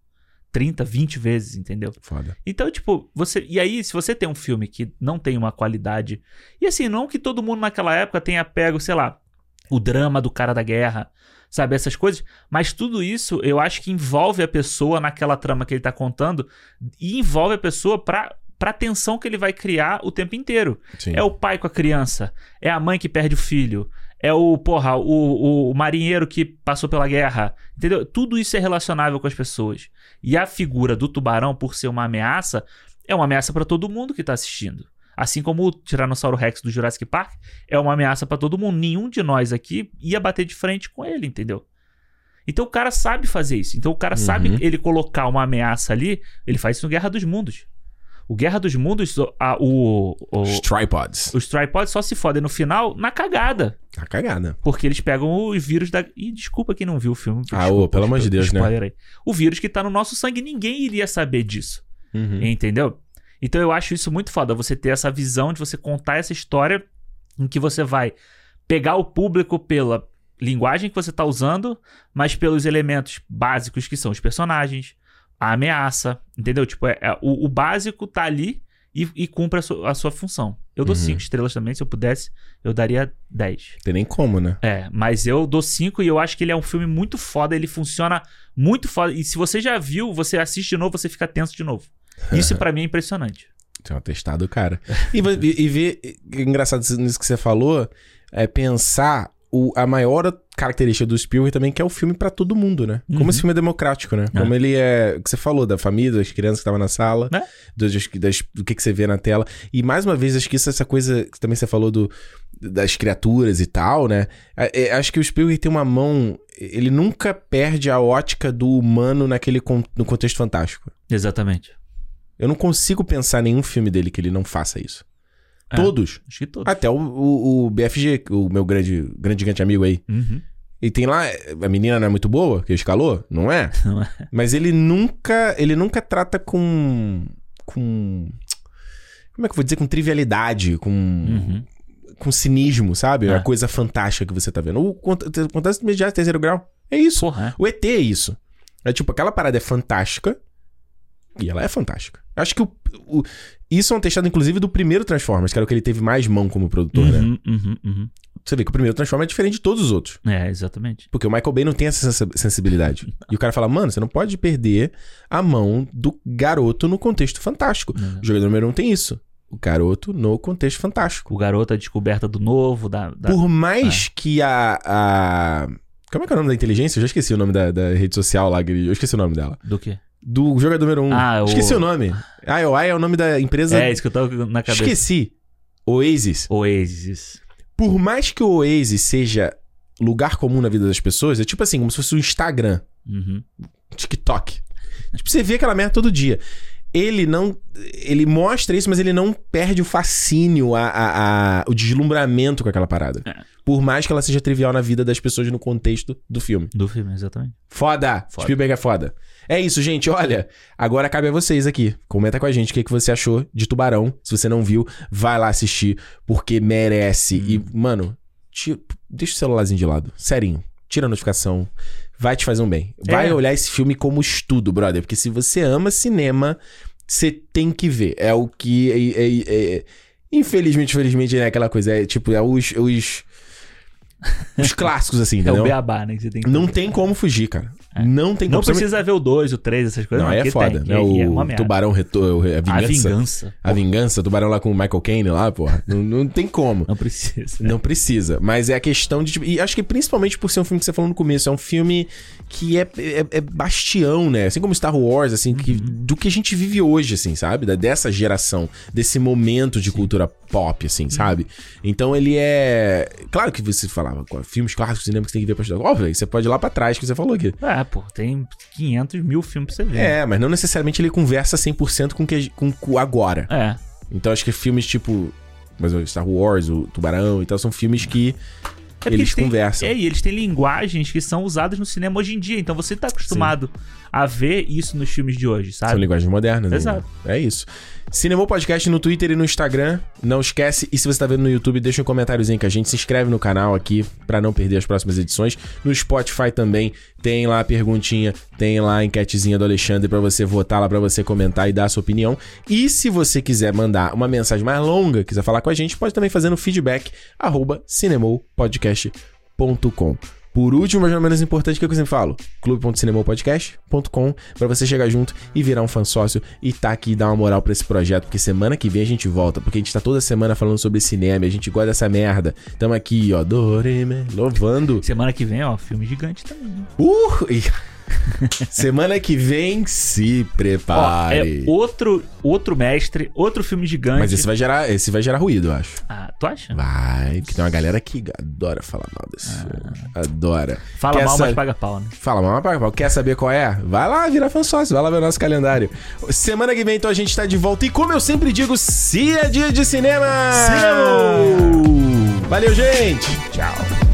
30, 20 vezes, entendeu? Foda. Então, tipo, você. E aí, se você tem um filme que não tem uma qualidade. E assim, não que todo mundo naquela época tenha pego, sei lá, o drama do cara da guerra, sabe, essas coisas. Mas tudo isso eu acho que envolve a pessoa naquela trama que ele tá contando e envolve a pessoa pra. Pra tensão que ele vai criar o tempo inteiro. Sim. É o pai com a criança. É a mãe que perde o filho. É o, porra, o, o, o marinheiro que passou pela guerra. Entendeu? Tudo isso é relacionável com as pessoas. E a figura do tubarão, por ser uma ameaça, é uma ameaça pra todo mundo que tá assistindo. Assim como o Tiranossauro Rex do Jurassic Park é uma ameaça pra todo mundo. Nenhum de nós aqui ia bater de frente com ele, entendeu? Então o cara sabe fazer isso. Então o cara Uhum. sabe ele colocar uma ameaça ali. Ele faz isso no Guerra dos Mundos. O Guerra dos Mundos, a- o- o, Os tripods. os tripods só se fodem no final na cagada. Tá cagada. Porque eles pegam os vírus da. Ih, desculpa quem não viu o filme. Ah, desculpa, ô, pelo amor de Deus, né? spoiler aí. O vírus que tá no nosso sangue, ninguém iria saber disso. Uhum. Entendeu? Então eu acho isso muito foda, você ter essa visão de você contar essa história em que você vai pegar o público pela linguagem que você tá usando, mas pelos elementos básicos que são os personagens, a ameaça, entendeu? Tipo, é, é- o, o básico tá ali e, e cumpre a, su- a sua função. Eu dou Uhum. cinco estrelas também, se eu pudesse, eu daria 10. Tem nem como, né? É, mas eu dou 5 e eu acho que ele é um filme muito foda, ele funciona muito foda. E se você já viu, você assiste de novo, você fica tenso de novo. Isso pra mim é impressionante. Tem um atestado, cara. E, vo- e, e ver, e- engraçado nisso que você falou, é pensar o, a maior característica do Spielberg também, que é o filme pra todo mundo, né? Como Uhum. esse filme é democrático, né? É. Como ele é. o Que você falou da família, das crianças que estavam na sala, É. dos- das- das- do que, que você vê na tela. E mais uma vez, acho que isso é essa coisa que também você falou do, das criaturas e tal, né? É, é, Acho que o Spielberg tem uma mão. Ele nunca perde a ótica do humano naquele con- no contexto fantástico. Exatamente. Eu não consigo pensar nenhum filme dele que ele não faça isso. É. Todos. Acho que todo. Até o, o- o BFG, o meu grande, grande, grande amigo aí. Uhum. E tem lá, a menina não é muito boa, que escalou, não é? Não Mas ele nunca, ele nunca trata com, com, como é que eu vou dizer, com trivialidade, com, Uhum. com cinismo, sabe? É. A coisa fantástica que você tá vendo. O cont- acontece no imediato, terceiro grau, é isso. Porra, é. O ET é isso. É tipo, aquela parada é fantástica. E ela é fantástica. Eu Acho que o, o- isso é um testado, inclusive, do primeiro Transformers, que era o que ele teve mais mão como produtor, né? Uhum, uhum, uhum. Você vê que o primeiro Transformers é diferente de todos os outros. É, exatamente. Porque o Michael Bay não tem essa sensi- sensibilidade. e o cara fala, mano, você não pode perder a mão do garoto no contexto fantástico. Uhum. O jogador número um tem isso. O garoto no contexto fantástico. O garoto, a descoberta do novo, da. da- Por mais que a, a- Como é que é o nome da inteligência? Eu já esqueci o nome da, da rede social lá. que ele- Eu esqueci o nome dela. Do quê? Do jogador número 1. Um. Ah, o- Esqueci o nome. IOI é o nome da empresa. É, isso que eu tava na cabeça. Esqueci. Oasis. Oasis. Por mais que o Oasis seja lugar comum na vida das pessoas, é tipo assim, como se fosse o Instagram, Uhum. TikTok. Tipo, você vê aquela merda todo dia. Ele não. Ele mostra isso, mas ele não perde o fascínio, a, a- a- o deslumbramento com aquela parada. É. Por mais que ela seja trivial na vida das pessoas no contexto do filme. Do filme, exatamente. Foda. Foda. Spielberg é foda. É isso, gente. Olha, agora cabe a vocês aqui. Comenta com a gente o que, que você achou de Tubarão. Se você não viu, vai lá assistir, porque merece. Hum. E, mano, ti- deixa o celularzinho de lado. Serinho. Tira a notificação. Vai te fazer um bem. Vai É. olhar esse filme como estudo, brother. Porque se você ama cinema, você tem que ver. É o que. né, é- é- é- Infelizmente, infelizmente, é aquela coisa. É tipo, é os. os... os clássicos, assim, É o entendeu? beabá, né? Que você tem que Não tem como fugir, cara. Não tem como. É. Não precisa ver o 2, o 3, essas coisas. Não, aí é porque foda. tem, né? e aí é o uma merda. Tubarão Retorno, a A vingança. vingança. A vingança, Tubarão lá com o Michael Caine lá, porra. Não, não tem como. Não precisa. Não precisa. Mas é a questão de. tipo, E acho que principalmente por ser um filme que você falou no começo, é um filme que é, é, é bastião, né? Assim como Star Wars, assim, que- Uhum. do que a gente vive hoje, assim, sabe? Da- Dessa geração, desse momento de cultura pop, Uhum. assim, sabe? Então ele é. Claro que você falava, "Qual- filmes clássicos, cinema que você tem que ver pra estudar. Óbvio, você pode ir lá pra trás, que você falou aqui. É, pô, tem 500 mil filmes pra você ver. É, mas não necessariamente ele conversa 100% com o que, a gen- com o agora. É. Então acho que filmes tipo. Mas o Star Wars, o Tubarão e tal, são filmes que porque eles têm- conversam. É, e eles têm linguagens que são usadas no cinema hoje em dia. Então você tá acostumado a ver isso nos filmes de hoje, São sabe? linguagens modernas. né? Exato. É isso. Cinemou Podcast no Twitter e no Instagram. Não esquece. E se você tá vendo no YouTube, deixa um comentáriozinho com a gente. Se inscreve no canal aqui pra não perder as próximas edições. No Spotify também tem lá a perguntinha, tem lá a enquetezinha do Alexandre pra você votar lá, pra você comentar e dar a sua opinião. E se você quiser mandar uma mensagem mais longa, quiser falar com a gente, pode também fazer no feedback, arroba cinemoupodcast.com. Por último, mas não menos importante, que eu sempre falo, clube.cinemopodcast.com pra você chegar junto e virar um fã sócio e tá aqui e dar uma moral pra esse projeto, porque semana que vem a gente volta, porque a gente tá toda semana falando sobre cinema, e a gente gosta dessa merda. Tamo aqui, ó, Doreme, louvando. Semana que vem, ó, filme gigante também. né? Uh! E- semana que vem, se Ó, é prepare. outro, outro mestre, outro filme gigante. Mas esse vai gerar, esse vai gerar ruído, eu acho. Ah, tu acha? Vai, porque tem uma galera que adora falar mal desse filme. Adora. Ah. Fala Quer mal, saber- mas paga pau, né? Fala, mas paga pau. Quer saber qual é? Vai lá virar fã sócio, vai lá ver o nosso calendário. Semana que vem, então, a gente tá de volta. E como eu sempre digo, se é dia de cinema! Cinema! Valeu, gente! Tchau!